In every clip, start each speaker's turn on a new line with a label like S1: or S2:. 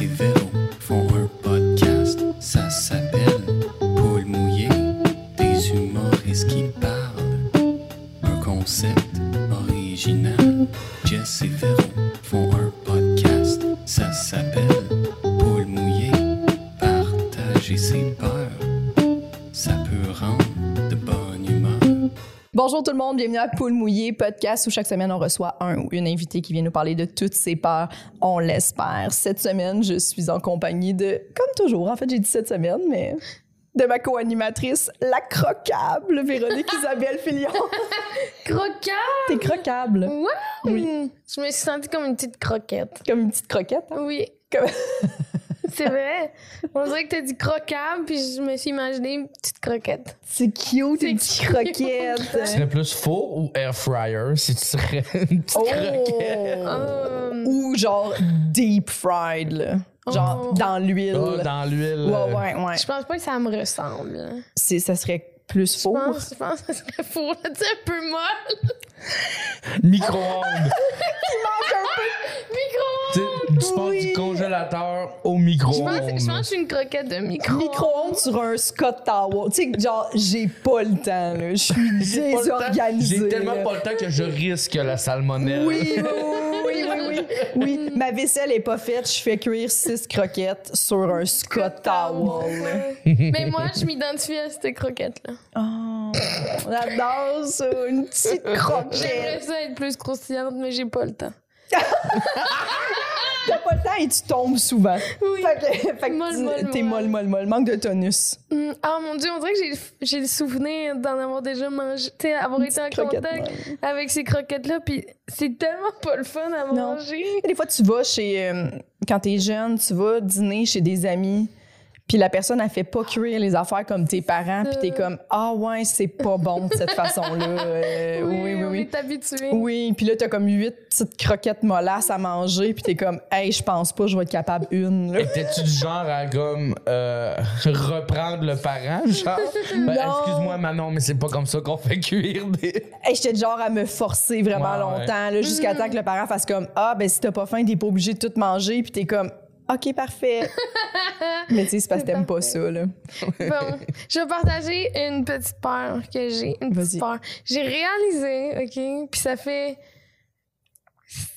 S1: et Véro font un podcast. Ça s'appelle Paul Mouillé, des humoristes qui parlent. Un concept original. Jess et Véro font un podcast. Ça s'appelle Paul Mouillé, partager ses peurs. Ça peut rendre de bonne humeur.
S2: Bonjour tout le monde, bienvenue à Poule Mouillée, podcast où chaque semaine on reçoit un ou une invitée qui vient nous parler de toutes ses peurs, on l'espère. Cette semaine, je suis en compagnie de, comme toujours, en fait j'ai dit cette semaine, mais de ma co-animatrice, la croquable Véronique Isabelle Fillon.
S3: Croquable!
S2: T'es croquable,
S3: Wow!
S2: Oui.
S3: Je me suis sentie comme une petite croquette.
S2: comme une petite croquette. hein?
S3: Oui.
S2: Comme-
S3: C'est vrai. On dirait que t'as dit croquable, puis je me suis imaginé une petite croquette.
S2: C'est cute, une petite
S3: cute.
S4: Tu
S2: croquette.
S4: serais plus faux ou air fryer si tu serais une petite croquette?
S2: Oh.
S3: Hum,
S2: Ou genre deep fried, là. genre
S3: Oh.
S2: dans l'huile.
S4: Ah, dans l'huile.
S2: Ouais, ouais, ouais.
S3: Je pense pas que ça me ressemble. hein.
S2: C'est- Ça serait plus
S3: Je
S2: faux.
S3: pense, je pense que ça serait faux. là. Tu sais, un peu molle.
S4: euh, Micro-ondes.
S2: Ah,
S3: Micro!
S4: Tu sais, tu passes
S2: Oui.
S4: du congélateur au
S3: Je pense,
S4: micro-ondes.
S2: Oh.
S3: je pense que je suis une croquette de micro.
S2: micro-ondes sur un Scott Tower. Tu sais, que genre, j'ai pas le temps, là. Je suis
S4: J'ai pas le temps-
S2: désorganisée.
S4: J'ai tellement
S2: là.
S4: pas le temps que je risque la salmonelle.
S2: Oui, oui, oui, oui, oui, oui. Ma vaisselle est pas faite, je fais cuire six croquettes sur un Scott Towel.
S3: Ouais. Mais moi, je m'identifie à cette croquette-là.
S2: Oh, on adore ça, une petite
S3: J'aimerais
S2: croquette.
S3: ça être plus croustillante, mais j'ai pas le temps.
S2: T'as pas le temps et tu tombes souvent.
S3: Oui.
S2: Fait que, fait que
S3: Molle,
S2: tu-
S3: molle,
S2: t'es molle,
S3: molle.
S2: molle, molle. Manque de tonus.
S3: Mm, Ah mon dieu, on dirait que j'ai le- j'ai le souvenir d'en avoir déjà mangé, tu sais, avoir été en
S2: Croquette
S3: contact
S2: molle.
S3: avec ces croquettes-là, puis c'est tellement pas le fun à
S2: Non.
S3: manger.
S2: Tu sais, Des fois, tu vas chez. euh, quand t'es jeune, tu vas dîner chez des amis, puis la personne, elle fait pas cuire les affaires comme tes parents, puis t'es comme Ah ouais, c'est pas bon de cette façon-là. Euh, oui, oui,
S3: on
S2: oui.
S3: est habitué.
S2: Oui, puis là, t'as comme huit petites croquettes molasses à manger, puis t'es comme Hey, je pense pas, je vais être capable une. là.
S4: Étais-tu du genre à comme euh, reprendre le parent, genre? Ben,
S2: Non.
S4: Excuse-moi Manon, mais c'est pas comme ça qu'on fait cuire des.
S2: Hey, j'étais du genre à me forcer vraiment
S4: Ouais, ouais.
S2: longtemps, là, jusqu'à temps que le parent fasse comme Ah, ben si t'as pas faim, t'es pas obligé de tout manger, puis t'es comme OK, parfait. Mais tu sais, c'est parce que
S3: C'est
S2: t'aimes pas
S3: parfait.
S2: ça, là.
S3: Bon, je vais partager une petite peur que j'ai, une
S2: Vas-y.
S3: petite peur. J'ai réalisé, ok, puis ça fait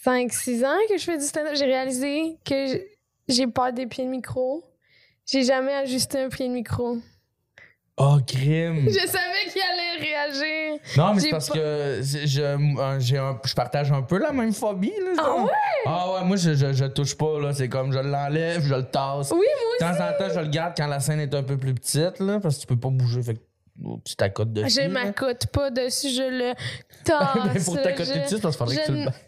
S3: 5-6 ans que je fais du stand-up, j'ai réalisé que j- j'ai peur des pieds de micro. J'ai jamais ajusté un pied de micro.
S4: Oh, crime!
S3: Je savais qu'il allait réagir.
S4: Non, mais
S3: J'ai
S4: c'est parce
S3: pas-
S4: que c'est- je, un- j'ai un- je partage un peu la même phobie. Là,
S3: Ah
S4: genre.
S3: ouais?
S4: Ah ouais, moi je, je, je touche pas, là. C'est comme je l'enlève, je le tasse.
S3: Oui,
S4: De temps en temps, je le garde quand la scène est un peu plus petite, là, parce que tu peux pas bouger, fait que oh, tu t'accotes dessus.
S3: Je
S4: là.
S3: m'accote pas dessus, je le
S4: Ben,
S3: tasse.
S4: pour t'accoter
S3: je-
S4: dessus, parce qu'il faudrait
S3: je
S4: que tu le
S3: ne-
S4: battes.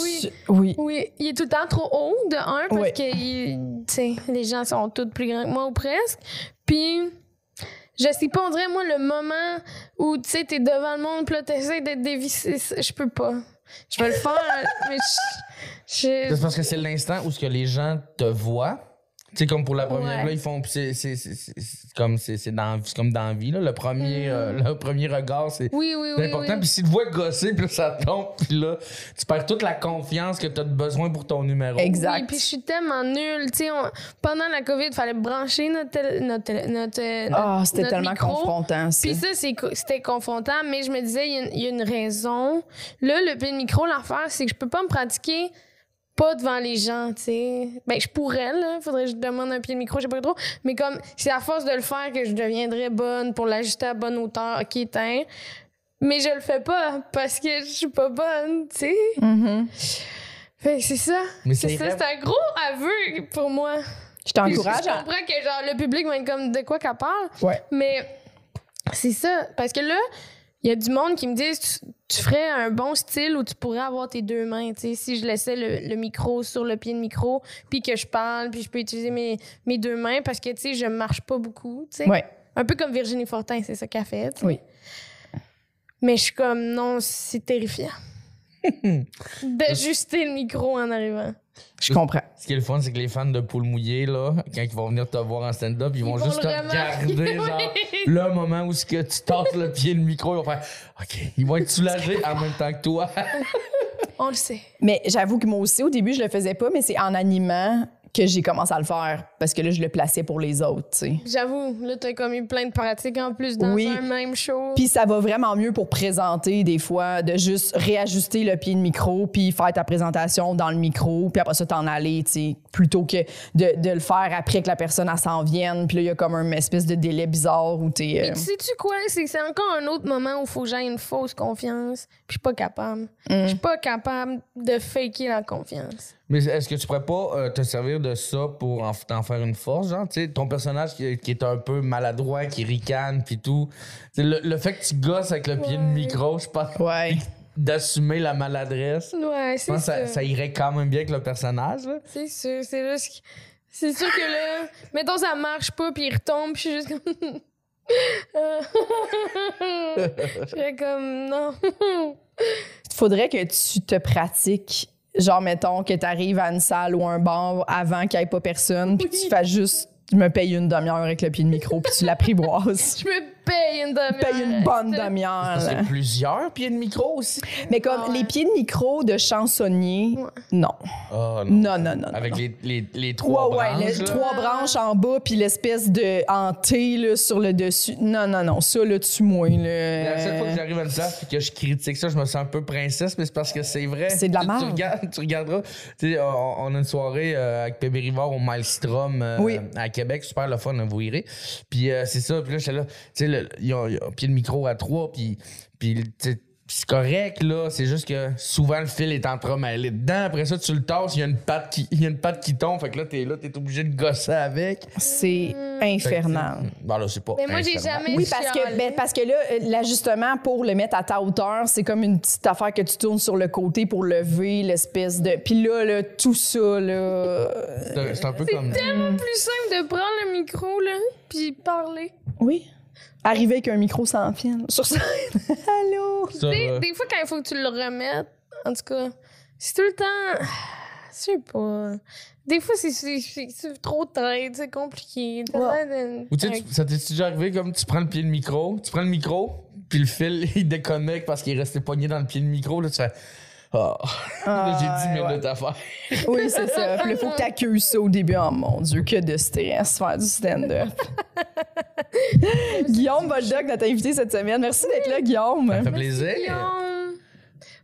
S3: Oui.
S2: Oui.
S3: Oui, il est tout le temps trop haut, de un, parce
S2: Ouais.
S3: que il- tu sais, les gens sont tous plus grands que moi ou presque. Puis, je sais pas, on dirait, moi, le moment où, tu sais, t'es devant le monde, puis là, t'essaies d'être dévissé, ça, je peux pas. Je vais le faire, mais je... je-
S4: C'est parce que c'est l'instant où ce que les gens te voient. Tu sais, comme pour la première,
S3: Ouais.
S4: là, ils font. C'est c'est- c'est- c'est- c'est comme, c'est- c'est dans, c'est comme dans la vie, là. Le premier,
S3: Mm.
S4: euh, le premier regard, c'est.
S3: Oui, oui,
S4: C'est
S3: oui,
S4: important.
S3: oui.
S4: Puis s'il te voit gosser, puis là, ça tombe, puis là, tu perds toute la confiance que tu as besoin pour ton numéro.
S2: Exact.
S3: Oui, puis je suis tellement nulle. Tu sais, on- pendant la COVID, il fallait brancher notre... télé- notre, télé- notre, euh,
S2: Ah, c'était
S3: notre
S2: tellement
S3: micro.
S2: confrontant, ça.
S3: Puis ça, c'est co- c'était confrontant, mais je me disais, il y a une- il y, a une raison. Là, le pied de micro, l'affaire, c'est que je peux pas me pratiquer pas devant les gens, tu sais. Ben, je pourrais, là. Faudrait que je demande un pied de micro, je sais pas trop. Mais comme, c'est à force de le faire que je deviendrais bonne pour l'ajuster à bonne hauteur. OK, tiens. Mais je le fais pas parce que je suis pas bonne, tu sais.
S2: Mhm.
S3: Fait que c'est ça.
S4: Mais
S3: C'est
S4: c'est
S3: ça, c'est un gros aveu pour moi.
S2: Je
S3: Puis Je
S2: t'encourage à.
S3: comprends que, genre, le public va être comme de quoi qu'elle parle.
S2: Ouais.
S3: Mais c'est ça, parce que là, il y a du monde qui me dit tu, tu ferais un bon style où tu pourrais avoir tes deux mains, tu sais, si je laissais le, le micro sur le pied de micro, puis que je parle, puis je peux utiliser mes, mes deux mains parce que tu sais je marche pas beaucoup, tu sais.
S2: Ouais.
S3: Un peu comme Virginie Fortin, c'est ça qu'elle fait. tu sais.
S2: Oui.
S3: Mais je suis comme non, c'est terrifiant. D'ajuster le micro en arrivant.
S2: Je comprends.
S4: Ce qui est le fun, c'est que les fans de Poule Mouillée, là, quand ils vont venir te voir en stand-up, ils, vont
S3: vont
S4: juste te
S3: le remarquer,
S4: regarder,
S3: oui.
S4: genre, le moment où ce que tu tasses le pied, le micro, ils vont faire OK, ils vont être soulagés en même temps que toi.
S3: On le sait.
S2: Mais j'avoue que moi aussi, au début, je le faisais pas, mais c'est en animant que j'ai commencé à le faire parce que là, je le plaçais pour les autres, tu sais.
S3: J'avoue, là, t'as commis plein de pratiques en plus dans
S2: Oui.
S3: un même show.
S2: Puis ça va vraiment mieux pour présenter des fois, de juste réajuster le pied de micro, puis faire ta présentation dans le micro, puis après ça t'en aller, tu sais, plutôt que de, de le faire après que la personne elle s'en vienne, puis là il y a comme un espèce de délai bizarre où t'es. euh,
S3: Puis sais-tu quoi? C'est c'est encore un autre moment où faut que j'aie une fausse confiance. Puis je suis pas capable.
S2: Mm.
S3: Je suis pas capable de faker la confiance.
S4: Mais est-ce que tu pourrais pas euh, te servir de ça pour en, f- t'en faire une force, genre? Tu sais, ton personnage qui, qui est un peu maladroit, qui ricane, puis tout. Tu sais, Le, le fait que tu gosses avec le pied de
S3: Ouais.
S4: micro, je pense,
S2: Ouais.
S4: d'assumer la maladresse,
S3: Ouais,
S4: je
S3: c'est
S4: pense que
S3: ça.
S4: ça, ça irait quand même bien avec le personnage, là.
S3: C'est sûr, c'est juste que- C'est sûr que là, mettons, ça marche pas, puis il retombe, puis je suis juste comme... Euh, je serais comme, non.
S2: Faudrait que tu te pratiques. Genre, mettons que t'arrives à une salle ou un bar avant qu'il n'y ait pas personne, puis tu fais juste, tu me payes une demi-heure avec le pied de micro, puis tu l'apprivoises.
S3: Je me paye une demi-heure.
S2: paye une bonne
S3: C'est-
S2: demi-heure.
S4: Parce qu'il y
S2: là.
S4: a plusieurs pieds de micro aussi.
S2: Mais comme
S3: Ah ouais.
S2: les pieds de micro de chansonnier,
S3: Ouais.
S2: non.
S4: Oh, non.
S2: Non, non, non. non,
S4: Avec
S2: non.
S4: les, les, les trois
S2: Ouais, ouais,
S4: branches,
S2: les
S4: là.
S2: trois branches en bas, puis l'espèce de en T là, sur le dessus. Non, non, non, ça, là, tu moins.
S4: Et
S2: Là.
S4: à chaque fois que j'arrive à une place et que je critique ça, je me sens un peu princesse, mais c'est parce que c'est vrai.
S2: C'est de la
S4: Tu-
S2: merde.
S4: Tu, regardes- tu regarderas. Tu sais, on, on a une soirée euh, avec Pébé Rivard au Maelstrom euh,
S2: Oui.
S4: à Québec. Super le fun, hein, vous irez. Puis euh, c'est ça. Puis là, j'étais là. Tu sais, le- ils ont- ils ont- puis le micro à trois. Puis, puis tu sais, puis c'est correct, là. C'est juste que souvent, le fil est entremêlé dedans. Après ça, tu le tasses, il y a une patte qui, il y a une patte qui tombe. Fait que là, t'es là, t'es obligé de gosser avec.
S2: C'est
S3: Hmm.
S4: Fait que,
S2: infernal.
S4: tu sais, Ben là, c'est pas
S3: Mais moi, j'ai
S4: infernal.
S3: jamais-
S2: Oui, parce que, ben, parce que là, euh, l'ajustement pour le mettre à ta hauteur, c'est comme une petite affaire que tu tournes sur le côté pour lever l'espèce de. Puis là, là, tout ça, là. euh,
S4: C'est c'est un peu comme.
S3: plus simple de prendre le micro, là, puis parler.
S2: Oui. Arriver avec un micro sans fil. Sur ça. Allô?
S4: ça,
S3: Tu sais,
S4: euh,
S3: des fois, quand il faut que tu le remettes, en tout cas, c'est tout le temps. Je sais pas. Des fois, c'est- c'est c'est- c'est trop tête, c'est compliqué. T'as
S2: Ouais.
S3: l'air d'une-
S4: Ou tu sais, tu- ça t'est déjà arrivé comme tu prends le pied de micro, tu prends le micro, puis le fil il déconnecte parce qu'il est resté pogné dans le pied de micro, là tu fais Ah, là, j'ai 10
S2: Ah, ouais.
S4: minutes à faire.
S2: Oui, c'est ça. Puis il faut que tu accueilles ça au début. Oh mon Dieu, que de stress faire du stand-up. Guillaume Boldoc, notre invité cette semaine. Merci d'être là, Guillaume.
S4: Ça me fait
S3: Puis
S4: plaisir.
S3: on-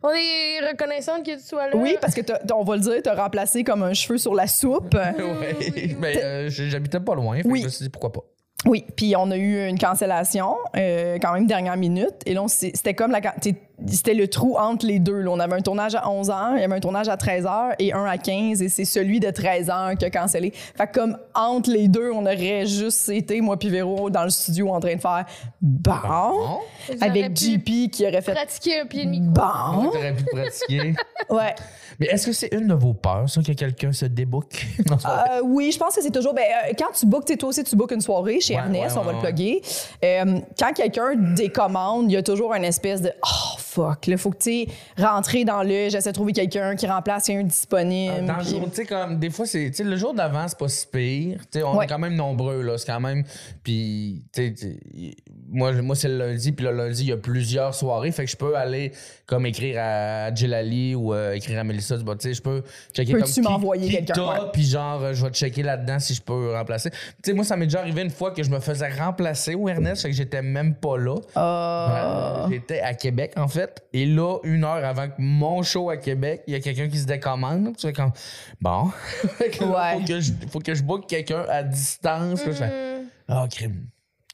S3: On est reconnaissante que tu sois là.
S2: Oui, parce que t'as- on va le dire, t'as remplacé comme un cheveu sur la soupe.
S4: Ouais, ben, euh, j'ai- j'habitais pas loin, fait que
S2: Oui.
S4: je me suis dit pourquoi pas.
S2: Oui, puis on a eu une cancellation euh, quand même dernière minute. Et là, on s'est- c'était comme la, can- t'sais, c'était le trou entre les deux. là. On avait un tournage à 11 h il y avait un tournage à 13 h et un à 15 et c'est celui de 13 h qui a cancellé. Fait que comme entre les deux, on aurait juste été moi puis Véro dans le studio en train de faire bon
S4: Ah, Bon,
S3: J'aurais
S2: avec
S3: pu
S2: JP qui aurait fait
S3: Pratiquer un pied de micro.
S2: bon.
S4: Ah, t'aurais pu pratiquer.
S2: Ouais.
S4: Mais est-ce que c'est une de vos peurs, ça, que quelqu'un se débouque? Non, c'est pas vrai.
S2: Euh, oui, je pense que c'est toujours. Ben, euh, quand tu bookes, tu sais, toi aussi, tu bookes une soirée chez
S4: Ouais,
S2: Ernest,
S4: ouais,
S2: on va
S4: ouais,
S2: le plugger. Euh, quand quelqu'un décommande, il y a toujours une espèce de Oh fuck, là, faut que tu rentres dans le j'essaie de trouver quelqu'un qui remplace un disponible.
S4: Ah, Dans le
S2: Puis-
S4: jour, tu sais, comme des fois, c'est. Tu sais, le jour d'avant, c'est pas si pire. Tu sais, on
S2: Ouais.
S4: est quand même nombreux, là. C'est quand même. Puis, tu sais, tu- y- moi, moi c'est le lundi, puis le lundi, il y a plusieurs soirées. Fait que je peux aller, comme écrire à Jelali ou euh, écrire à Mélissa. Tu sais, je peux checker
S2: Peux-tu
S4: comme. qui-
S2: m'envoyer
S4: qui
S2: quelqu'un?
S4: t'a,
S2: Ouais.
S4: Puis, genre, euh, je vais checker là-dedans si je peux remplacer. Tu sais, moi, ça m'est déjà arrivé une fois que je me faisais remplacer au Ernest, fait que j'étais même pas là.
S2: ah.
S4: Euh, J'étais à Québec, en fait. Et là, une heure avant que mon show à Québec, il y a quelqu'un qui se décommande. là, puis Tu fais comme, bon, Fait que
S2: Ouais.
S4: là,
S2: Mm.
S4: faut, que je, faut que je book quelqu'un à distance. là, je fais,
S3: Hum,
S4: ah, crime,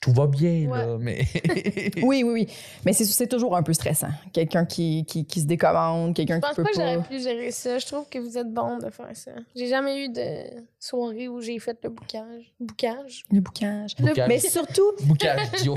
S4: tout va bien, là, mais...
S2: Oui, oui, oui. Mais c'est- c'est toujours un peu stressant. Quelqu'un qui, qui, qui se décommande, quelqu'un
S3: Je
S2: qui
S3: pense
S2: peut
S3: pas que
S2: pas.
S3: j'aurais pu gérer ça. Je trouve que vous êtes bon de faire ça. J'ai jamais eu de soirée où j'ai fait le boucage. Boucage?
S2: Le boucage.
S4: Boucage.
S2: Mais surtout,
S4: Boucage bio.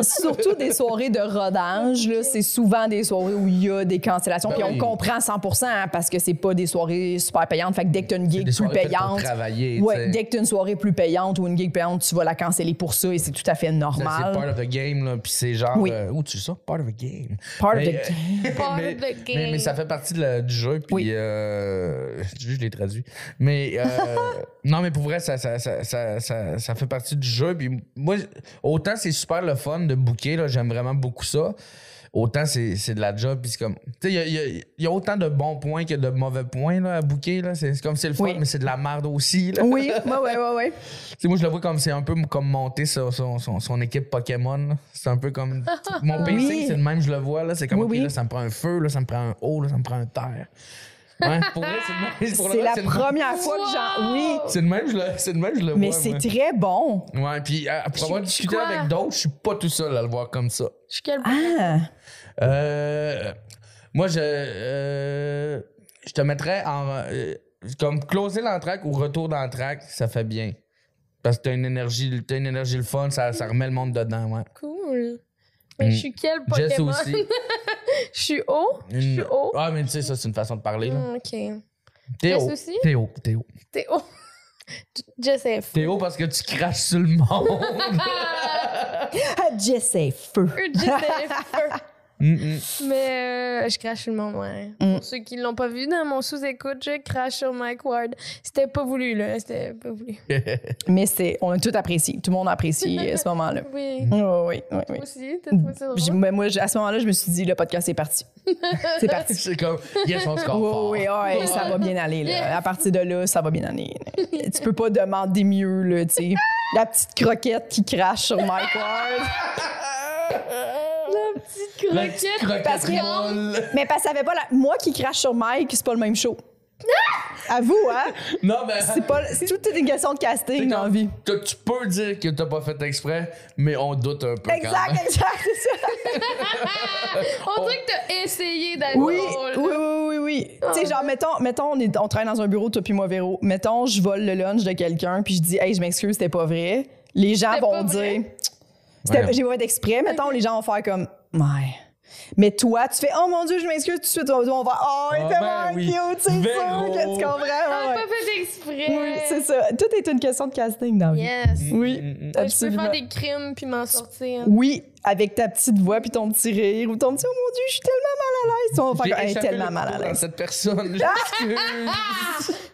S2: surtout des soirées de rodage, là, c'est souvent des soirées où il y a des cancellations.
S4: Ben
S2: puis
S4: oui.
S2: on comprend 100 hein, parce que c'est pas des soirées super payantes. Fait que dès que t'as une
S4: C'est
S2: gig
S4: des
S2: plus
S4: soirées faites pour
S2: payante,
S4: travailler, tu
S2: Ouais,
S4: sais.
S2: dès que tu une soirée plus payante ou une gig payante, tu vas la canceller pour ça et c'est tout à fait
S4: Ça, C'est part
S2: normal.
S4: of the game, là, puis c'est genre...
S2: Oui.
S4: euh, où tu sais ça? Part of the game.
S2: Part of
S4: Mais,
S2: the
S4: euh,
S3: Part
S4: mais-
S3: of the game.
S4: Mais, mais ça fait partie de la- du jeu, puis
S2: Oui.
S4: euh, je, je l'ai traduit. Mais euh, non, mais pour vrai, ça, ça, ça, ça, ça, ça fait partie du jeu. Puis moi, autant c'est super le fun de booker, là, j'aime vraiment beaucoup ça. autant c'est c'est de la job. Puis c'est comme. Tu sais, il y a, il y a- il y a autant de bons points que de mauvais points là, à bouquer. là. C'est c'est comme c'est le fun,
S2: Oui.
S4: mais c'est de la merde aussi. Là.
S2: Oui, ouais, ouais, ouais, ouais.
S4: Tu sais, moi, je le vois comme c'est un peu comme monter sur son, son- son équipe Pokémon. là. C'est un peu comme. Mon
S2: Oui.
S4: pacing, c'est le même, je le vois. là. C'est comme,
S2: Oui,
S4: OK,
S2: oui.
S4: là, ça me prend un feu, là, ça me prend un haut, là, ça me prend un terre. Ouais, pour vrai, c'est le même- pour le
S2: C'est
S4: vrai,
S2: la
S4: c'est le-
S2: première fois que j'en. Oui,
S4: C'est le même, je le, c'est le même, je le
S2: mais
S4: vois.
S2: c'est
S4: moi.
S2: très bon.
S4: Ouais, puis euh, pour
S3: Je-
S4: avoir
S3: je
S4: discuté
S3: crois-
S4: avec d'autres, je suis pas tout seul à le voir comme ça.
S3: Je suis quel
S2: Ah,
S4: Euh, moi, je, euh, je te mettrais en. euh, comme closer l'entraque ou retour d'entraque, ça fait bien. Parce que t'as une énergie, t'as une énergie le fun, ça, ça remet le monde dedans, ouais.
S3: cool. Mais je suis quel
S4: Jess
S3: Pokémon?
S4: aussi.
S3: Je suis haut? Je suis
S4: Une-
S3: haut?
S4: Ah, mais tu sais, ça, c'est une façon de parler, là.
S3: Mm, OK.
S4: T'es
S3: Jess
S4: haut.
S3: aussi?
S4: T'es haut, t'es haut.
S3: T'es haut? Jess est fou.
S4: T'es haut parce que tu craches sur le monde.
S2: Ah, Jess est feu.
S3: Jess est feu.
S4: Mm, mm.
S3: Mais euh, je crache sur le monde, ouais.
S2: Mm.
S3: Pour ceux qui l'ont pas vu dans mon sous-écoute, je crache sur Mike Ward. C'était pas voulu, là. C'était pas voulu.
S2: Mais c'est, on a tout apprécié. Tout le monde a apprécié euh, ce moment-là.
S3: Oui.
S2: Oui, oui, oui. oui.
S3: Moi aussi, t'as trouvé ça
S2: J'ai-
S3: drôle?
S2: ben, moi, j'ai- à ce moment-là, je me suis dit, le podcast, c'est parti. C'est parti.
S4: c'est comme, yes, on score fort.
S2: Oui, oui, oui, ouais, ça va bien aller. Là. À partir de là, ça va bien aller. tu peux pas demander mieux, là, tu sais. La petite croquette qui crache sur Mike Ward.
S3: La petite
S4: La petite
S3: croquette.
S4: croquette
S2: parce que-
S4: molle.
S2: Mais parce que ça fait pas la... Moi qui crache sur Mike, c'est pas le même show. À vous, hein?
S4: Non, mais.
S2: C'est pas... c'est toute une question de casting dans la vie.
S4: Tu tu peux dire que t'as pas fait exprès, mais on doute un peu. quand
S2: Exact,
S4: même.
S2: exact, c'est ça.
S3: On
S4: oh.
S3: dirait que t'as essayé d'être
S2: Oui,
S3: drôle. Ah.
S2: oui, oui, oui, oui. Tu sais, genre, mettons, mettons on, est, on travaille dans un bureau, toi puis moi, Véro. Mettons, je vole le lunch de quelqu'un, puis je dis, hey, je m'excuse, c'était pas vrai. Les gens
S3: C'était pas
S2: vont
S3: vrai.
S2: dire, C'était-
S4: Ouais.
S2: j'ai pas fait exprès. Mettons, les gens vont faire comme, ouais. Mais toi, tu fais, oh mon Dieu, je m'excuse, tout de suite, on on va, oh, il
S4: Ah,
S2: était
S4: ben
S2: vraiment
S4: oui.
S2: cute, c'est sûr
S4: Véro.
S2: que tu comprends.
S3: T'as
S2: ouais,
S3: Ah, pas
S2: ouais.
S3: fait exprès.
S2: Oui, c'est ça. Tout est une question de casting dans la vie.
S3: Yes.
S2: Oui,
S4: Mm, mm, mm.
S2: absolument.
S3: Je peux faire des crimes puis m'en sortir.
S2: Oui, avec ta petite voix puis ton petit rire ou ton petit, oh mon Dieu, je suis tellement mal à l'aise. Tu vas
S4: J'ai
S2: faire comme, Hey,
S4: échappé
S2: tellement
S4: le
S2: mal à
S4: couteau dans
S2: l'aise.
S4: Cette personne, j'excuse.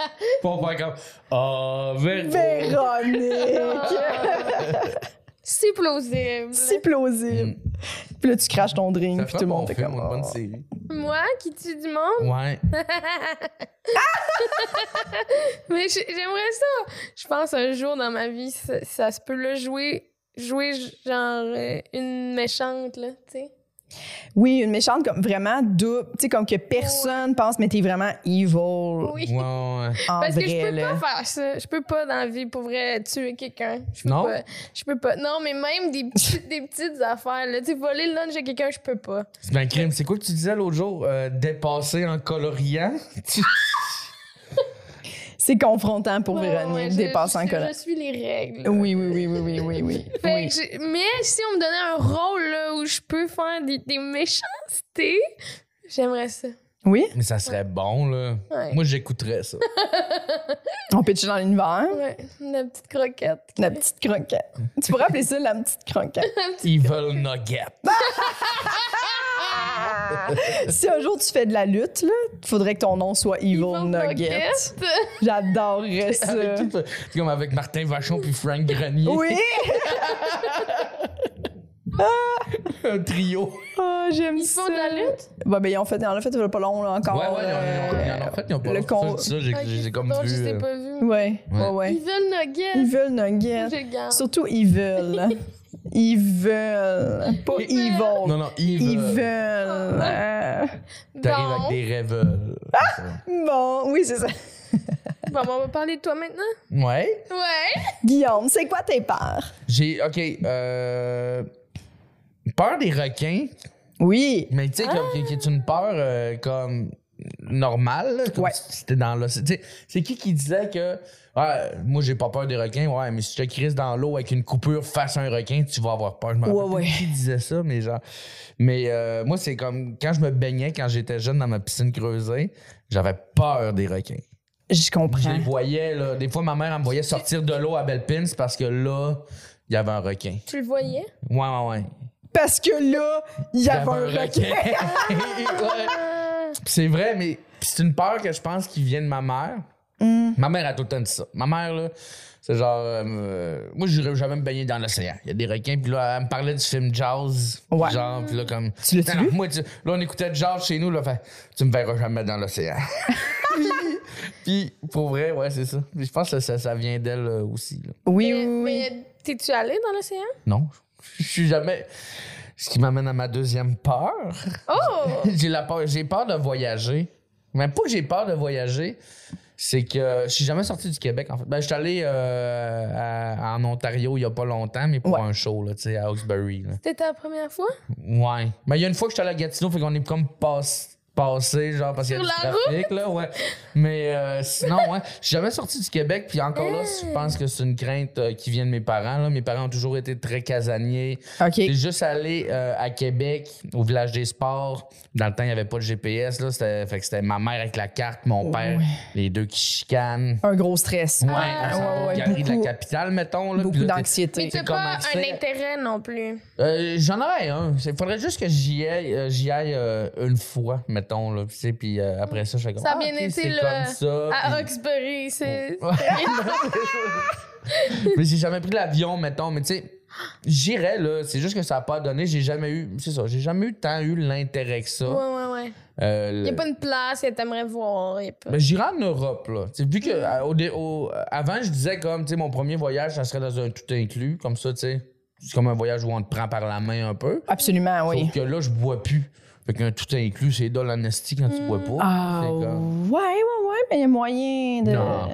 S4: Pour faire comme. Ah, Véro.
S2: Véronique!
S3: Ah. C'est plausible.
S2: si plausible. Puis là, tu craches ton drink,
S4: Mm. Hmm. Ça
S2: puis
S4: fait
S2: tout le
S4: bon
S2: monde fait
S4: film,
S2: comme...
S4: une bonne
S2: oh.
S4: série.
S3: Moi qui tue du monde,
S4: Ouais.
S3: mais j'ai- j'aimerais ça. Je pense un jour dans ma vie, ça, ça se peut le jouer, jouer genre euh, une méchante là, tu sais.
S2: Oui, une méchante comme vraiment double, tu sais, comme que personne pense, mais t'es vraiment evil
S3: Oui.
S4: Ouais, ouais.
S2: en
S3: Parce
S2: vrai,
S3: que je peux
S2: là.
S3: pas faire ça. Je peux pas dans la vie pour vrai tuer quelqu'un. Je peux
S4: Non?
S3: Pas, je peux pas. Non, mais même des, petits- des petites affaires là, tu sais, voler le lunch à quelqu'un, je peux pas.
S4: C'est bien crime. C'est quoi que tu disais l'autre jour? Euh, dépasser en coloriant?
S2: C'est confrontant pour Véronique,
S3: je-
S2: dépassant
S3: je-
S2: Colin.
S3: Je suis les règles.
S2: Oui, oui, oui, oui, oui, oui, oui.
S3: Fait
S2: oui.
S3: que j'ai- mais si on me donnait un rôle là, où je peux faire des, des méchancetés, j'aimerais ça.
S2: Oui?
S4: Mais ça serait bon, là.
S3: Ouais.
S4: Moi, j'écouterais ça.
S2: On pitche dans l'univers.
S3: Ouais, la petite croquette.
S2: La petite croquette. Tu pourrais appeler ça la petite croquette.
S4: Evil Nugget.
S2: si un jour tu fais de la lutte, là, faudrait que ton nom soit Evil,
S3: Evil
S2: Nugget.
S3: Nugget.
S2: J'adorerais ça.
S4: Avec qui tu- C'est comme avec Martin Vachon puis Frank Grenier.
S2: Oui!
S4: Un trio.
S2: Ah, j'aime
S3: Ils
S2: ça.
S3: font de la lutte?
S2: Bah, ben, ils ont fait, ils en ont fait, il y a pas long, là, encore.
S4: Ouais, ouais, ils ont- ils ont- ils ont- en
S2: euh,
S4: fait, ils ont pas
S2: le
S4: l'air
S2: con-
S4: ça, ça, j'ai
S3: Ok,
S4: j'ai comme
S3: non,
S4: vu.
S3: Je sais
S4: euh,
S3: pas vu.
S2: Ouais, ouais,
S4: Ouais.
S2: ouais.
S3: Ils veulent Nugget.
S2: Ils veulent Nugget.
S3: Je le garde.
S2: Surtout ils veulent. Ils veulent. Pas
S4: Ils-
S2: ils vont.
S4: Non, non, Yves.
S2: Ils
S4: euh,
S2: veulent. Euh,
S4: T'arrives
S3: Bon.
S4: avec des rêves. euh,
S2: Bon, oui, c'est ça.
S3: Bon, ben, on va parler de toi maintenant?
S4: Ouais.
S3: Ouais.
S2: Guillaume, c'est quoi tes peurs?
S4: J'ai. OK. Euh... Peur des requins,
S2: Oui.
S4: mais tu sais, comme- qui qui est une peur euh, comme normale, là, comme
S2: Ouais.
S4: si t'étais dans l'eau. Tu sais, C'est qui qui disait que. Ah, moi, j'ai pas peur des requins. Ouais, mais si tu te crises dans l'eau avec une coupure face à un requin, tu vas avoir peur. Je m'en
S2: Ouais,
S4: rappelle
S2: ouais.
S4: plus qui disait ça, mais genre. Mais euh, moi, c'est comme quand je me baignais quand j'étais jeune dans ma piscine creusée, j'avais peur des requins.
S2: Je
S4: Je
S2: comprends.
S4: les voyais, là. Des fois, ma mère, elle me voyait sortir de l'eau à Bellepins parce que là, il y avait un requin.
S3: Tu le voyais?
S4: Ouais, ouais, ouais.
S2: Parce que là, il y avait un requin.
S4: Ouais. Puis c'est vrai, mais puis c'est une peur que je pense qui vient de ma mère.
S2: Hmm.
S4: Ma mère a tout le temps dit ça. Ma mère, là, c'est genre. euh, euh, moi, j'irais jamais me baigner dans l'océan. Il y a des requins, puis là, elle me parlait du film Jaws.
S2: Ouais.
S4: Genre, puis là, comme.
S2: Tu l'as-tu
S4: Non, non,
S2: vu?
S4: moi, tu- là, on écoutait Jaws chez nous, là, fait. Tu me verras jamais dans l'océan. puis, pour vrai, ouais, c'est ça. Puis Je pense que ça, ça vient d'elle euh, aussi, là.
S2: Oui,
S3: Mais-
S2: oui, oui.
S3: mais T'es-tu allé dans l'océan?
S4: Non. Je suis jamais. Ce qui m'amène à ma deuxième peur.
S3: Oh!
S4: j'ai la peur, j'ai peur de voyager. Même pas que j'ai peur de voyager, c'est que je suis jamais sorti du Québec en fait. Ben, je suis allé euh, à- en Ontario il y a pas longtemps, mais pour
S2: Ouais.
S4: un show là, tu sais, à Hawkesbury. là.
S3: C'était ta première fois?
S4: Ouais. Mais il y a une fois que j'étais allé à Gatineau, fait qu'on est comme pass- passé genre parce qu'il y a du
S3: Sur la
S4: trafic là, ouais. Mais euh, sinon, ouais, je suis jamais sorti du Québec, puis encore là, je pense que c'est une crainte euh, qui vient de mes parents là. Mes parents ont toujours été très casaniers. J'ai
S2: OK.
S4: juste allé euh, à Québec, au village des sports. Dans le temps, il n'y avait pas de GPS. Là. C'était, fait que c'était ma mère avec la carte, mon père, les deux qui chicanent.
S2: Un gros stress.
S4: Ouais, on s'en va
S2: Ah, ouais,
S4: au
S2: ouais,
S4: Galerie de la
S2: beaucoup-
S4: capitale, mettons. Là,
S2: Beaucoup
S4: Puis là, t'es-
S2: d'anxiété.
S3: Mais t'as
S4: c'est comme
S3: pas un
S4: accès-
S3: intérêt non plus.
S4: Euh, j'en aurais un. Il faudrait juste que j'y aille, euh, j'y aille euh, une fois, mettons. Là, puis, tu sais, puis euh, après ça, je fais comme
S3: Ça a
S4: Ah,
S3: bien
S4: ok,
S3: été,
S4: c'est
S3: là, Ah,
S4: comme ça.
S3: À
S4: puis-
S3: Hawkesbury, c'est.
S4: mais j'ai jamais pris l'avion, mettons. Mais tu sais, j'irais, là. C'est juste que ça n'a pas donné. J'ai jamais eu. C'est ça. J'ai jamais eu tant eu l'intérêt que ça.
S3: Ouais, ouais, ouais.
S4: Euh, le-
S3: Y a pas une place que t'aimerais voir. Y a pas...
S4: Ben, j'irai en Europe, là. Tu sais, vu que
S3: Mm.
S4: à- au dé- au- euh, avant, je disais comme, tu sais, mon premier voyage, ça serait dans un tout inclus, comme ça, tu sais. C'est comme un voyage où on te prend par la main un peu.
S2: Absolument, oui.
S4: Sauf que là, je bois plus. Fait qu'un tout inclus, c'est dole en esti quand tu
S3: Mm.
S4: bois pas.
S2: Ah,
S4: C'est
S2: ouais,
S4: comme-
S2: ouais, ouais, mais il y a moyen de.
S4: Non.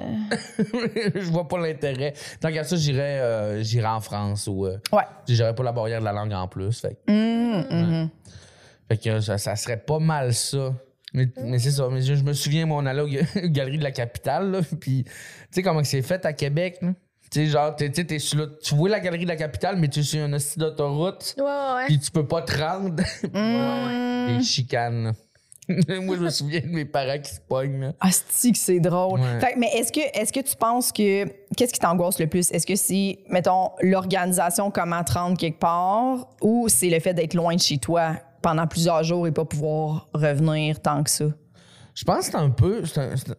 S4: je vois pas l'intérêt. Tant qu'à ça, j'irais euh, j'irais en France ou euh,
S2: Ouais.
S4: j'irais pas la barrière de la langue en plus. Fait,
S3: Mmh,
S2: Hum, hum, hum.
S4: fait que ça, ça serait pas mal ça. Mais, mais c'est ça. Mais je, je me souviens, moi, on allait aux galeries de la capitale, là, puis tu sais comment que c'est fait à Québec, là? Tu sais, genre, t'es- tu sais, t'es sur le- tu vois la galerie de la capitale, mais tu es sur une hostie d'autoroute,
S3: Ouais, ouais, ouais.
S4: puis tu peux pas te rendre.
S2: Hum.
S4: Les chicanes, là. Moi, je me souviens de mes parents qui se pognent, là.
S2: Asti que c'est drôle.
S4: Ouais.
S2: Fait que, mais est-ce que, est que tu penses que. Qu'est-ce qui t'angoisse le plus? Est-ce que c'est, mettons, l'organisation, comment te rendre quelque part, ou c'est le fait d'être loin de chez toi pendant plusieurs jours et pas pouvoir revenir tant que ça?
S4: Je pense que c'est un peu. C'est un, c'est un-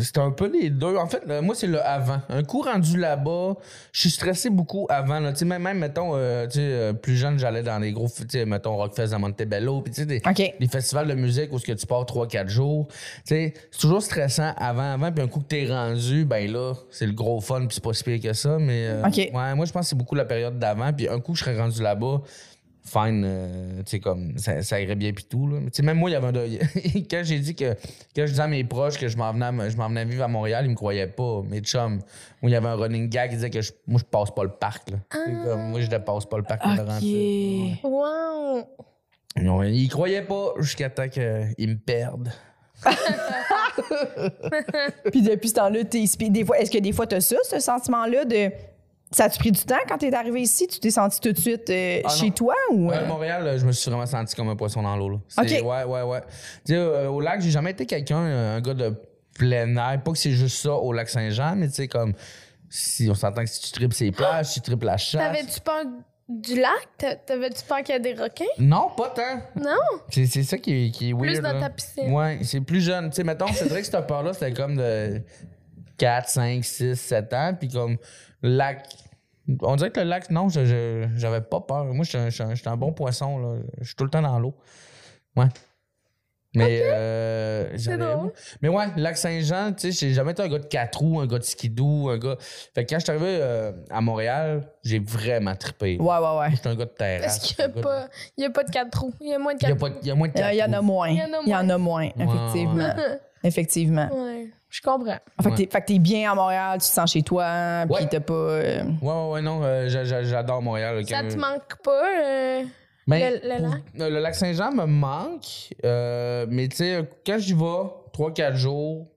S4: c'est un peu les deux. En fait, euh, moi, c'est le avant. Un coup rendu là-bas, je suis stressé beaucoup avant. Là. Tu sais, Même, même, mettons, euh, tu sais, euh, plus jeune, j'allais dans les gros, tu sais, mettons, Rockfest à Montebello, puis tu sais, des,
S2: OK.
S4: des festivals de musique où ce que tu pars 3-4 jours. Tu sais, c'est toujours stressant avant, avant, puis un coup que t'es rendu, ben là, c'est le gros fun, puis c'est pas si pire que ça. Mais euh,
S2: OK.
S4: ouais, moi, je pense que c'est beaucoup la période d'avant, puis un coup que je serais rendu là-bas, fine, euh, tu sais, comme, ça, ça irait bien, puis tout. Là. Mais tu sais, même moi, il y avait un deuil. quand j'ai dit que, quand je disais à mes proches que je m'en venais, à me- je m'en venais vivre à Montréal, ils me croyaient pas, mes chums. Moi, il y avait un running gag qui disait que je- moi, je passe pas le parc. Là. C'est comme, moi, je ne passe pas le parc.
S2: OK.
S4: Laurentides. Ouais.
S3: Wow!
S4: Non, ils croyaient pas jusqu'à temps qu'ils me perdent.
S2: Puis depuis ce temps-là, t'es puis des fois, est-ce que des fois t'as ça, ce sentiment-là de ça a-tu pris du temps quand t'es arrivé ici? Tu t'es senti tout de suite euh,
S4: Ah,
S2: chez
S4: non.
S2: toi ou
S4: Ouais,
S2: euh,
S4: Montréal, euh, je me suis vraiment senti comme un poisson dans l'eau. là. C'est-
S2: Ok.
S4: Ouais, ouais, ouais. Tu sais, euh, au lac, j'ai jamais été quelqu'un, euh, un gars de plein air. Pas que c'est juste ça au lac Saint-Jean, mais tu sais, comme, si on s'entend que si tu tripes ses plages, si tu tripes la chasse.
S3: T'avais-tu peur du lac? T'a- T'avais-tu peur qu'il y a des requins?
S4: Non, pas tant.
S3: Non?
S4: C'est c'est ça qui est, qui est
S3: Plus
S4: weird,
S3: dans
S4: là.
S3: ta piscine.
S4: Ouais, c'est plus jeune. Tu sais, mettons, c'est vrai que cette peur-là, c'était comme de 4, 5, 6, 7 ans. Puis comme lac. On dirait que le lac, non, je- je- j'avais pas peur. Moi, j'étais un- j'étais un, j'étais un bon poisson, là. Je suis tout le temps dans l'eau. Ouais. Mais, euh, j'avais-
S3: drôle.
S4: mais ouais, Lac Saint-Jean, tu sais, j'ai jamais été un gars de quatre roues, un gars de skidoo, un gars. Fait que quand je suis arrivé euh, à Montréal, j'ai vraiment trippé.
S2: Ouais, ouais, ouais.
S4: Je suis un gars de terre.
S3: Parce qu'il y a pas, il y a pas de quatre trous. Il y a moins de
S4: Il y a,
S3: quatre
S4: pas- il y a moins de
S2: Il y,
S4: quatre
S2: en a
S4: roues.
S2: moins.
S3: Il y en a
S2: Il y en a moins, effectivement. Effectivement.
S3: trous. Ouais. Je comprends.
S2: Fait que
S4: Ouais.
S2: t'es- Fait que t'es bien à Montréal, tu te sens chez toi,
S4: Ouais.
S2: puis t'as pas. euh,
S4: Ouais, ouais, ouais, non, euh, j'a- j'a- j'adore Montréal. là,
S3: Ça
S4: quand-
S3: te manque pas? euh,
S4: Ben,
S3: le- le
S4: pour-
S3: lac?
S4: euh, le lac Saint-Jean me manque, euh, mais tu sais, quand j'y vais, 3-4 jours,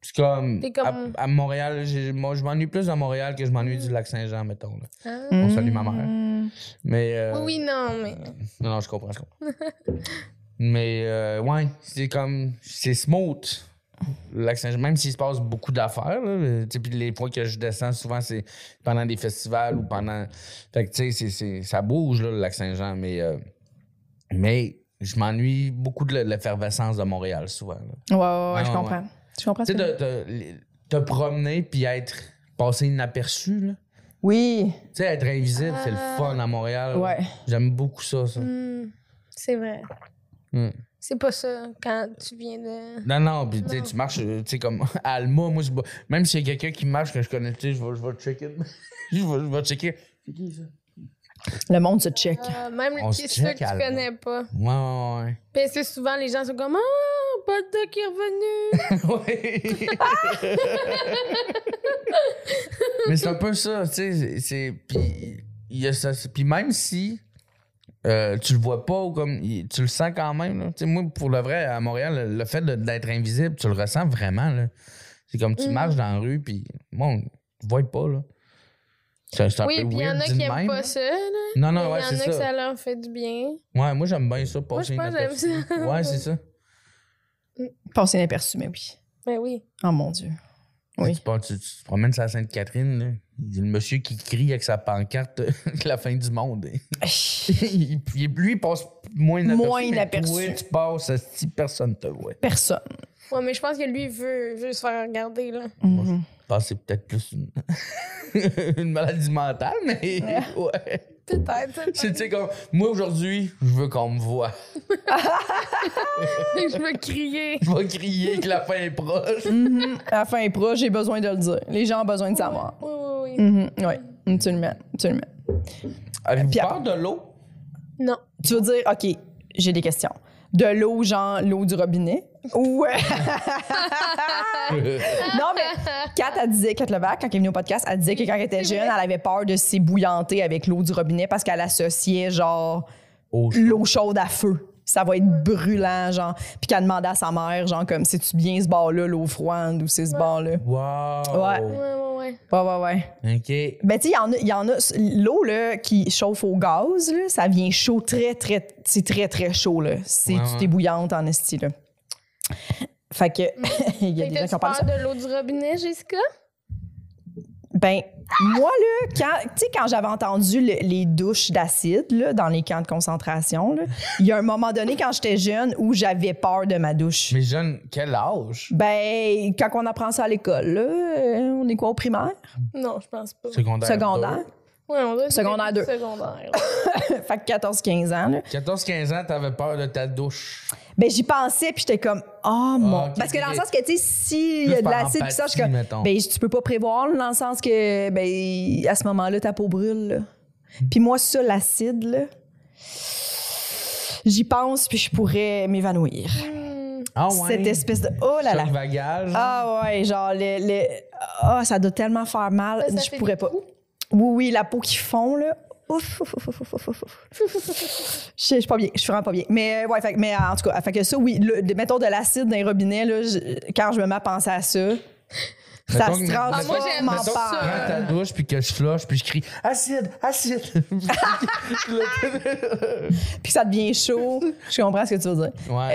S4: c'est comme.
S3: T'es comme-
S4: À, à Montréal, j'ai- moi, je m'ennuie plus à Montréal que je m'ennuie du lac Saint-Jean, mettons. là.
S3: hein?
S4: On salue ma mère.
S2: Hmm.
S4: Mais. euh,
S3: Oui, non, mais.
S4: Non, non, je comprends, je comprends. mais, euh, ouais, c'est comme. C'est smooth. Le lac Saint-Jean, même s'il se passe beaucoup d'affaires, là, euh, tu sais, puis les points que je descends souvent, c'est pendant des festivals ou pendant. Fait que, tu sais, c'est- c'est- ça bouge, là, le lac Saint-Jean, mais. euh, mais je m'ennuie beaucoup de l'effervescence de Montréal, souvent. là.
S2: Ouais, ouais, ouais,
S4: Ouais,
S2: je
S4: ouais,
S2: comprends. Je comprends.
S4: Tu sais,
S2: ce que-
S4: de- de- les- te promener puis être passé inaperçu. là.
S2: Oui.
S4: Tu sais, être invisible, c'est le
S3: Ah.
S4: fun à Montréal. là.
S2: Ouais.
S4: J'aime beaucoup ça. ça.
S3: Hmm, c'est vrai.
S4: Hmm.
S3: C'est pas ça quand tu viens de.
S4: Non, non, puis tu sais,
S3: Non.
S4: tu marches, euh, tu sais, comme à Alma, moi, je, vais- même s'il y a quelqu'un qui marche que je connais, tu sais, je vais, je vais checker. je, vais, je vais checker. C'est qui ça?
S2: Le monde se check.
S3: Euh, même
S4: On se
S3: les- ceux
S4: check,
S3: que tu
S4: Alma.
S3: connais pas.
S4: Ouais, ouais,
S3: Puis c'est souvent les gens sont comme Ah, Bodoc est revenu.
S4: ouais. Ouais. Mais c'est un peu ça, tu sais, c'est- c'est. Puis il y a ça. c'est- Puis même si. euh, tu le vois pas ou comme il- tu le sens quand même là. Tu sais, moi pour le vrai à Montréal le, le fait de- d'être invisible tu le ressens vraiment là. c'est comme tu
S3: Mm.
S4: marches dans la rue puis moi on te voit pas là c'est c'est un
S3: oui,
S4: peu
S3: puis il y en
S4: weird
S3: a
S4: dit
S3: qui
S4: de
S3: aiment
S4: même, là.
S3: pas ça. là. Mais
S4: Non, non, ouais,
S3: il y en
S4: c'est
S3: a
S4: ça.
S3: que ça leur fait du bien.
S4: Ouais, moi, j'aime bien ça, passer
S3: Moi, je pense que
S4: inaperçu.
S3: j'aime ça.
S4: Ouais, c'est ça.
S2: Passer inaperçu, mais oui.
S3: Ben oui.
S2: Oh mon Dieu. Oui.
S4: Tu, pars- tu- tu te promènes sur la Sainte-Catherine, là. Il y a le monsieur qui crie avec sa pancarte la fin du monde. Il- il- lui, il passe moins inaperçu.
S2: Moins
S4: mais
S2: inaperçu.
S4: toi, tu passes, si personne te voit.
S2: Personne.
S3: Ouais, mais je pense que lui veut, veut se faire regarder. là.
S2: Mhm.
S4: Je pense que c'est peut-être plus une... une maladie mentale, mais ouais.
S3: Peut-être.
S4: C'est, tu sais, comme, moi, aujourd'hui, je veux qu'on me voit.
S3: je veux crier.
S4: Je vais crier que la fin est proche.
S2: Mhm. La fin est proche, j'ai besoin de le dire. Les gens ont besoin de savoir.
S3: Oui, oui, oui.
S2: Mhm. Oui, absolument. absolument.
S4: Avez-vous
S2: Puis
S4: peur de l'eau?
S3: Non.
S2: Tu veux dire, OK, j'ai des questions. De l'eau, genre l'eau du robinet? Ou. non, mais Kat, elle disait, Kat Levac, quand elle est venue au podcast, elle disait que quand elle était
S3: C'est
S2: jeune,
S3: vrai.
S2: elle avait peur de s'ébouillanter avec l'eau du robinet parce qu'elle associait, genre,
S4: Oh,
S2: l'eau chaude à feu. Ça va être brûlant, genre. Puis qu'elle demandait à sa mère, genre, comme, c'est-tu bien ce bord-là, l'eau froide, ou c'est ce bord-là?
S4: wow!
S3: Ouais, ouais, ouais.
S2: Ouais, ouais, ouais.
S4: OK.
S2: Ben, tu sais, il y en a- il y en a. L'eau, là, qui chauffe au gaz, là, ça vient chaud, très, très. C'est très, très chaud, là. C'est,
S4: Ouais,
S2: tu
S4: ouais.
S2: t'es bouillante en esti, là. Fait que. Il y a
S3: Fait
S2: des
S3: que
S2: gens qui en
S3: tu
S2: parlent de ça.
S3: parles de l'eau du robinet, Jessica?
S2: Ben, moi, là, quand, tu sais, quand j'avais entendu le- les douches d'acide, là, dans les camps de concentration, là, il y a un moment donné, quand j'étais jeune, où j'avais peur de ma douche.
S4: Mais jeune, quel âge?
S2: Ben, quand on apprend ça à l'école, là, euh, on est quoi au primaire?
S3: Non, je pense pas.
S4: Secondaire.
S2: Secondaire.
S3: Ouais, on doit être
S2: Secondaire
S3: début
S2: deux.
S3: Secondaire.
S2: fait que 14-15 ans, là.
S4: 14-15 ans, t'avais peur de ta douche.
S2: Ben, j'y pensais, puis j'étais comme, oh mon.
S4: Ah, ok,
S2: Parce que dans le
S4: ok.
S2: sens que, tu sais, s'il y a
S4: Plus
S2: de
S4: par
S2: l'acide, puis ça, je suis comme.
S4: empathie, mettons.
S2: Ben, tu peux pas prévoir, là, dans le sens que, ben, à ce moment-là, ta peau brûle, là. Puis moi, ça, l'acide, là, j'y pense, puis je pourrais m'évanouir.
S3: Hmm.
S4: Ah
S2: Cette espèce de. Oh là là!
S4: Choc vagal,
S3: Mm.
S4: genre.
S2: Ah ouais, genre, le. le- Ah, ça doit tellement faire mal,
S3: Ben, ça
S2: je
S3: fait
S2: pourrais
S3: des
S2: pas.
S3: coups.
S2: Oui, oui, la peau qui fond, là. Ouf, ouf, ouf, ouf, ouf, ouf, ouf, ouf. Je sais, je suis pas bien, je suis vraiment pas bien. Mais euh, ouais, fait que- mais euh, en tout cas, fait que ça, oui, le, de- mettons de l'acide dans les robinets, là, je- quand je me mets à penser à ça, ça
S4: Mettons que-
S2: se
S4: Ah,
S3: moi,
S2: transforme
S3: j'aime
S2: en
S4: Mettons, que tu prends
S2: peur.
S4: ta douche, puis que je flush, puis je crie acide, acide.
S2: Puis que ça devient chaud. je comprends ce que tu veux dire.
S4: ouais.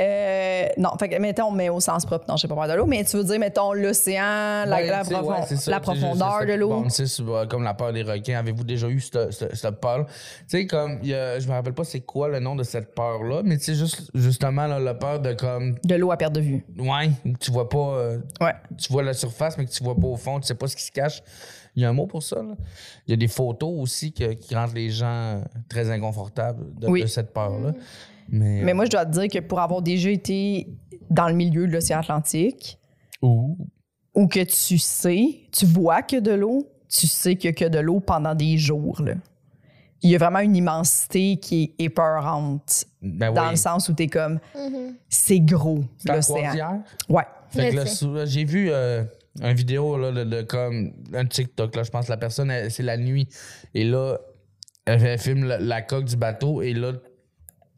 S2: Euh, non, fait que, mettons, mais au sens propre, non, j'ai pas peur de l'eau, mais tu veux dire, mettons, l'océan, la,
S4: Ouais,
S2: la
S4: ben, tu sais,
S2: profon-
S4: ouais, c'est ça,
S2: la
S4: tu sais, je-
S2: profondeur
S4: c'est
S2: de
S4: ça.
S2: l'eau.
S4: Bon, tu sais, c'est, euh, comme la peur des requins, avez-vous déjà eu cette, cette, cette peur? Tu sais, comme, il y a- je me rappelle pas c'est quoi le nom de cette peur-là, mais tu sais, juste, justement, là, la peur de comme,
S2: De l'eau à perte de vue.
S4: ouais, tu vois pas, euh,
S2: Ouais.
S4: tu vois la surface, mais que tu vois pas au fond, tu sais pas ce qui se cache. Il y a un mot pour ça. là. Il y a des photos aussi que- qui rendent les gens euh, très inconfortables de,
S2: Oui.
S4: de cette peur-là. Mais,
S2: Mais moi, je dois te dire que pour avoir déjà été dans le milieu de l'océan Atlantique,
S4: Ouh.
S2: ou que tu sais, tu vois que de l'eau, tu sais qu'il y a que de l'eau pendant des jours. là. Il y a vraiment une immensité qui est épeurante,
S4: Ben
S2: dans
S4: oui.
S2: le sens où tu es comme,
S3: Mhm.
S2: c'est gros,
S4: C'est en
S2: l'océan.
S4: croisière.
S2: Ouais.
S4: Fait que
S3: Mais
S4: là,
S3: c'est-
S4: sou- j'ai vu euh, une vidéo là, de, de comme un TikTok, là, je pense que la personne, elle- c'est la nuit. Et là, elle, elle filme la, la coque du bateau et là,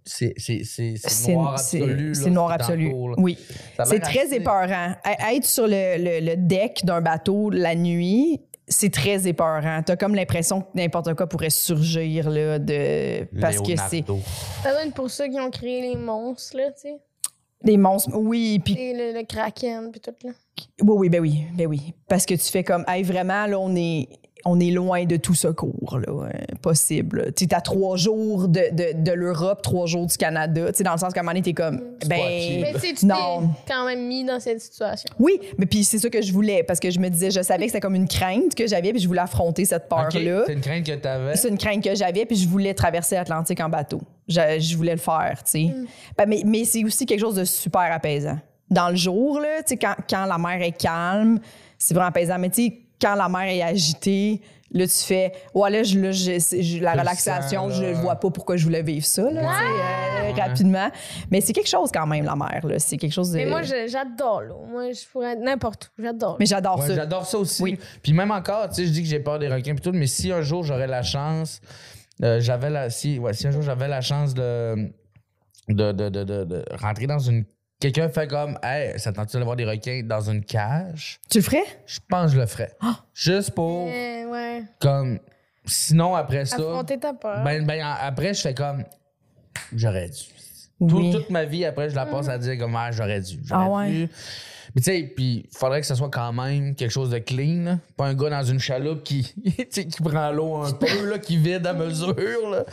S4: c'est c'est- c'est- c'est
S2: C'est
S4: noir
S2: c'est-
S4: absolu. là,
S2: c'est noir
S4: dans
S2: absolu.
S4: l'eau, là.
S2: Oui.
S4: Ça a
S2: C'est
S4: l'air
S2: très
S4: assez-
S2: épeurant. À- Être sur le, le- le deck d'un bateau la nuit, c'est très épeurant. T'as comme l'impression que n'importe quoi pourrait surgir là, de parce que c'est
S4: Leonardo.
S3: Ça doit être pour ça qu'ils ont créé les monstres, là, tu sais.
S2: des monstres. Oui, puis
S3: Et le, le kraken, puis tout, là.
S2: Oui, oui, ben oui, ben oui. Parce que tu fais comme, hey, vraiment, là, on est, on est loin de tout secours là, euh, possible. Tu es à trois jours de, de- de l'Europe, trois jours du Canada. Tu sais, dans le sens qu'à un moment donné, t'es comme,
S4: pas acquis.
S2: ben.
S3: Mais tu sais, tu t'es
S2: Non.
S3: quand même mis dans cette situation.
S2: Oui, mais puis c'est ça que je voulais parce que je me disais, je savais que c'était comme une crainte que j'avais, puis je voulais affronter cette
S4: Ok,
S2: peur-là.
S4: C'est une crainte que t'avais.
S2: C'est une crainte que j'avais, puis je voulais traverser l'Atlantique en bateau. Je, je voulais le faire, tu sais. Ben, mais mais c'est aussi quelque chose de super apaisant. Dans le jour, là, tu sais, quand, quand la mer est calme, c'est vraiment apaisant. Mais tu sais, quand la mer est agitée, là, tu fais, ouais, là, je, là, je- c'est- je- la
S4: Tu le
S2: relaxation,
S4: sens,
S2: je
S4: là.
S2: vois pas pourquoi je voulais vivre ça, là, tu sais, euh, rapidement. Mais c'est quelque chose quand même, la mer, là. C'est quelque chose de.
S3: Mais moi, je- j'adore l'eau. Moi, je pourrais être n'importe où. J'adore.
S2: Mais j'adore
S4: Ouais,
S2: ça.
S4: J'adore ça aussi.
S2: Oui.
S4: Puis même encore, tu sais, je dis que j'ai peur des requins et tout, mais si un jour j'aurais la chance, euh, j'avais la, si, ouais, si un jour j'avais la chance de, de, de, de, de- de rentrer dans une, quelqu'un fait comme, hey, ça te tente-tu d'aller voir des requins dans une cage?
S2: Tu le ferais?
S4: Je pense que je le ferais.
S2: Ah!
S4: Juste pour,
S3: Euh, ouais.
S4: comme, sinon après ça,
S3: Affronter ta peur.
S4: ben, ben, en- après je fais comme, j'aurais dû. Tout-
S2: Oui.
S4: Toute ma vie, après, je la passe à dire comme, ah, j'aurais dû.
S2: Ah
S4: J'aurais
S2: ouais.
S4: dû. Mais tu sais, puis faudrait que ce soit quand même quelque chose de clean. là. Pas un gars dans une chaloupe qui, tu sais, qui prend l'eau un peu, là, qui vide à mesure. Là.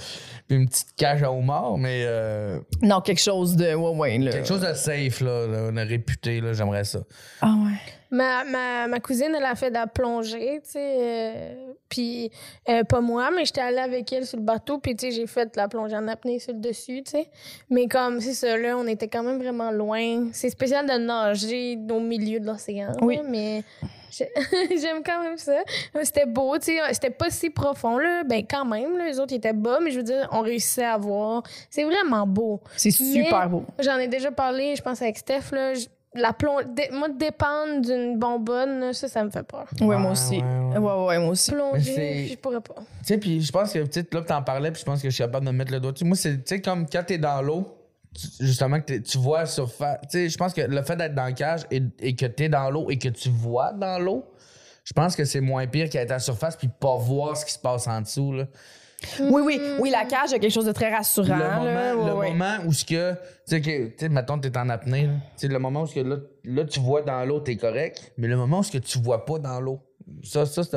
S4: Puis une petite cage à homard, mais euh,
S2: Non, quelque chose de. Ouais, ouais, là.
S4: quelque chose de safe, là, là, de réputé, là, j'aimerais ça.
S2: Ah, ouais.
S3: Ma, ma, ma cousine, elle a fait de la plongée, tu sais. euh, puis, euh, pas moi, mais j'étais allée avec elle sur le bateau, puis, tu sais, j'ai fait de la plongée en apnée sur le dessus, tu sais. Mais comme, c'est ça, là, on était quand même vraiment loin. C'est spécial de nager au milieu de l'océan.
S2: Oui.
S3: là, Mais j'ai- j'aime quand même ça. C'était beau, tu sais. C'était pas si profond, là. Ben, quand même, là, les autres, ils étaient bas, mais je veux dire, on réussissait à voir. C'est vraiment beau.
S2: C'est super beau.
S3: J'en ai déjà parlé, je pense, avec Steph. Là, je- la plon- dé- Moi, dépendre d'une bonbonne, là, ça, ça me fait peur.
S2: Ouais,
S4: Ouais,
S2: moi aussi.
S4: ouais, ouais.
S2: Ouais, ouais, ouais, moi aussi.
S4: Mais
S3: Plonger,
S4: c'est-
S3: je pourrais pas.
S4: Tu sais, puis je pense que, tu sais, là, t'en parlais, puis je pense que je suis capable de mettre le doigt dessus. Moi, c'est, tu sais, comme quand t'es dans l'eau, tu- justement, que t'es- tu vois la surface. Tu sais, je pense que le fait d'être dans le cage et, et que t'es dans l'eau et que tu vois dans l'eau, je pense que c'est moins pire qu'être à la surface puis pas voir ce qui se passe en dessous, là.
S2: Oui, oui, oui, la cage a quelque chose de très rassurant.
S4: le moment,
S2: là,
S4: le
S2: ouais, ouais.
S4: moment où ce que, tu sais, que- tu sais, mettons, t'es en apnée, là. Tu sais, le moment où ce que là, là, tu vois dans l'eau, t'es correct, mais le moment où ce que tu vois pas dans l'eau, ça, ça, ce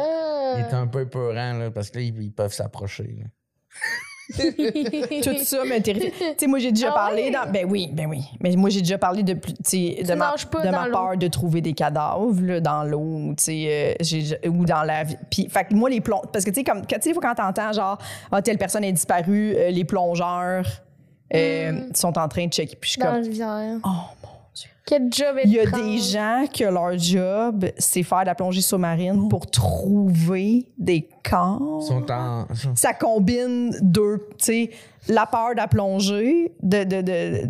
S3: Euh,
S2: Euh.
S4: il est un peu épeurant, là, parce que là, ils, ils peuvent s'approcher, là.
S2: Tout ça me terrifie. Tu sais, moi, j'ai déjà
S3: Ah
S2: parlé
S3: ouais?
S2: dans. Ben oui, ben oui. Mais moi, j'ai déjà parlé de, plus- tu sais, de ma,
S3: nages pas
S2: de ma
S3: dans l'eau.
S2: peur de trouver des cadavres là, dans l'eau, tu sais, euh, j'ai- ou dans la vie. Puis, fait que moi, les plonges. Parce que, tu sais, comme, tu sais, des fois, quand t'entends, genre, ah, telle personne est disparue, euh, les plongeurs euh, sont en train de checker. Puis, je suis
S3: Mm. Dans
S2: comme.
S3: le visage.
S2: Oh mon Dieu.
S3: Quel job
S2: Il y a
S3: étrange.
S2: des gens que leur job, c'est faire de la plongée sous-marine pour trouver des corps.
S4: Ils sont en. ils sont-
S2: ça combine deux, tu sais, la peur de la plongée, de, de, de,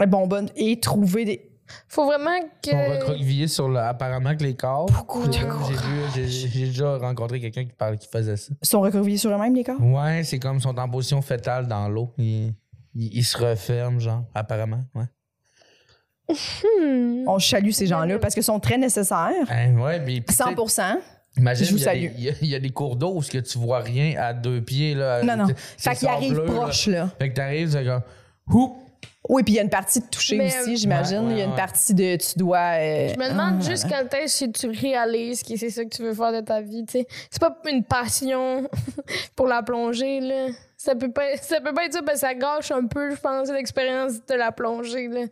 S2: de bonbonne et trouver des.
S3: Faut vraiment
S4: Ils sont
S3: que.
S4: recroquevillés sur le, apparemment que les corps. Beaucoup de J'ai vu- j'ai- j'ai déjà rencontré quelqu'un qui, parlait- qui faisait ça.
S2: sont recroquevillés sur eux-mêmes, les corps?
S4: Ouais, c'est comme ils sont en position fétale dans l'eau. Ils, ils- ils se referment, genre, apparemment. Ouais,
S3: Hmm.
S2: On salue ces gens-là parce qu'ils sont très nécessaires.
S4: Hein, ouais mais. puis,
S2: 100
S4: Imagine,
S2: Je vous
S4: il y a
S2: salue.
S4: des- il y, a- il y a des cours d'eau où ce que tu vois rien à deux pieds. Là,
S2: Non, non.
S4: C'est-
S2: Fait
S4: c'est
S2: qu'ils arrivent
S4: sableux, là.
S2: proches, là.
S4: Fait que t'arrives, c'est comme. Oup!
S2: Oui, puis il y a une partie de toucher
S3: Mais, euh,
S2: aussi, j'imagine.
S4: ouais, ouais,
S2: il y a une
S4: ouais.
S2: partie de tu dois. euh,
S3: Je me demande
S4: Ah.
S3: juste quand est-ce que tu réalises que c'est ça que tu veux faire de ta vie, tu sais. C'est pas une passion pour la plongée, là. Ça peut pas, ça peut pas être ça parce que ça gâche un peu, je pense, l'expérience de la plongée, là.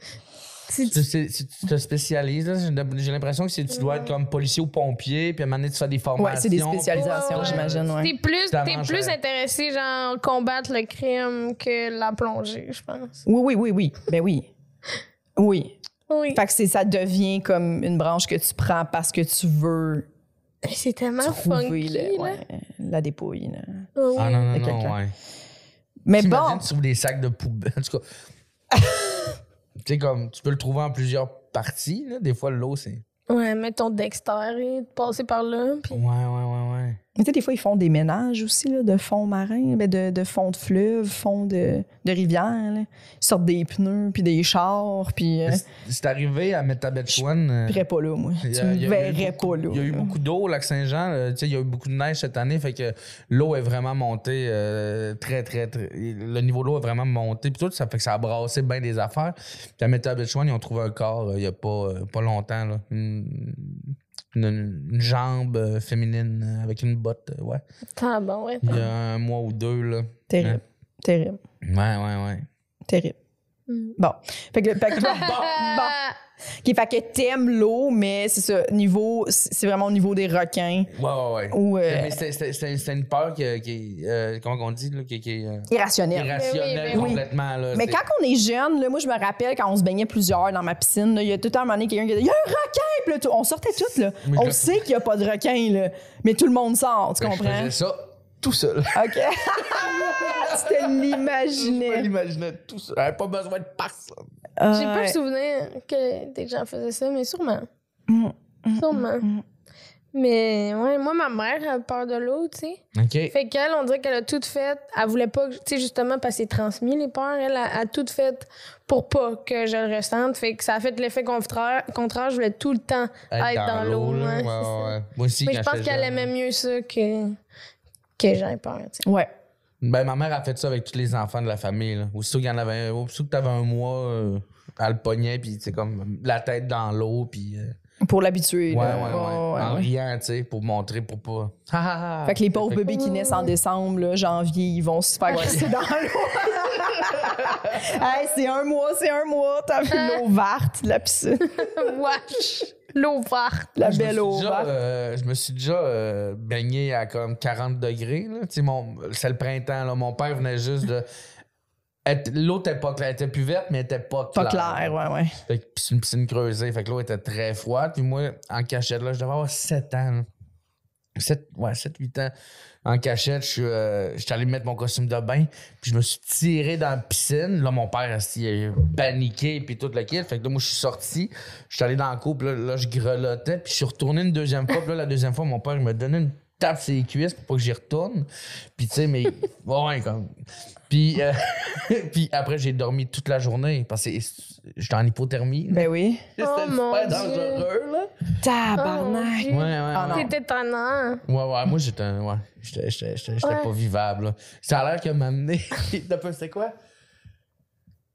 S3: Si tu-
S4: Tu- c'est- c'est- tu te spécialises. là. J'ai- J'ai l'impression que c'est- tu dois être comme policier ou pompier, puis à un moment donné, tu fais des formations.
S2: Ouais, c'est des
S3: Ouais,
S2: spécialisations,
S3: ouais.
S2: j'imagine. ouais.
S3: T'es plus,
S4: Ça
S3: t'es
S4: mange,
S3: plus
S4: euh,
S3: intéressé, genre, combattre le crime que la plongée, je pense.
S2: Oui, oui, oui, oui. Ben oui. Oui.
S3: Oui.
S2: Fait que c'est- ça devient comme une branche que tu prends parce que tu veux
S3: C'est tellement
S2: trouver
S3: funky,
S2: là,
S3: là.
S2: ouais, la dépouille. là.
S3: Oui.
S4: Ah non, non,
S2: De quelqu'un.
S4: non, ouais.
S2: Mais
S4: T'imagines,
S2: bon,
S4: tu trouves des sacs de poubelle. En tout cas, tu sais, comme, tu peux le trouver en plusieurs parties. Là. Des fois, l'eau, c'est.
S3: Ouais, mets ton Dexter et passer par là. puis-
S4: Ouais, ouais, ouais, ouais.
S2: Mais tu sais, des fois, ils font des ménages aussi, là, de fonds marins, ben, de, de fonds de fleuve, fonds de, de rivière. là. Ils sortent des pneus, puis des chars, puis. euh,
S4: C'est- C'est arrivé à Metabetchouan. euh,
S2: Je serais pas là, moi.
S4: il y
S2: Tu
S4: a-
S2: me
S4: il y a eu
S2: verrais
S4: beaucoup-
S2: pas là.
S4: Il y a eu
S2: là.
S4: beaucoup d'eau au lac Saint-Jean. euh, tu sais, Il y a eu beaucoup de neige cette année. Fait que l'eau est vraiment montée euh, très, très, très. Le niveau de l'eau est vraiment monté. Puis tout, ça fait que ça a brassé bien des affaires. Puis à Metabetchouan, ils ont trouvé un corps euh, il y a pas, euh, pas longtemps. là. Une, une- une jambe euh, féminine euh, avec une botte. euh, ouais.
S3: Tant ah, bon, ouais.
S4: Il y a
S2: Ah.
S4: un mois ou deux. Là.
S2: Terrible. Terrible.
S4: Ouais, ouais, ouais.
S2: Terrible.
S3: Mm.
S2: Bon. Fait que, fait que toi, bon, bon.
S3: Ah,
S2: Qui fait que t'aimes l'eau, mais c'est ça, niveau, c'est c'est vraiment au niveau des requins
S4: Ouais, ouais, ouais.
S2: ou euh,
S4: Mais c'est- c'est c'est- c'est une peur qui, est- qui est, euh, comment on dit, là, qui, qui est euh,
S2: irrationnel.
S4: irrationnelle
S3: mais oui.
S4: complètement. Là,
S2: Mais
S4: C'est-
S2: quand on est jeune, là, moi, je me rappelle quand on se baignait plusieurs dans ma piscine, là, il y a tout le temps un moment donné quelqu'un qui a dit Il y a un requin! Puis là, tout- on sortait toutes, là.
S4: Mais
S2: on
S4: je- Ben,
S2: sait qu'il n'y a pas de requin, là. Mais tout le monde sort, tu
S4: Je
S2: comprends?
S4: faisais ça tout seul.
S2: OK. tu te
S4: Je
S2: l'imaginais.
S4: l'imaginais tout seul. J'avais pas besoin de personne.
S3: J'ai pas
S2: Ouais.
S3: le souvenir que des gens faisaient ça, mais sûrement.
S2: Mm, mm,
S3: Sûrement.
S2: mm, mm.
S3: Mais ouais, moi, ma mère a peur de l'eau, tu sais.
S4: OK.
S3: Fait qu'elle, on dirait qu'elle a tout fait. Elle voulait pas, que- tu sais, justement, parce que c'est transmis les peurs. Elle a, a tout fait pour pas que je le ressente. Fait que ça a fait l'effet contraire. contraire. Je voulais tout le temps être, dans, l'eau.
S4: là,
S3: ouais, c'est ça.
S4: ouais, ouais. Moi aussi,
S3: Mais
S4: quand
S3: je pense
S4: j'étais
S3: qu'elle
S4: jeune.
S3: aimait mieux ça que, que j'aie peur, tu sais.
S2: Euh, Ouais.
S4: Ben, ma mère a fait ça avec tous les enfants de la famille. Là. Aussitôt qu'il y en avait un, aussitôt que t'avais un mois, euh, elle le pognait, puis c'est comme la tête dans l'eau, puis. euh,
S2: Pour l'habituer.
S4: ouais, ouais, Ah, ouais,
S2: là. Ouais,
S4: En
S2: ouais.
S4: riant, tu sais, pour montrer, pour pas. Ha, ha, ha.
S2: Fait que les pauvres
S4: Fait
S2: bébés qui naissent en décembre, là, janvier, ils vont se faire crisser dans l'eau. hey, c'est un mois, c'est un mois. T'as vu l'eau verte de la piscine.
S3: Wesh! L'eau verte.
S2: La
S4: Je me
S2: Ah, belle
S4: suis
S2: eau
S4: déjà,
S2: verte.
S4: euh, je me suis déjà euh, baigné à comme 40 degrés. là. Tu sais, mon- C'est le printemps. Là. Mon père venait juste de. elle- L'eau était pas claire. Elle était plus verte, mais elle était pas
S2: Pas
S4: claire.
S2: clair, ouais, ouais.
S4: Fait que puis c'est une piscine creusée. Fait que l'eau était très froide. Puis moi, en cachette, là, je devais avoir 7 ans. là. 7, ouais, 7, 8 ans en cachette, je suis, euh, j'étais allé mettre mon costume de bain, puis je me suis tiré dans la piscine. Là, mon père, il a paniqué, puis tout le kit. Fait que là, moi, je suis sorti, je suis allé dans la cour, puis là, là, je grelottais, puis je suis retourné une deuxième fois. Puis là, la deuxième fois, mon père, il m'a donné une tape sur les cuisses pour pas que j'y retourne. Puis tu sais, mais... ouais, comme... Puis, euh, puis après, j'ai dormi toute la journée, parce que c'est- j'étais en hypothermie.
S2: Ben oui.
S4: C'était
S3: Oh, mon
S4: super
S3: Dieu.
S4: dangereux, là.
S2: Tabarnak.
S4: Ouais, ouais,
S2: Ah,
S4: ouais.
S2: non.
S3: C'était tannant.
S4: Ouais, ouais, moi j'étais un- ouais, j'étais j'étais- j'étais- j'étais
S3: Ouais.
S4: pas vivable. là. Ça a l'air que m'amener. C'était quoi?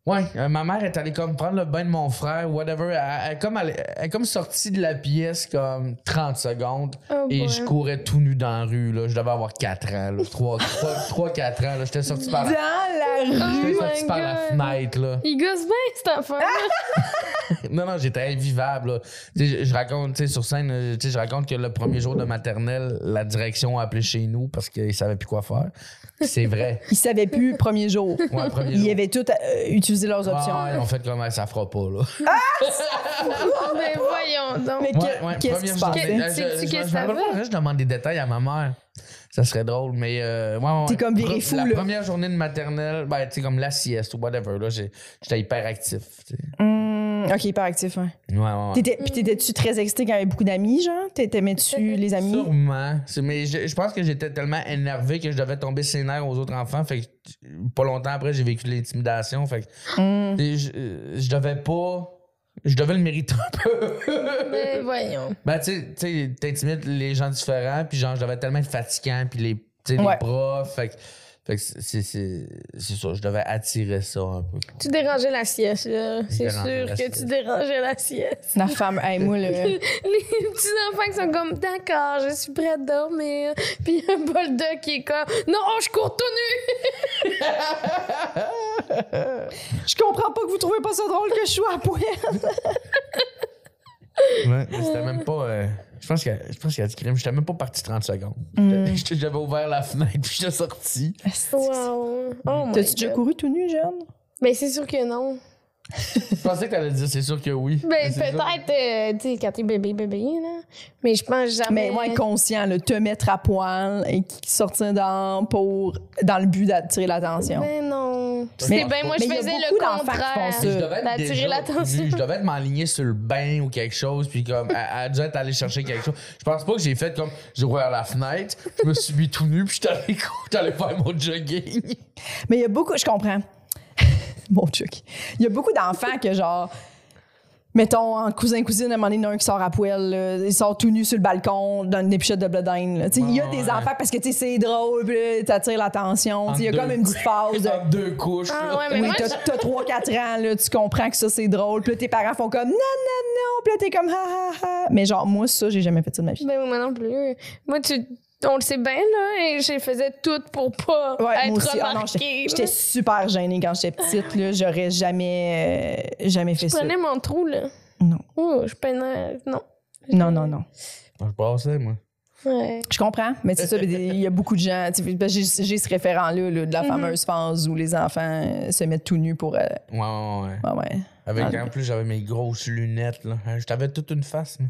S4: Ouais, euh, ma mère est allée comme prendre le bain de mon frère, whatever. Elle, elle comme, elle, elle est comme sortie de la pièce comme 30 secondes
S3: Oh
S4: et
S3: boy.
S4: je courais tout nu dans la rue. Là. Je devais avoir 4 ans, 3-4 ans. là. J'étais sorti par,
S2: Dans
S4: la,
S2: la rue.
S4: j'étais
S3: Oh
S4: sorti
S3: my
S4: par la
S3: God.
S4: fenêtre. Là.
S3: Il gosse bien, cette affaire.
S4: Non, non, j'étais invivable. là. Tu sais, Je, je raconte, tu sais, sur scène, euh, tu sais, je raconte que le premier jour de maternelle, la direction a appelé chez nous parce qu'ils savaient plus quoi faire. C'est vrai.
S2: Ils savaient plus le premier jour.
S4: Ouais, premier
S2: Ils
S4: jour.
S2: avaient tous euh, utilisé leurs options.
S4: Ah, ils ont fait comment ça fera pas, là.
S3: Mais Ben, voyons donc.
S2: Mais que- qu'est-ce qui se
S4: journée.
S2: passait?
S4: Euh,
S3: C'est-tu
S4: je-
S3: qu'est-ce
S4: je- je-
S3: que
S4: je
S3: ça
S4: me rappelle
S3: fait?
S4: pas, je demande des détails à ma mère. Ça serait drôle, mais. euh, ouais, ouais,
S2: T'es
S4: ouais.
S2: comme viré
S4: Pre-
S2: fou,
S4: La
S2: là.
S4: première journée de maternelle, ben, tu sais, comme la sieste ou whatever, là, j'ai- j'étais hyper actif. tu sais.
S2: Hmm, ok, hyper actif, ouais.
S4: Ouais, ouais, ouais.
S2: T'étais- Puis t'étais-tu très excité quand il y avait beaucoup d'amis, genre? T'é- T'aimais-tu les amis?
S4: Sûrement. C'est- Mais je, je pense que j'étais tellement énervé que je devais tomber ses nerfs aux autres enfants. Fait que euh, pas longtemps après, j'ai vécu de l'intimidation. Fait que
S2: Hmm.
S4: tu sais, je, euh, je devais pas. Je devais le mériter un peu.
S3: Mais voyons.
S4: ben, tu sais- tu sais, t'intimides les gens différents, puis genre, je devais tellement être fatigant, puis les, tu sais, les
S2: Ouais.
S4: profs. Fait que, fait que c'est, c'est, c'est ça, je devais attirer ça un peu.
S3: Tu dérangeais la sieste, là. C'est
S4: dérangeais
S3: sûr
S4: la
S3: que
S4: sieste.
S3: tu dérangeais la sieste.
S2: La femme, hey, moi, le...
S3: Les petits-enfants qui sont comme « D'accord, je suis prête à dormir. » Puis il y a un bulldog qui est comme « Non, je cours tout nu!
S2: je comprends pas que vous trouvez pas ça drôle que je sois à poil.
S4: Ouais. C'était même pas. euh, je pense que je pense qu'il a dit crime. J'étais même pas parti 30 secondes.
S2: Hmm.
S3: Hmm.
S4: J'étais- J'avais ouvert la fenêtre, puis j'étais sorti. »
S3: Wow. Oh my
S2: T'as-tu déjà
S3: God. Ah,
S2: couru tout nu, jeune?
S3: Ben, c'est sûr que non.
S4: Je pensais que t'allais dire, c'est sûr que oui. Mais
S3: Ben,
S4: c'est sûr.
S3: peut-être, euh, tu sais, quand t'es bébé, bébé, là. Mais je pense jamais.
S2: Mais ouais, conscient, là, te mettre à poil et qui- sortir dans, pour, dans le but d'attirer l'attention.
S3: Mais Ben, non.
S4: Mais-
S3: C'est bien, moi,
S2: mais
S3: je
S2: il y a
S3: faisais le
S2: beaucoup d'enfants qui font
S3: contraire.
S2: ça.
S4: Mais Ah, je devais être
S3: D'attirer
S4: déjà-
S3: l'attention.
S4: Je devais être m'aligner sur le bain ou quelque chose, puis comme, elle elle a dû être allée chercher quelque chose. Je pense pas que j'ai fait comme, j'ai ouvert la fenêtre, je me suis mis tout nu, puis j'étais allé cou- j'étais allé faire mon jogging.
S2: Mais il y a beaucoup, je comprends. Mon Chuck. Il y a beaucoup d'enfants que, genre, mettons, en cousin-cousine, à un moment donné, il y en a un qui sort à poil, là, il sort tout nu sur le balcon dans une épichette de Bledine. là. Tu sais, Il y a
S4: Ouais,
S2: des
S4: ouais.
S2: enfants parce que, tu sais, c'est drôle, puis là, t'attires l'attention. Tu sais, Il y a
S4: Entre
S2: comme
S4: deux
S2: une petite phase de.
S4: Entre deux couches.
S3: Oh, Ah
S4: là.
S3: ouais, mais
S2: Oui,
S3: moi,
S2: t'as
S3: je-
S2: t'as 3-4 ans, là, tu comprends que ça, c'est drôle. Puis là, tes parents font comme non, non, non. Puis là, t'es comme ha, ha, ha. Mais genre, moi, ça, j'ai jamais fait ça de ma vie.
S3: Ben oui, moi non plus. Moi, tu... on le sait bien, là, et je faisais tout pour pas
S2: Ouais,
S3: être
S2: moi aussi. Ah non,
S3: remarquée.
S2: j'étais j'étais
S3: là.
S2: super gênée quand j'étais petite. là. J'aurais jamais, euh, jamais fait
S3: je
S2: ça.
S3: prenais mon trou, là.
S2: Non.
S3: Oh, je peinais. Non.
S2: Non, non, non.
S4: Je passais, moi.
S3: Ouais.
S2: Je comprends, mais c'est ça, mais il y a beaucoup de gens. tu sais, parce que J'ai j'ai ce référent-là là, de la
S3: Mhm.
S2: fameuse phase où les enfants euh, se mettent tout nus pour. euh,
S4: Ouais, ouais, ouais.
S2: ah ouais.
S4: Avec,
S2: Ah,
S4: en plus, j'avais mes grosses lunettes, là. Je t'avais toute une face, moi.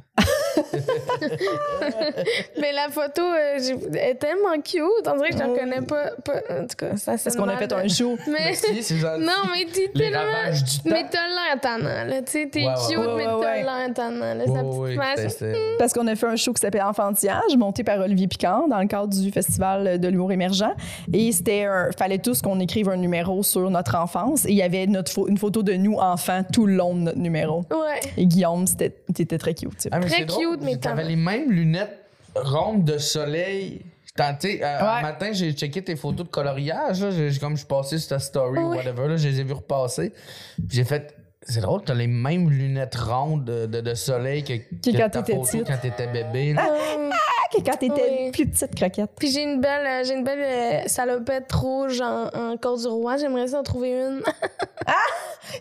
S3: Mais la photo euh, j'ai- elle est tellement cute. On dirait que je ne reconnais pas, pas- En tout cas, ça, c'est.
S2: Parce qu'on a fait un show.
S3: Mais...
S4: Si, c'est genre.
S3: Non, mais t'es
S4: Les
S3: tellement.
S4: ravages du temps.
S3: Mais t'as l'air tannant, là. Tu sais, t'es
S4: Ouais, ouais,
S3: cute,
S2: ouais. Ouais,
S3: mais t'as
S2: ouais,
S3: l'air tannant, là.
S4: Ouais,
S3: Sa
S4: ouais,
S3: petite
S4: c'était-
S3: masse.
S4: c'était-
S2: Parce qu'on a fait un show qui s'appelait Enfantillage, monté par Olivier Picard dans le cadre du Festival de l'humour émergent. Et c'était un- fallait tous qu'on écrive un numéro sur notre enfance. Et il y avait notre pho- une photo de nous enfants tout le long de notre numéro.
S3: Ouais.
S2: Et Guillaume, c'était t'étais très cute. tu sais.
S4: Ah, mais
S3: Très
S4: c'est drôle,
S3: cute, mais
S4: T'avais
S3: quand-
S4: les mêmes lunettes rondes de soleil. Tenté, euh, un
S2: Ouais.
S4: matin, j'ai checké tes photos de coloriage. Là, j'ai, comme je suis passé sur ta story ou
S3: Ouais.
S4: whatever, là, je les ai vues repasser. Puis j'ai fait. C'est drôle, t'as les mêmes lunettes rondes de, de- de soleil que, que
S2: quand
S4: ta
S2: t'étais
S4: photo
S2: petite.
S4: quand t'étais bébé. là.
S3: Hum.
S2: Ah, que quand t'étais
S3: Oui.
S2: plus petite croquette.
S3: Puis j'ai une belle, euh, j'ai une belle euh, salopette rouge en, en Côte du Roi. J'aimerais ça en trouver une.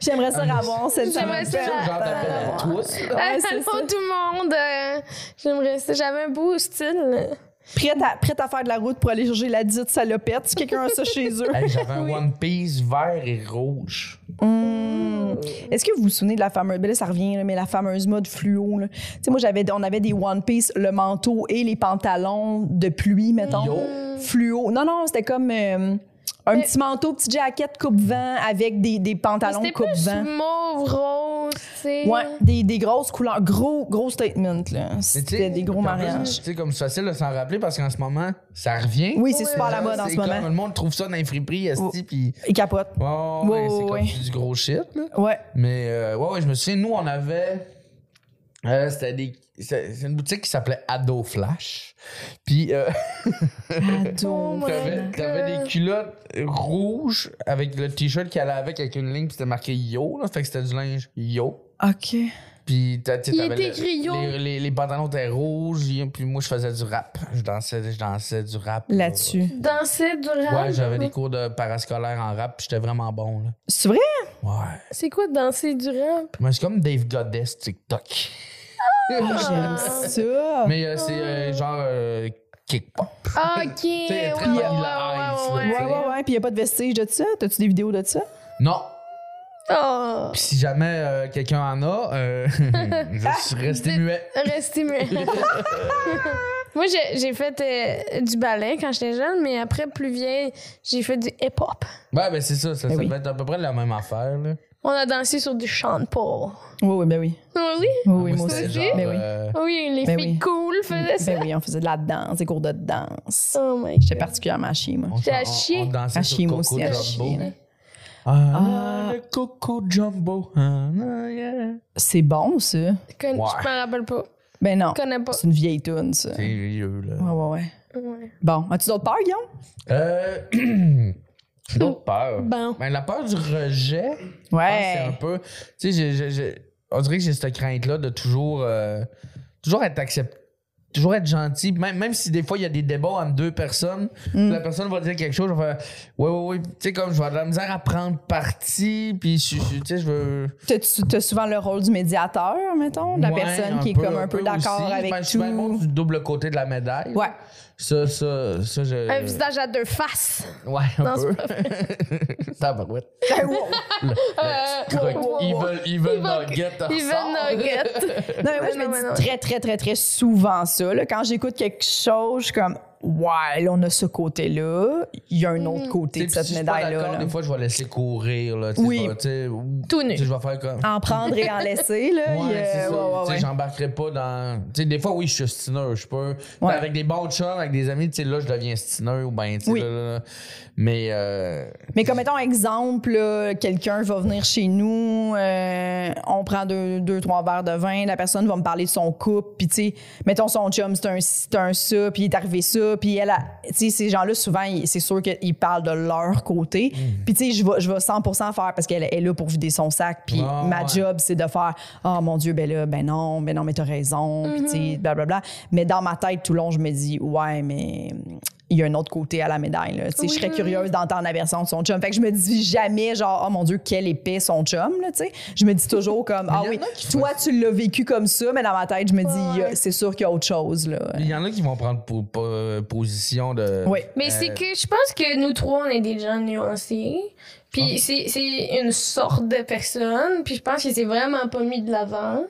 S2: J'aimerais ça
S4: Ah,
S2: avoir cette
S3: J'aimerais ça
S4: C'est
S2: salopette.
S4: ça, genre, t'avais
S3: Ouais.
S4: la trousse, là.
S2: Ouais, c'est
S3: Allô
S2: ça.
S3: tout le monde. euh, J'aimerais ça. J'avais un beau style. là.
S2: Prête à, prête à faire de la route pour aller chercher la dite salopette. Si quelqu'un a ça chez eux.
S4: Hey, j'avais un One Piece vert et rouge.
S2: Hmm. Est-ce que vous vous souvenez de la fameuse. Ben là, ça revient, là, mais la fameuse mode fluo. là. Tu sais, moi, j'avais, on avait des One Piece, le manteau et les pantalons de pluie, mettons.
S4: Yo.
S2: Fluo. Non, non, c'était comme euh, un
S3: Mais-
S2: petit manteau, petite jaquette coupe-vent avec des, des
S3: Mais
S2: pantalons
S3: C'était plus
S2: coupe-vent.
S3: mauve, rose, tu sais.
S2: Ouais, des, des grosses couleurs. Gros, gros statement, là.
S4: Mais tu sais,
S2: C'était des gros
S4: en plus,
S2: mariages.
S4: Tu sais, comme c'est facile de s'en rappeler parce qu'en ce moment, ça revient.
S2: Oui, c'est
S3: Ouais.
S2: super la mode en
S4: C'est
S2: ce
S4: comme,
S2: moment.
S4: Le monde trouve ça dans les friperies, esti, puis...
S2: Et capote.
S4: Ouais, ouais, ouais,
S2: Ouais,
S4: c'est
S2: ouais,
S4: comme
S2: ouais.
S4: du gros shit, là.
S2: Ouais.
S4: Mais euh, ouais, ouais, je me souviens, nous, on avait. euh, c'était des. C'est c'est une boutique qui s'appelait Ado Flash. Puis, euh,
S2: Ado.
S3: Oh my
S4: t'avais
S3: God.
S4: t'avais des culottes rouges avec le t-shirt qui allait avec, avec une ligne, puis c'était marqué Yo, là. Fait que c'était du linge Yo.
S2: OK.
S4: Puis, t'as- tu sais,
S3: Il
S4: t'avais
S3: était
S4: le-
S3: écrit Yo.
S4: Les, les, les pantalons étaient rouges, et puis moi, je faisais du rap. Je dansais, je dansais du rap.
S2: Là-dessus.
S3: Danser du rap.
S4: Ouais, j'avais des cours de parascolaire en rap, puis j'étais vraiment bon, là.
S2: C'est vrai?
S4: Ouais.
S3: C'est quoi danser du rap?
S4: Moi, c'est comme Dave Goddess TikTok.
S3: Ah,
S2: J'aime ça.
S4: Mais euh, c'est euh, genre euh, kick-pop.
S3: Ah, ok. ouais, ouais,
S4: très vanilla
S3: ouais, ouais,
S4: ice,
S3: ouais,
S2: Ouais,
S4: là,
S3: ouais.
S4: tu sais.
S2: ouais, ouais. Puis il n'y a pas de vestiges de ça? T'as-tu des vidéos de ça?
S4: Non.
S3: Oh.
S4: Puis si jamais euh, quelqu'un en a, euh, je suis resté
S3: Ah,
S4: muet.
S3: Restez muet. Moi, j'ai j'ai fait euh, du ballet quand j'étais jeune, mais après, plus vieille, j'ai fait du hip-hop.
S4: Ouais, ben c'est ça. Ça,
S2: Ben
S4: ça
S2: oui.
S4: devait être à peu près la même affaire. Là.
S3: On a dansé sur du Sean Paul.
S2: Oui, oui, ben oui.
S3: Oh oui?
S2: Oui, oui, moi
S4: c'était
S2: aussi.
S4: Ah, genre,
S2: Ben oui.
S4: euh,
S3: Oui, les
S2: Ben
S3: filles
S2: oui.
S3: cool faisaient ça.
S2: Ben oui, on faisait de la danse, des cours de danse.
S3: Oh my god.
S2: Ben J'étais particulièrement à chier, moi.
S4: on,
S3: J'étais à
S4: on-
S3: chier.
S4: on dansait
S2: À
S4: sur
S2: Ah, chier, moi
S4: Coco
S2: aussi, à
S4: Jumbo.
S2: chier, là.
S4: Ah, le Coco Jumbo. Ah, ah, yeah.
S2: C'est bon, ça?
S3: Je connais-
S4: Ouais.
S3: Je me rappelle pas.
S2: Ben non.
S3: Je connais pas.
S2: C'est une vieille toune, ça.
S4: C'est
S2: Ouais,
S4: vieux, là.
S2: ouais, ouais.
S3: Ouais.
S2: Bon, as-tu d'autres peurs, Guillaume?
S4: Euh, D'autres peurs.
S3: Bon.
S2: Euh,
S4: Ben, la peur du rejet, pense que c'est un
S2: Ouais.
S4: peu. Tu sais, j'ai- j'ai- j'ai- on dirait que j'ai cette crainte-là de toujours, euh, toujours être accepté. toujours être gentil, même, même si des fois il y a des débats entre deux personnes,
S2: Mm.
S4: la personne va dire quelque chose, je vais faire Ouais, ouais, ouais. Tu sais, comme je vais avoir de la misère à prendre parti, puis je- je- tu sais, je veux.
S2: T'as- Tu as souvent le rôle du médiateur, mettons, de la
S4: Ouais,
S2: personne qui est
S4: peu-
S2: comme un peu, d'accord
S4: aussi.
S2: avec
S4: Ben, je suis
S2: tout.
S4: bien bon du double côté de la médaille.
S2: Ouais.
S4: Ça, ça, ça, je.
S3: Un visage à deux faces.
S4: Ouais, un
S3: Non,
S4: peu. Tabarouette.
S2: Ben, wow.
S4: Croque.
S3: wow, wow,
S4: Ils
S3: wow.
S4: veulent, ils veulent
S3: Ils veulent-
S4: nugget,
S3: Ils veulent nugget.
S2: Non, mais moi, je
S3: Non,
S2: me
S3: mais
S2: dis
S3: non.
S2: très, très, très, très souvent ça. là. Quand j'écoute quelque chose, je suis comme, ouais, là, on a ce côté-là. Il y a un
S3: Mm.
S2: autre côté de cette médaille-là. là.
S4: Des fois, je vais laisser courir. Là,
S2: Oui.
S4: oui. Tout
S3: Tout nu.
S4: Je vais faire comme.
S2: En prendre et en laisser, là.
S4: Ouais,
S2: il y a-
S4: c'est ça.
S2: euh, ouais, ouais,
S4: Tu sais,
S2: ouais.
S4: J'embarquerai pas dans. Tu sais, des fois, oui, je suis stineur. Je peux. tu
S2: Ouais.
S4: sais, Avec des bons chums, avec des amis, tu sais, là, je deviens stineur ou ben, tu sais,
S2: Oui.
S4: là, là, là. Mais. euh,
S2: Mais comme mettons exemple, là, quelqu'un va venir chez nous, euh, on prend deux, deux, trois verres de vin, la personne va me parler de son couple, puis tu sais, mettons son chum, c'est un, ci, c'est un ça, puis il est arrivé ça, puis elle, a- tu sais, ces gens-là, souvent, ils- c'est sûr qu'ils parlent de leur côté.
S4: Mm.
S2: Puis tu sais, je vais, je vais 100% faire parce qu'elle est là pour vider son sac, puis
S4: Ah,
S2: ma
S4: ouais.
S2: job, c'est de faire, oh mon Dieu, ben là, ben non, ben non, mais t'as raison, puis tu sais, blablabla. Mais dans ma tête, tout le long, je me dis, ouais, mais il y a un autre côté à la médaille, là. Tu sais, je serais
S3: Oui.
S2: curieuse d'entendre la version de son chum. Fait que je me dis jamais, genre, oh mon Dieu, quel épais son chum, là, tu sais. Je me dis toujours comme, ah
S4: y en
S2: oui,
S4: a qui
S2: toi, tu l'as vécu comme ça, mais dans ma tête, je me dis, il y a-
S3: Ouais.
S2: c'est sûr qu'il y a autre chose, là.
S4: Il y en a qui vont prendre pour, pour- euh, position de.
S2: Oui.
S3: Mais
S4: Euh,
S3: c'est que je pense que nous trois, on est des gens nuancés. Puis c'est c'est une sorte de personne. Puis je pense que c'est vraiment pas mis de l'avant.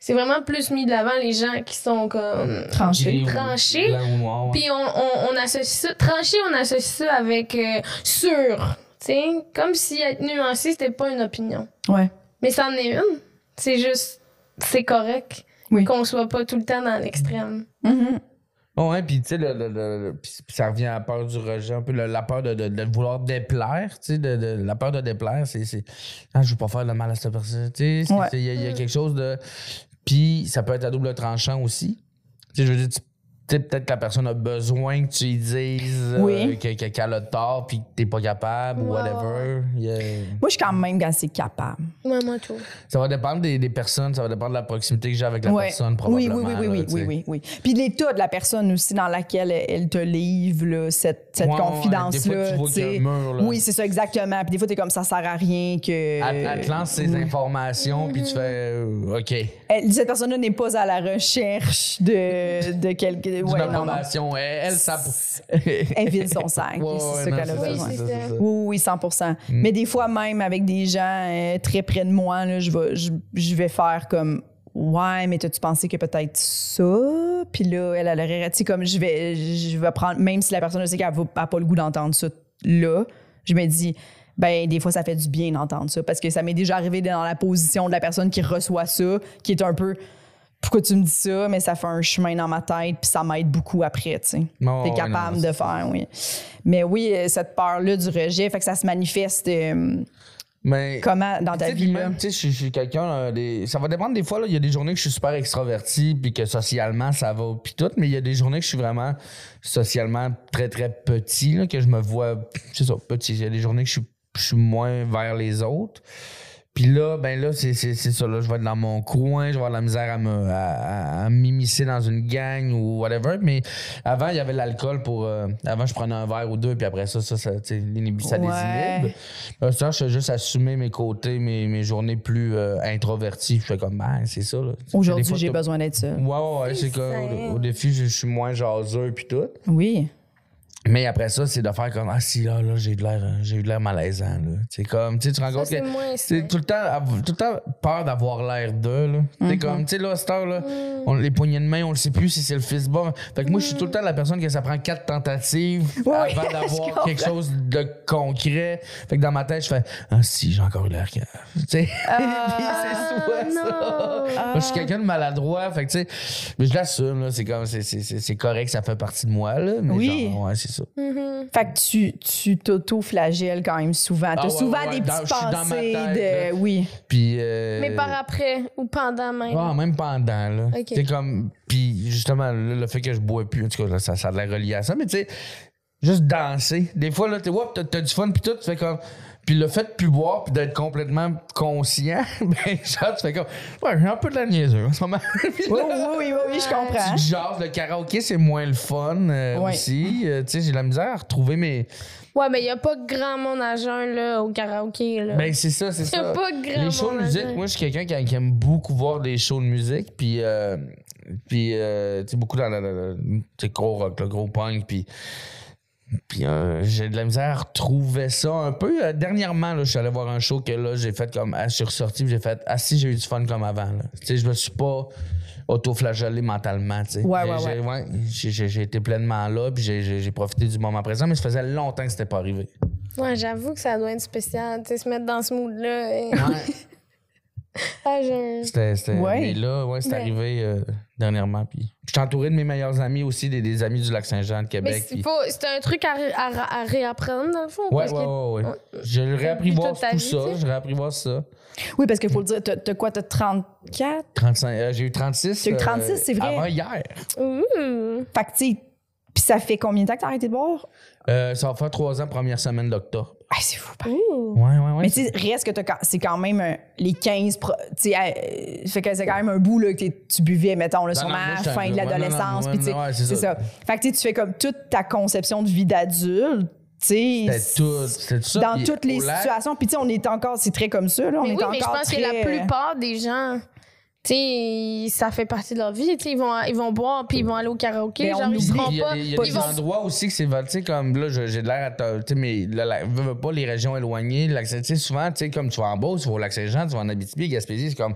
S3: C'est vraiment plus mis de l'avant les gens qui sont comme.
S2: Tranché.
S4: Gris ou-
S3: Tranché.
S4: blanc ou noir, ouais.
S3: Puis on, on, on associe ça. Tranché, on associe ça avec euh, sûr. Tu sais, comme si être nuancé, c'était pas une opinion.
S2: Ouais.
S3: Mais c'en est une. C'est juste, c'est correct
S2: Oui.
S3: qu'on soit pas tout le temps dans l'extrême.
S4: Mm-hmm.
S2: Mhm.
S4: Bon, hein, puis tu sais, le- le- le- le- puis- puis ça revient à la peur du rejet, un peu le- la peur de, de- de vouloir déplaire, tu sais, de, de- la peur de déplaire, c'est, c'est ah, je veux pas faire de mal à cette personne, tu sais, c'est-
S2: Ouais. Mm.
S4: c'est- il y, a- il y a quelque chose de, puis ça peut être à double tranchant aussi, tu sais, je veux dire, tu- tu sais, peut-être que la personne a besoin que tu lui dises euh,
S2: Oui.
S4: que- que- qu'elle a tort, puis que t'es pas capable, ou
S3: Ouais,
S4: whatever, Il y a-
S2: Moi, je suis quand même assez capable.
S3: Maman tout.
S4: ça va dépendre des, des personnes, ça va dépendre de la proximité que j'ai avec la
S2: Ouais.
S4: personne,
S2: oui,
S4: probablement,
S2: oui, oui, oui,
S4: là,
S2: oui,
S4: tu
S2: oui,
S4: sais.
S2: oui, oui. Puis l'état de la personne aussi dans laquelle elle- elle te livre là, cette, cette
S4: Ouais, ouais, des fois,
S2: confidence-là.
S4: tu vois
S2: tu
S4: qu'il y a un
S2: sais.
S4: mur, là.
S2: oui, c'est ça, exactement. Puis des fois, t'es comme ça sert à rien que. Mm.
S4: Elle, elle te lance ses informations, puis tu fais euh, OK.
S2: Elle- Eh, cette personne-là n'est pas à la recherche de, de quelque.
S4: D'une
S2: ouais, non, non.
S4: information, elle, elle, ça.
S2: Elle vide son sac.
S4: Ouais, ouais,
S2: c'est ça
S4: non,
S2: qu'elle a
S4: c'est
S2: besoin.
S4: c'est
S3: Oui,
S4: c'est
S3: c'est
S2: Oui, oui, oui, 100 Mais des fois, même avec des gens euh, très près de moi, là, je, vais, je, je vais faire comme Ouais, mais t'as-tu pensé que peut-être ça? Puis là, elle, elle aurait. Tu sais, comme je vais, je vais prendre, même si la personne sait qu'elle n'a pas le goût d'entendre ça là, je me dis. Ben, des fois, ça fait du bien d'entendre ça parce que ça m'est déjà arrivé d'être dans la position de la personne qui reçoit ça, qui est un peu pourquoi tu me dis ça, mais ça fait un chemin dans ma tête, puis ça m'aide beaucoup après, tu sais.
S4: Non,
S2: T'es
S4: Ah ouais,
S2: capable
S4: non,
S2: de faire, oui. Mais oui, euh, cette peur-là du rejet, fait que ça se manifeste euh,
S4: Mais.
S2: comment dans
S4: Tu
S2: ta
S4: sais, puis
S2: vie, là?
S4: même, tu sais, je suis- je suis quelqu'un, euh, des- ça va dépendre des fois, là, il y a des journées que je suis super extraverti, puis que socialement, ça va, puis tout, mais il y a des journées que je suis vraiment socialement très, très petit, là, que je me vois, c'est ça, petit. Il y a des journées que je suis, je suis moins vers les autres. Puis là, ben là, c'est c'est- c'est ça, là, je vais être dans mon coin, je vais avoir de la misère à me- à- à- à m'immiscer dans une gang ou whatever, mais avant, il y avait l'alcool pour... euh, avant, je prenais un verre ou deux, puis après ça, ça, ça, tu sais, l'inhibi- ça les
S2: Ouais.
S4: inhibe. Euh, ça, je fais juste assumer mes côtés, mes, mes journées plus euh, introverties. Je fais comme, ben, c'est ça. là. Des
S2: Aujourd'hui,
S4: fois,
S2: j'ai
S4: t'as-
S2: besoin d'être seule.
S4: Ouais, ouais, ouais, c'est comme, au, au défi, je, je suis moins jaseux puis tout.
S2: Oui.
S4: Mais après ça, c'est de faire comme, ah, si, là, là, j'ai de l'air, euh, j'ai eu de l'air malaisant, là. C'est comme, tu sais, tu te rends
S3: Ça,
S4: compte
S3: c'est
S4: que.
S3: moins
S4: C'est tout le temps, av- tout le temps peur d'avoir l'air d'eux, là. T'es
S2: Mhm.
S4: comme, tu sais, là, à cette heure,
S3: Mm.
S4: là, on, les poignées de main, on le sait plus si c'est le fist bump. Fait que moi, je
S3: Mm.
S4: suis tout le temps la personne que ça prend quatre tentatives
S2: Oui,
S4: avant
S2: je
S4: d'avoir
S2: comprends.
S4: quelque chose de concret. Fait que dans ma tête, je fais, ah, si, j'ai encore eu l'air cave. Tu sais,
S3: Ah,
S4: Puis c'est souvent ça. Moi, je suis quelqu'un de maladroit, fait que, tu sais, mais je l'assume, là. C'est comme, c'est- c'est c'est- c'est correct, ça fait partie de moi, là. Mais
S2: Oui.
S4: genre, ouais, c'est ça.
S3: Mhm.
S2: Fait que tu, tu t'auto-flagelles quand même souvent. T'as
S4: Ah ouais,
S2: souvent
S4: ouais, ouais,
S2: des
S4: dans-
S2: petites
S4: je suis dans ma
S2: pensées
S4: tête,
S2: de. Oui.
S4: Puis. euh,
S3: Mais par après ou pendant même.
S4: Ah, même pendant, là.
S3: Ok.
S4: C'est comme. Puis justement, là, le fait que je bois plus, en tout cas, là, ça, ça a l'air relié à ça. Mais tu sais, juste danser. Des fois, là, t'es, ouais, t'as, t'as du fun, puis tout, tu fais comme. Puis le fait de plus boire puis d'être complètement conscient, ben genre, tu fais comme, ouais, j'ai un peu de la niaiseur en ce moment. Puis
S2: Oui,
S4: là,
S2: oui, oui, oui, oui, je comprends.
S4: tu jases, le karaoké, c'est moins le fun euh,
S2: Ouais.
S4: aussi. Euh, tu sais, j'ai de la misère à retrouver mes.
S3: Ouais, mais il n'y a pas grand monde à jeun là, au karaoké. Là.
S4: Ben, c'est ça, c'est
S3: Y a
S4: ça.
S3: pas grand
S4: Les shows de
S3: monde à
S4: musique,
S3: dire.
S4: moi, je suis quelqu'un qui, qui aime beaucoup voir des shows de musique, puis, euh, puis euh, tu sais, beaucoup dans le- le le- tu sais, gros rock, le gros punk, puis. Puis euh, j'ai de la misère à retrouver ça un peu. Euh, dernièrement, là, je suis allé voir un show que là, j'ai fait comme. ah, je suis ressorti, puis j'ai fait. Ah, si, j'ai eu du fun comme avant. là. Tu sais, je me suis pas auto-flagellé mentalement. tu sais.
S2: Ouais,
S4: J'ai-
S2: ouais,
S4: j'ai- ouais, j'ai- J'ai j'ai été pleinement là, puis j'ai- j'ai j'ai profité du moment présent, mais ça faisait longtemps que c'était pas arrivé.
S3: Ouais, j'avoue que ça doit être spécial, tu sais, se mettre dans ce mood-là. et- à jeun.
S4: C'était, c'était,
S2: Ouais.
S4: Mais là, ouais, c'est
S3: Mais-
S4: arrivé euh, dernièrement. Puis, je suis entouré de mes meilleurs amis aussi, des, des amis du Lac-Saint-Jean de
S3: Mais
S4: Québec.
S3: c'est
S4: puis-
S3: faut- c'est un truc à, ré- à ra- à réapprendre, dans le fond.
S4: Ouais,
S3: parce
S4: ouais,
S3: que-
S4: ouais, ouais. Je le réappris
S3: Depuis
S4: voir
S3: toute ta
S4: tout
S3: vie,
S4: ça.
S3: tu sais.
S4: Je réappris voir ça.
S2: Oui, parce qu'il faut le dire, t'as- t'as quoi, t'as 34?
S4: 35, euh, j'ai eu 36.
S2: T'as eu 36, c'est vrai.
S4: Avant hier.
S3: Ouh.
S2: Fait que, tu sais, pis ça fait combien de temps que t'as arrêté de boire?
S4: Euh, ça va faire trois ans, première semaine d'octobre.
S2: Ah, c'est fou, pareil.
S3: Ouh.
S4: Ouais, ouais, ouais.
S2: Mais tu sais, reste que t'as quand- c'est quand même un- les 15. pro- Tu sais, euh, fait que c'est quand même un bout là, que t'es- tu buvais, mettons, là,
S4: Non,
S2: sûrement
S4: non, moi,
S2: à
S4: j'étais
S2: la
S4: un
S2: fin de
S4: gars. Ouais, non,
S2: l'adolescence.
S4: non,
S2: puis tu sais,
S4: ouais, ouais, c'est
S2: c'est ça.
S4: ça.
S2: Fait que tu sais, tu fais comme toute ta conception de vie d'adulte. tu sais,
S4: C'était tout- c'était tout ça,
S2: Dans
S4: puis
S2: toutes
S4: au
S2: les
S4: lac-
S2: situations. Puis, tu sais, on est encore, c'est très comme ça. Là, on
S3: Mais
S2: est
S3: oui,
S2: encore
S3: mais je pense
S2: très-
S3: que la plupart des gens, tu sais, ça fait partie de leur vie. Tu sais, ils vont, ils vont boire, puis ils vont aller au karaoké.
S2: Mais Ben, on
S3: genre, ils
S2: oublie.
S3: seront
S4: Il y a
S3: pas.
S4: des, il y a
S3: ils
S4: des
S3: vont-
S4: endroits aussi que c'est val- tu sais, comme là, je- j'ai de l'air à. te- Tu sais, mais là, la- veux, veux pas les régions éloignées. le lac- Tu sais, souvent, tu sais, comme tu vas en Beauce, tu vas au Lac-Saint-Jean, tu vas en Abitibi, Gaspésie, c'est comme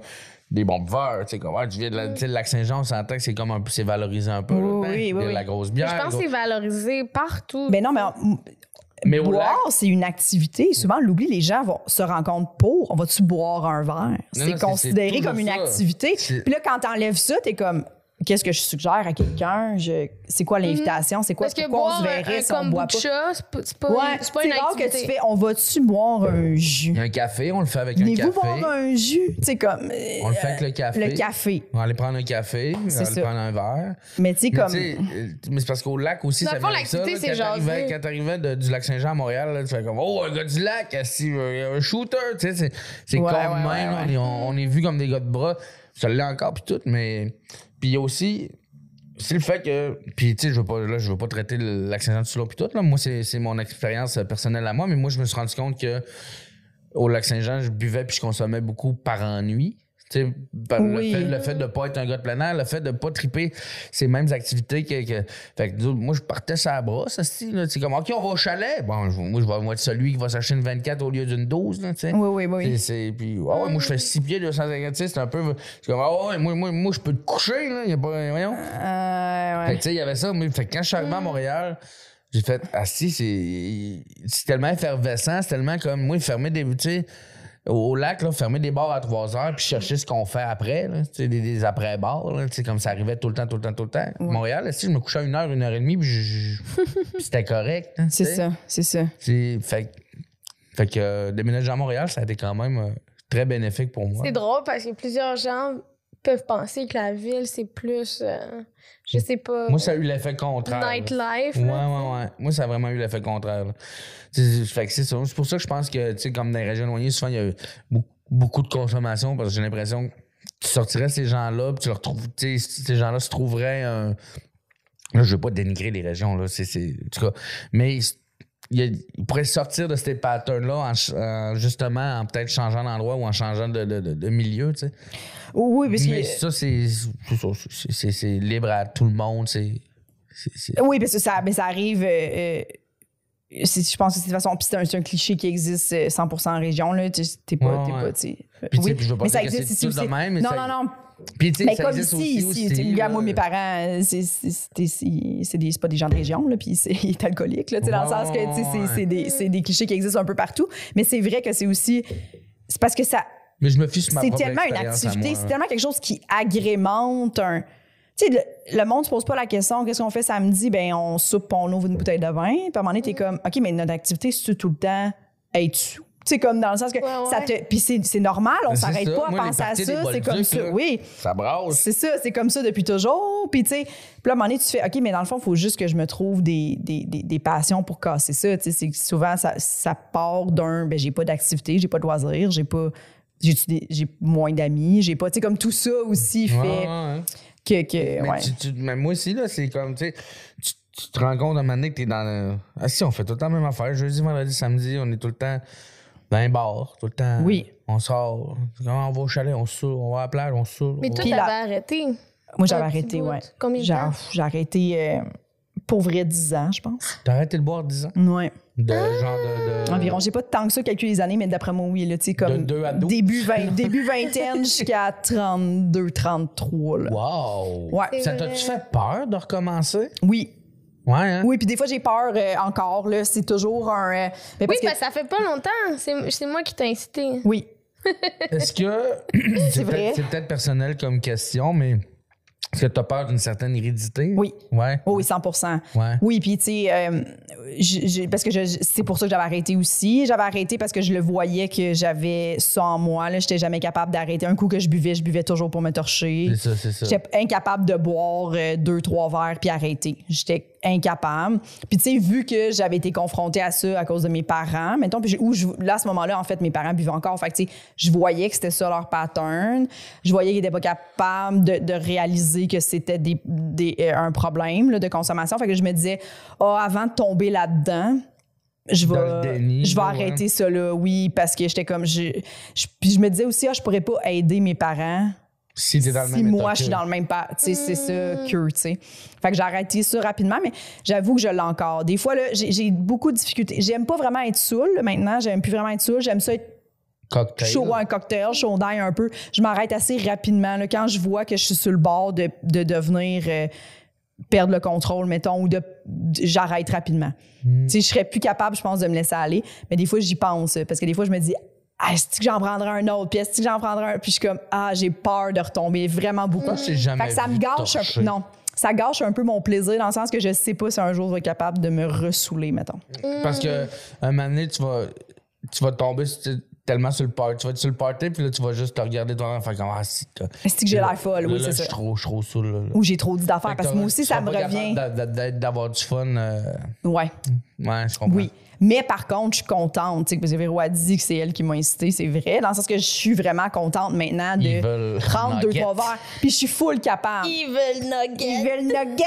S4: des bons buveurs. Tu sais, comme, ouais, tu viens de la- tu sais, le Lac-Saint-Jean, on s'entend que c'est comme un peu, c'est valorisé un peu. là,
S2: Mm. Oui,
S4: hein,
S2: oui,
S4: il y a
S2: oui,
S4: de
S2: oui.
S4: la grosse bière.
S3: Je pense
S4: gros-
S3: que c'est valorisé partout.
S2: Ben non, mais on-
S4: Mais au lac.
S2: boire, c'est une activité. Souvent, on l'oublie, les gens vont se rencontrent pour. On va-tu boire un verre?
S4: non,
S2: C'est
S4: c'est- c'est
S2: considéré
S4: tout
S2: comme une
S4: ça.
S2: activité.
S4: C'est-
S2: Puis là, quand t'enlèves ça, t'es comme. Qu'est-ce que je suggère à quelqu'un? Je- C'est quoi l'invitation? C'est quoi?
S3: Mhm. Parce que
S2: pourquoi
S3: boire
S2: on se verrait
S3: un, un
S2: si on boit pas?
S3: kombucha, c'est pas, c'est pas,
S2: Ouais,
S3: c'est pas
S2: c'est
S3: une
S2: rare
S3: activité.
S2: que tu fais, on va-tu boire un
S4: Il y
S2: jus?
S4: a un café, on le fait avec un
S2: Venez-vous
S4: café.
S2: boire un jus? Tu sais, comme. euh,
S4: On le fait avec le café.
S2: le café.
S4: On va aller prendre un café, on va
S2: C'est
S4: aller
S2: ça.
S4: prendre un verre.
S2: Mais tu sais,
S4: Mais
S2: comme.
S4: tu sais, euh, mais c'est parce qu'au lac aussi,
S3: Dans
S4: ça
S3: le fond,
S4: vient avec ça.
S3: l'activité,
S4: là,
S3: c'est
S4: quand t'arrivais,
S3: jaser.
S4: quand t'arrivais de- du lac Saint-Jean à Montréal, là, tu fais comme Oh, un gars du lac, si, euh, un shooter, tu sais, c'est, c'est
S2: Ouais,
S4: con de
S2: ouais,
S4: même.
S2: ouais,
S4: là.
S2: ouais.
S4: On, on est vu comme des gars de bras. Ça l'est encore puis tout, mais. Puis il y a aussi. C'est le fait que. Puis tu sais, je veux pas, là, je veux pas traiter le lac Saint-Jean de sous puis tout. Là. Moi, c'est, c'est mon expérience euh, personnelle à moi, mais moi, je me suis rendu compte que au lac Saint-Jean, je buvais puis je consommais beaucoup par ennui. Tu sais, par
S2: Oui.
S4: le, fait, le fait de pas être un gars de plein air, le fait de pas triper ces mêmes activités que. que- Fait que, nous, moi, je partais sur la brosse, asti, là. C'est comme, OK, on va au chalet. Bon, je- moi, je vais moi, être celui qui va s'acheter une 24 au lieu d'une 12, là, tu sais.
S2: Oui, oui, oui.
S4: C'est- c'est- puis, ah ouais, moi, je fais 6 pieds, 250, tu sais, c'est un peu. C'est comme, ah ouais, moi, moi, moi, je peux te coucher, là. Y a pas, voyons.
S2: Euh,
S4: Fait que,
S2: ouais. Mm.
S4: tu sais, il y avait ça. Mais, fait que quand je suis arrivé à Montréal, j'ai fait, ah si, c'est c'est tellement effervescent, c'est tellement comme, moi, fermer des. Tu sais, au au lac, là, fermer des bars à 3 heures, puis chercher ce qu'on fait après, là, tu sais, des, des après-bars, là, tu sais, comme ça arrivait tout le temps, tout le temps, tout le temps. Montréal, si je me couchais à une heure, une heure et demie, puis je- je- c'était correct. hein, tu
S2: C'est
S4: sais.
S2: ça, c'est ça.
S4: C'est- Fait, que- fait que euh, déménager à Montréal, ça a été quand même euh, très bénéfique pour moi.
S3: C'est drôle parce que plusieurs gens peuvent penser que la ville, c'est plus, euh, je sais pas,
S4: Moi, ça a eu l'effet contraire. là.
S3: nightlife.
S4: Ouais, ouais,
S3: là.
S4: ouais. Moi, ça a vraiment eu l'effet contraire. là. Tu sais, Fait que c'est ça. C'est pour ça que je pense que, tu sais, comme dans les régions éloignées, souvent, il y a eu beaucoup, beaucoup de consommation parce que j'ai l'impression que tu sortirais ces gens-là, puis tu leur trouves, tu sais, ces gens-là se trouveraient un. Là, je veux pas dénigrer les régions, là. C'est, c'est- en tout cas, mais ils- il y a- ils pourraient sortir de ces patterns-là en, ch- en justement en peut-être changeant d'endroit ou en changeant de, de- de- de milieu, tu sais.
S2: Oui, parce
S4: Mais
S2: que.
S4: ça, c'est, c'est ça, c'est- c'est- c'est libre à tout le monde, c'est. c'est- c'est-
S2: Oui, parce que ça, mais ça arrive. euh, euh, c'est- je pense que c'est de toute façon. Puis c'est un, c'est un cliché qui existe euh, 100% en région. Là, tu- t'es pas.
S4: Ouais,
S2: t'es
S4: ouais.
S2: pas, tu sais.
S4: Puis, tu
S2: oui,
S4: sais, puis je veux pas
S2: mais
S4: dire
S2: ça
S4: que
S2: existe
S4: c'est
S2: ici
S4: tout de
S2: aussi.
S4: même, mais
S2: non,
S4: ça-
S2: non, non.
S4: Puis, tu sais,
S2: Mais
S4: ça
S2: comme
S4: existe
S2: ici,
S4: aussi,
S2: ici,
S4: aussi, euh,
S2: tu sais, regarde, moi,
S4: là.
S2: mes parents, c'est c'est- c'est- c'est- c'est des- c'est pas des gens de région, là, puis c'est il est alcoolique, là, tu sais, dans le
S4: Ouais,
S2: sens que tu sais,
S4: ouais.
S2: c'est c'est des, c'est des clichés qui existent un peu partout. Mais c'est vrai que c'est aussi. C'est parce que ça.
S4: Mais je me fiche sur ma
S2: C'est
S4: propre
S2: tellement une
S4: expérience à
S2: activité,
S4: moi,
S2: c'est
S4: hein.
S2: tellement quelque chose qui agrémente un. Tu sais, le, le monde se pose pas la question qu'est-ce qu'on fait samedi Ben, on soupe, on ouvre une bouteille de vin. Puis à un moment donné, t'es comme, OK, mais notre activité, c'est tout le temps être sous. Tu sais, comme dans le sens que
S3: Ouais,
S2: ça te. Puis c'est c'est normal, on
S4: Ben, c'est
S2: s'arrête
S4: ça.
S2: pas à
S4: Moi, les
S2: penser à
S4: parties des
S2: ça. C'est
S4: Bolduc,
S2: comme ça.
S4: là.
S2: Oui.
S4: Ça brasse.
S2: C'est ça, c'est comme ça depuis toujours. Puis, tu sais, puis là, à un moment donné, tu fais, OK, mais dans le fond, il faut juste que je me trouve des, des, des, des passions pour casser ça. Tu sais, c'est que souvent, ça, ça part d'un, ben, j'ai pas d'activité, j'ai pas de loisirs, j'ai pas. J'ai-tu des- j'ai moins d'amis, j'ai pas. Tu sais, comme tout ça aussi
S4: Ouais,
S2: fait
S4: ouais, ouais.
S2: que. que
S4: Mais
S2: ouais.
S4: tu- tu- mais moi aussi, là, c'est comme, tu sais, tu, tu te rends compte à un moment donné que t'es dans le. Ah si, on fait tout le temps la même affaire. Jeudi, vendredi, samedi, on est tout le temps dans un bar, tout le temps.
S2: Oui.
S4: On sort. On va au chalet, on saoule. On va à la plage, on saoule.
S3: Mais
S4: on
S3: toi,
S4: va-
S2: Puis
S3: t'avais
S2: la-
S3: arrêté.
S2: Moi, j'avais
S3: un petit
S2: arrêté,
S3: bout.
S2: ouais.
S3: Combien de
S2: J'ai
S3: temps?
S2: j'ai arrêté euh, pour vrai 10 ans, je pense.
S4: T'as arrêté de boire 10 ans?
S2: Ouais.
S4: De genre de. de-
S2: Ah! Environ. J'ai pas tant que ça calculé les années, mais d'après moi, oui. Là, tu sais, comme
S4: De deux à douze.
S2: Début, vingt- début vingtaine jusqu'à 32, 33. Là.
S4: Wow!
S2: Ouais.
S4: Ça t'a-tu fait peur de recommencer?
S2: Oui.
S4: Ouais, hein?
S2: Oui, puis des fois, j'ai peur euh, encore. là. C'est toujours un. euh, mais
S3: Oui,
S2: parce que-
S3: parce que ça fait pas longtemps. C'est c'est moi qui t'ai incité.
S2: Oui.
S4: Est-ce que.
S2: C'est vrai.
S4: peut-être- C'est peut-être personnel comme question, mais est-ce que t'as peur d'une certaine hérédité?
S2: Oui.
S4: Ouais.
S2: Oh, oui, 100
S4: Ouais.
S2: Oui, puis tu sais, euh, je- je- parce que je- je- c'est pour ça que j'avais arrêté aussi. J'avais arrêté parce que je le voyais que j'avais ça en moi. Je n'étais jamais capable d'arrêter. Un coup que je buvais, je buvais toujours pour me torcher.
S4: C'est ça, c'est ça.
S2: J'étais incapable de boire euh, deux, trois verres puis arrêter. J'étais incapable. Puis, tu sais, vu que j'avais été confrontée à ça à cause de mes parents, mettons, puis je- où je- là, à ce moment-là, en fait, mes parents buvaient encore. Fait que, tu sais, je voyais que c'était ça leur pattern. Je voyais qu'ils n'étaient pas capables de, de réaliser que c'était des, des- euh, un problème là, de consommation. Fait que je me disais, ah, avant de tomber là-dedans, je
S4: Dans le
S2: vais,
S4: déni,
S2: je vais
S4: là,
S2: arrêter ça là, oui, parce que j'étais comme, je, je- puis je me disais aussi, ah, je pourrais pas aider mes parents
S4: Si t'es dans le
S2: si
S4: même
S2: moi
S4: état
S2: je suis
S4: que-
S2: dans le même pas, tu sais, c'est ça que, tu sais. Fait que j'ai arrêté ça rapidement, mais j'avoue que je l'ai encore. Des fois, là, j'ai j'ai beaucoup de difficultés. J'aime pas vraiment être saoul là, maintenant, j'aime plus vraiment être saoul, j'aime ça être
S4: cocktail.
S2: chaud à un cocktail, chaud d'ail un peu. Je m'arrête assez rapidement, là, quand je vois que je suis sur le bord de, de devenir. euh, perdre le contrôle, mettons, ou de, de- j'arrête rapidement.
S4: Hmm.
S2: Tu sais, je serais plus capable, je pense, de me laisser aller. Mais des fois, j'y pense. Parce que des fois, je me dis, ah, est-ce que j'en prendrai un autre? Puis est-ce que j'en prendrai un? Puis je suis comme, ah, j'ai peur de retomber vraiment beaucoup.
S4: Moi, Ah, j'ai jamais
S2: Fait que ça
S4: vu
S2: me gâche un
S4: torcher.
S2: peu. Non. Ça gâche un peu mon plaisir dans le sens que je sais pas si un jour je vais être capable de me ressouler, mettons.
S4: Parce que un moment donné, tu vas, tu vas tomber sur- tellement sur le party. Tu vas être sur le party, puis là, tu vas juste te regarder toi-même faire comme Ah, si, t'as-
S2: Est-ce que j'ai
S4: là,
S2: l'air folle?
S4: là,
S2: Oui,
S4: là,
S2: c'est
S4: Je
S2: ça.
S4: suis trop, je suis trop saoul. là, là.
S2: Ou j'ai trop dit d'affaires parce
S4: Fait que
S2: que
S4: t'auras-
S2: moi aussi,
S4: tu
S2: ça
S4: seras
S2: me
S4: pas capable
S2: revient.
S4: d'a- d'a- d'a- D'avoir du fun. euh,
S2: Ouais.
S4: Ouais, je comprends.
S2: Oui. Mais par contre, je suis contente. Tu sais, parce que Véro a dit que c'est elle qui m'a incité, c'est vrai. Dans le sens que je suis vraiment contente maintenant de
S4: Ils veulent
S2: prendre deux,
S4: nuggets.
S2: trois verres. Puis je suis full capable.
S3: Evil
S2: Ils
S3: Nugget.
S2: veulent nugget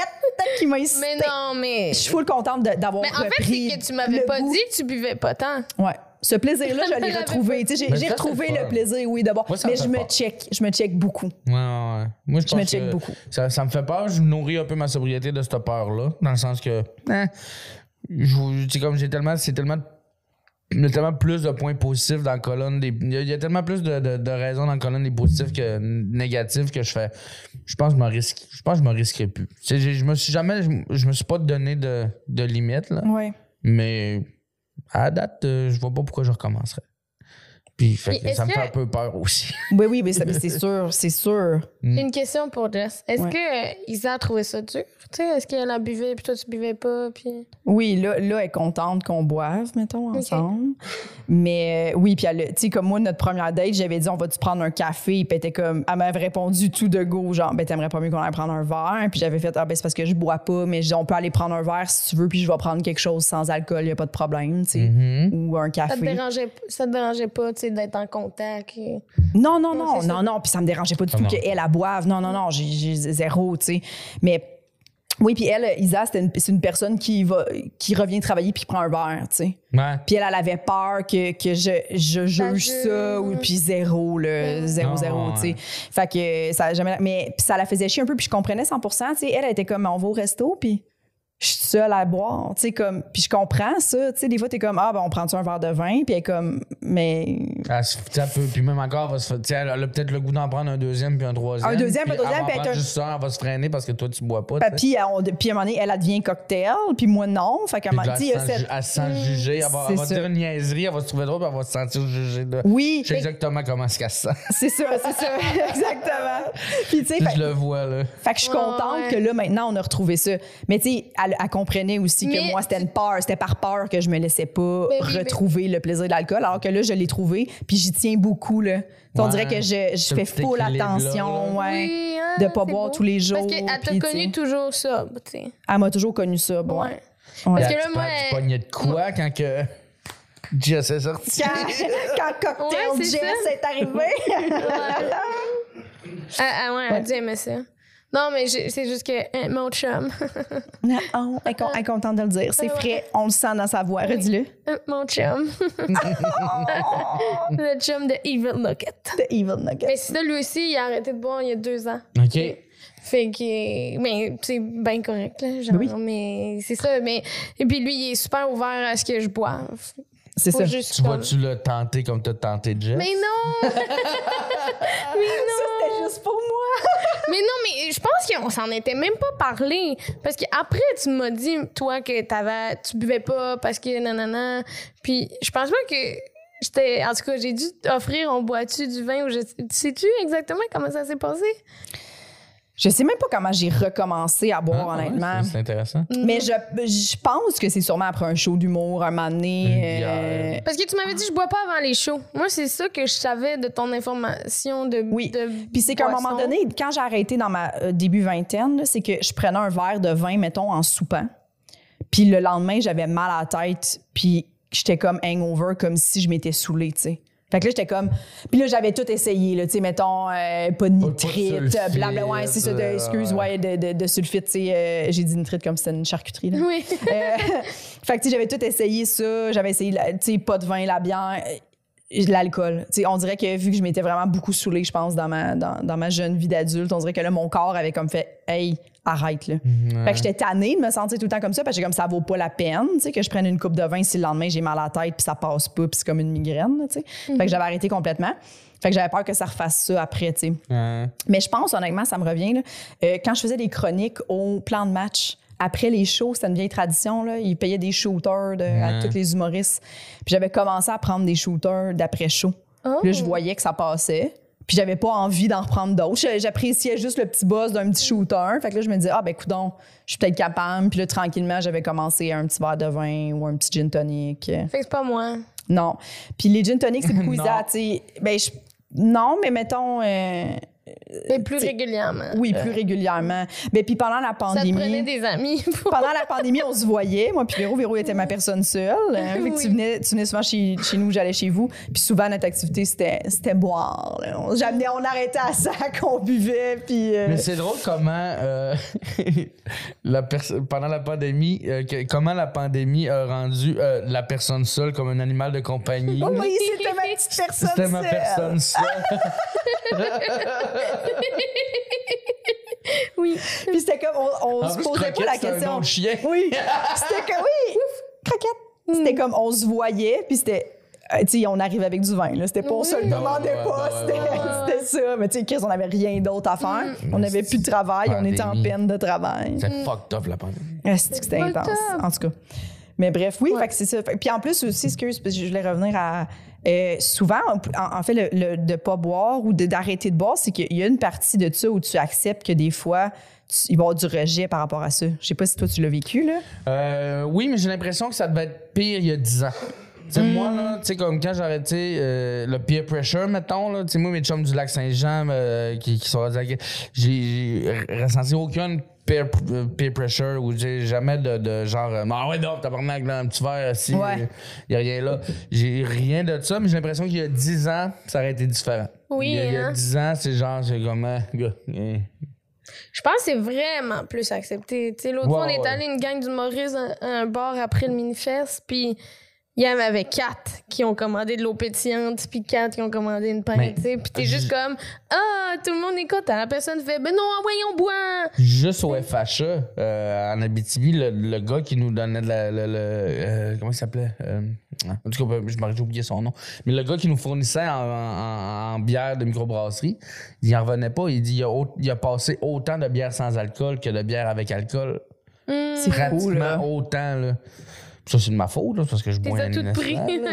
S2: qui m'a incité.
S3: Mais non, mais.
S2: Je suis full contente de- d'avoir
S3: Mais en fait,
S2: repris
S3: c'est que tu m'avais
S2: le
S3: pas
S2: goût.
S3: dit que tu buvais pas
S4: Mm.
S3: tant.
S2: Ouais. Ce plaisir-là, je
S3: Je
S2: l'ai
S3: l'avais
S2: retrouvé. Tu sais, J'ai
S4: Mais
S2: j'ai
S4: ça, c'est
S2: retrouvé
S4: le
S2: le
S4: fun.
S2: plaisir, oui, d'abord.
S4: Moi, ça me
S2: Mais je
S4: fait
S2: me
S4: peur.
S2: check. Je me check beaucoup.
S4: Ouais, ouais, ouais. Moi, je,
S2: me
S4: pense
S2: check
S4: que
S2: beaucoup.
S4: Ça, ça me fait peur. Je nourris un peu ma sobriété de cette peur-là. Dans le sens que. hein, je vous- tu sais, comme j'ai tellement. C'est tellement. Il y a tellement plus de points positifs dans la colonne des. Il y a, il y a tellement plus de, de- de raisons dans la colonne des positifs que négatifs que je fais. Je pense que je me risque. Je pense que je me risquerai plus. Tu sais, j'ai- je me suis jamais. Je, je me suis pas donné de, de limite, là.
S2: Ouais.
S4: Mais à date, euh, je vois pas pourquoi je recommencerai. Puis, fait
S3: Puis
S4: que ça
S3: est-ce
S4: me fait
S3: que-
S4: un peu peur aussi.
S2: Oui, oui, mais ça- mais c'est sûr, c'est sûr.
S3: J'ai une question pour Jess. Est-ce
S2: Ouais.
S3: que euh, Isa a trouvé ça dur? Tu sais, est-ce qu'elle a buvé puis toi tu buvais pas? Puis...
S2: Oui, là, là, elle est contente qu'on boive, mettons,
S3: Ok.
S2: ensemble. Mais euh, oui, puis elle, a- tu sais, comme moi, notre première date, j'avais dit, on va-tu prendre un café? Puis elle était comme, elle m'avait répondu tout de go, genre, ben, t'aimerais pas mieux qu'on aille prendre un verre? Puis j'avais fait, ah, ben, c'est parce que je bois pas, mais je dis, on peut aller prendre un verre si tu veux, puis je vais prendre quelque chose sans alcool, y a pas de problème, tu sais.
S4: Mhm.
S2: Ou un
S3: Ça te,
S2: café.
S3: dérangeait, ça te dérangeait pas tu sais, d'être en contact? et-
S2: Non, non,
S3: Non,
S2: non,
S3: c'est ça.
S2: non, non, puis ça me dérangeait pas du
S4: Ah
S2: tout
S4: non.
S2: qu'elle la boive. Non, non, non, j'ai- j'ai zéro, tu sais. Mais oui, puis elle, Isa, c'était une- c'est une, personne qui va, qui revient travailler puis qui prend un verre, tu sais.
S4: Ouais.
S2: Puis elle, elle avait peur que, que je, je juge
S3: juge.
S2: ça, ou puis zéro, là, zéro,
S4: Non,
S2: zéro, tu sais.
S4: Ah, ouais.
S2: Fait que ça a jamais... Mais puis ça la faisait chier un peu, puis je comprenais 100 tu sais. Elle, elle était comme, on va au resto, puis je suis seule à boire, tu sais, comme... Puis je comprends ça, tu sais. Des fois, t'es comme, ah, ben, on prend-tu un verre de vin? Puis elle est comme, mais...
S4: Ah, c'est- tu sais, elle peut- puis même encore, elle, va se fa- tu sais, elle a peut-être le goût d'en prendre un deuxième puis un troisième.
S2: Un deuxième,
S4: puis
S2: un troisième,
S4: elle va en
S2: puis
S4: prendre
S2: être un-
S4: juste ça, elle va se freiner parce que toi, tu bois pas.
S2: Puis,
S4: tu sais.
S2: Puis, on- puis à un moment donné, elle, elle devient cocktail, puis moi, non. Fait qu'à un
S4: Puis
S2: moment
S4: là,
S2: donné, il y
S4: elle
S2: a
S4: se sent ju-
S2: cette...
S4: elle se sent jugée, elle va,
S2: Mm, c'est
S4: elle va
S2: ça.
S4: dire une niaiserie, elle va se trouver drôle, puis elle va se sentir jugée. De...
S2: Oui,
S4: Je sais exactement comment elle se casse ça.
S2: c'est ça, c'est ça, exactement. Puis tu sais, fait-
S4: je le vois, là.
S2: Fait que je suis
S3: Ouais,
S2: contente
S3: ouais.
S2: que là, maintenant, on a retrouvé ça. Mais tu sais, elle, elle comprenait aussi
S3: Mais-
S2: que moi, c'était une peur. C'était par peur que je me laissais pas
S3: Mais oui, mais-
S2: retrouver le plaisir de l'alcool. Alors que là, là, je l'ai trouvé, puis j'y tiens beaucoup, là. On
S4: Ouais.
S2: dirait que je, je
S4: Ce
S2: fais
S4: petit
S2: full
S4: équilibre-là,
S2: attention,
S4: là.
S2: ouais.
S3: Oui, hein,
S2: de pas
S3: c'est
S2: boire
S3: beau.
S2: tous les jours.
S3: Parce qu'elle t'a
S2: puis, tu sais,
S3: connu toujours ça, tu sais.
S2: Elle m'a toujours connu ça, bon.
S3: Ouais.
S2: Ouais.
S3: Parce que
S4: Là,
S3: là,
S4: tu
S3: moi,
S4: parles du
S3: elle-
S4: poignet de quoi quand que Jess est sorti?
S2: Quand, quand Cocktail
S3: Ouais, c'est
S2: Jess
S3: ça.
S2: est arrivé.
S3: Ah, ah ouais,
S2: Ouais.
S3: elle dit aimer ça. Non, mais j'ai- c'est juste que hein, mon chum,
S2: non, elle est con- elle est contente de le dire. C'est
S3: Ouais,
S2: frais, on le sent dans sa voix. Redis-le.
S3: hein, mon chum, le chum de Evil Locket.
S2: The Evil Nugget.
S3: Mais c'est ça, lui aussi, il a arrêté de boire il y a deux ans.
S4: OK.
S3: Fait que, mais c'est bien correct, là, genre,
S2: Oui.
S3: mais c'est ça, mais, et puis lui, il est super ouvert à ce que je bois.
S2: C'est
S3: Faut
S2: ça.
S3: juste
S4: Tu
S3: comme-
S4: vas-tu le tenter comme t'as tenté Jess?
S3: Mais non! mais non!
S2: C'était juste pour moi.
S3: Mais non, mais je pense qu'on s'en était même pas parlé. Parce qu'après, tu m'as dit, toi, que t'avais, tu buvais pas parce que nanana. Puis je pense pas que j'étais. En tout cas, j'ai dû offrir, on boit-tu du vin ou je. Sais-tu exactement comment ça s'est passé?
S2: Je sais même pas comment j'ai recommencé à boire,
S4: Ah, ouais,
S2: honnêtement.
S4: c'est- C'est intéressant.
S2: Mais je, je pense que c'est sûrement après un show d'humour, un moment
S4: Une
S2: donné. euh,
S4: bière.
S3: Parce que tu m'avais dit, je bois pas avant les shows. Moi, c'est ça que je savais de ton information de.
S2: Oui.
S3: de
S2: Puis c'est qu'à un moment
S3: boisson.
S2: donné, quand j'ai arrêté dans ma euh, début vingtaine, là, c'est que je prenais un verre de vin, mettons, en soupant. Puis le lendemain, j'avais mal à la tête, puis j'étais comme hangover, comme si je m'étais saoulée, tu sais. Fait que là, j'étais comme. Puis là, j'avais tout essayé, là, tu sais, mettons, euh, pas de
S4: Pas- pas de
S2: nitrite,
S4: sulfite,
S2: blabla. Ouais, c'est ça, de,
S4: euh,
S2: excuse, ouais, de, de, de sulfite, tu sais. euh, j'ai dit nitrite comme si c'était une charcuterie, là.
S3: Oui.
S2: Euh, fait que, tu sais, j'avais tout essayé ça. J'avais essayé, la- tu sais, pas de vin, la bière, euh, l'alcool. Tu sais, on dirait que vu que je m'étais vraiment beaucoup saoulée, je pense, dans ma, dans, dans ma jeune vie d'adulte, on dirait que là, mon corps avait comme fait, hey, arrête, là. Fait que j'étais tannée de me sentir tout le temps comme ça, parce que j'ai comme ça vaut pas la peine, tu sais, que je prenne une coupe de vin si le lendemain j'ai mal à la tête, puis ça passe pas, puis c'est comme une migraine, là, tu sais. Fait que j'avais arrêté complètement. Fait que j'avais peur que ça refasse ça après, tu sais.
S4: Hein?
S2: Mais je pense, honnêtement, ça me revient. là, euh, quand je faisais des chroniques au plan de match, après les shows, c'était une vieille tradition, là, ils payaient des shooters de- à
S4: Ouais.
S2: tous les humoristes. Puis j'avais commencé à prendre des shooters d'après-show.
S3: Oh.
S2: Puis Là, je voyais que ça passait. Puis j'avais pas envie d'en reprendre d'autres. Je- J'appréciais juste le petit buzz d'un petit shooter. Fait que là, je me disais, ah, ben, coudon, je suis peut-être capable. Puis là, tranquillement, j'avais commencé un petit verre de vin ou un petit gin tonic.
S3: Fait que c'est pas moi.
S2: Non. Puis les gin tonics, c'est beaucoup
S4: Non.
S2: isa, tu sais. Ben, je- non, mais mettons. euh,
S3: Mais plus
S2: t'sais,
S3: régulièrement.
S2: oui,
S4: Euh,
S2: plus régulièrement. Mais puis pendant la
S3: Ça te prenait
S2: pandémie,
S3: des amis pour.
S2: pendant la pandémie, on se voyait. Moi puis Véro, Véro était ma personne seule. Euh, fait que tu
S3: Oui.
S2: venais, tu venais souvent chez, chez nous, j'allais chez vous. Puis souvent notre activité c'était c'était boire. là. On, j'amenais, on arrêtait à ça, qu'on buvait. Puis euh,
S4: Mais c'est drôle comment euh, la perso- pendant la pandémie, euh, que- comment la pandémie a rendu euh, la personne seule comme un animal de compagnie.
S2: oh oui, c'était ma petite personne
S4: C'était ma
S2: seule.
S4: personne seule.
S3: Oui.
S2: Puis c'était comme on, on
S4: En
S2: se
S4: plus,
S2: posait pas
S4: Croquette,
S2: la
S4: c'est un
S2: question. Mm.
S4: nom de chien.
S2: Oui, c'était que oui, croquette. C'était comme on se voyait. Puis c'était euh, tu sais, on arrivait avec du vin. Là. C'était pas, on se le
S3: Oui.
S2: demandait
S4: Ouais,
S2: pas.
S4: ouais,
S2: c'était,
S3: ouais,
S2: c'était ça. Mais tu sais, Chris, on n'avait rien d'autre à faire.
S3: Mm.
S2: On n'avait plus de travail. On était en
S4: Pandémie.
S2: peine de travail.
S4: C'était fucked up la pandémie.
S2: Ah, c'est-tu que c'était
S3: Pas le
S2: intense,
S3: top.
S2: en tout cas. Mais bref, oui, fait que c'est ça. Fait- Puis en plus aussi, excuse, parce que je voulais revenir à... euh, souvent, en, en fait, le, le- de pas boire ou de- d'arrêter de boire, c'est qu'il y a une partie de ça où tu acceptes que des fois, tu- il va y avoir du rejet par rapport à ça. Je sais pas si toi, tu l'as vécu, là.
S4: Euh, oui, mais j'ai l'impression que ça devait être pire il y a 10 ans. Tu sais, Moi, là, tu sais, comme quand j'ai arrêté euh, le peer pressure, mettons, là, tu sais, moi, mes chums du lac Saint-Jean euh, qui, qui sont rendus à la- j'ai j'ai ressenti aucune peer, euh, peer pressure ou j'ai jamais de, de genre, euh, ah ouais, donc, tabarnak, là, un petit verre, si, il
S2: Ouais.
S4: y a rien là. J'ai rien de ça, mais j'ai l'impression qu'il y a 10 ans, ça aurait été différent.
S3: Oui,
S4: Il y a, il y a
S3: hein.
S4: 10 ans, c'est genre, c'est comme, Ah, gars, hein.
S3: Je pense que c'est vraiment plus accepté. Tu sais, l'autre fois, on
S4: Ouais,
S3: est
S4: ouais.
S3: allé une gang d'humoristes à à un bar après le mini-fest, puis il y en avait quatre qui ont commandé de l'eau pétillante, puis quatre qui ont commandé une
S4: Mais-
S3: pinte, tu sais. Puis t'es juste
S4: Je-
S3: comme, ah, tout le monde est content. La personne fait, ben non, voyons, bois.
S4: Juste au FHE, euh, en Abitibi, le, le gars qui nous donnait de la. le- le- euh, comment il s'appelait Euh, En tout cas, je m'en- j'ai oublié son nom. Mais le gars qui nous fournissait en, en- en bière de microbrasserie, il n'en revenait pas. Il dit il a, au- il a passé autant de bières sans alcool que de bières avec alcool.
S2: C'est
S4: Pratiquement
S2: fou, là.
S4: autant, là. Ça, c'est de ma faute, là, parce que je bois
S3: as
S4: un
S3: toutes
S4: national,
S3: pris.
S4: là.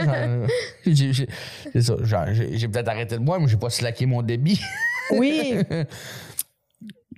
S4: J'en- j'ai- j'ai- C'est ça. genre, J'ai j'ai peut-être arrêté de boire, mais j'ai pas slacké mon débit.
S2: Oui.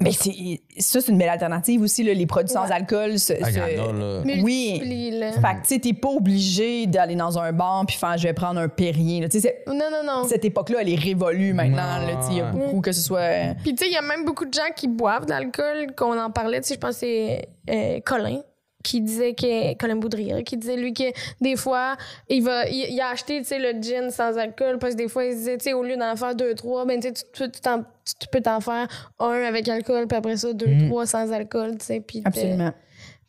S2: Mais c'est, ça, c'est une belle alternative aussi, là, les produits sans alcool. se-
S4: Ah, il y en
S2: se-
S4: a, là.
S2: Oui.
S3: Multiplie-le.
S2: Fait que, tu sais, t'es pas obligé d'aller dans un bar puis faire je vais prendre un Perrier. là. Tu sais, c'est-
S3: Non, non, non.
S2: cette époque-là, elle est révolue maintenant. là, tu sais, Il y a
S4: Ouais.
S2: beaucoup que ce soit. euh,
S3: Puis, tu sais, il y a même beaucoup de gens qui boivent de l'alcool, qu'on en parlait, tu sais, je pense que c'est euh, Colin qui disait que Colin Boudrier qui disait lui que des fois il va il, il a acheté tu sais le gin sans alcool parce que des fois il se disait tu sais au lieu d'en faire deux trois ben tu sais, tu- tu tu t'en- tu- tu peux t'en faire un avec alcool puis après ça deux
S4: Mm.
S3: trois sans alcool tu sais puis de-
S2: Absolument.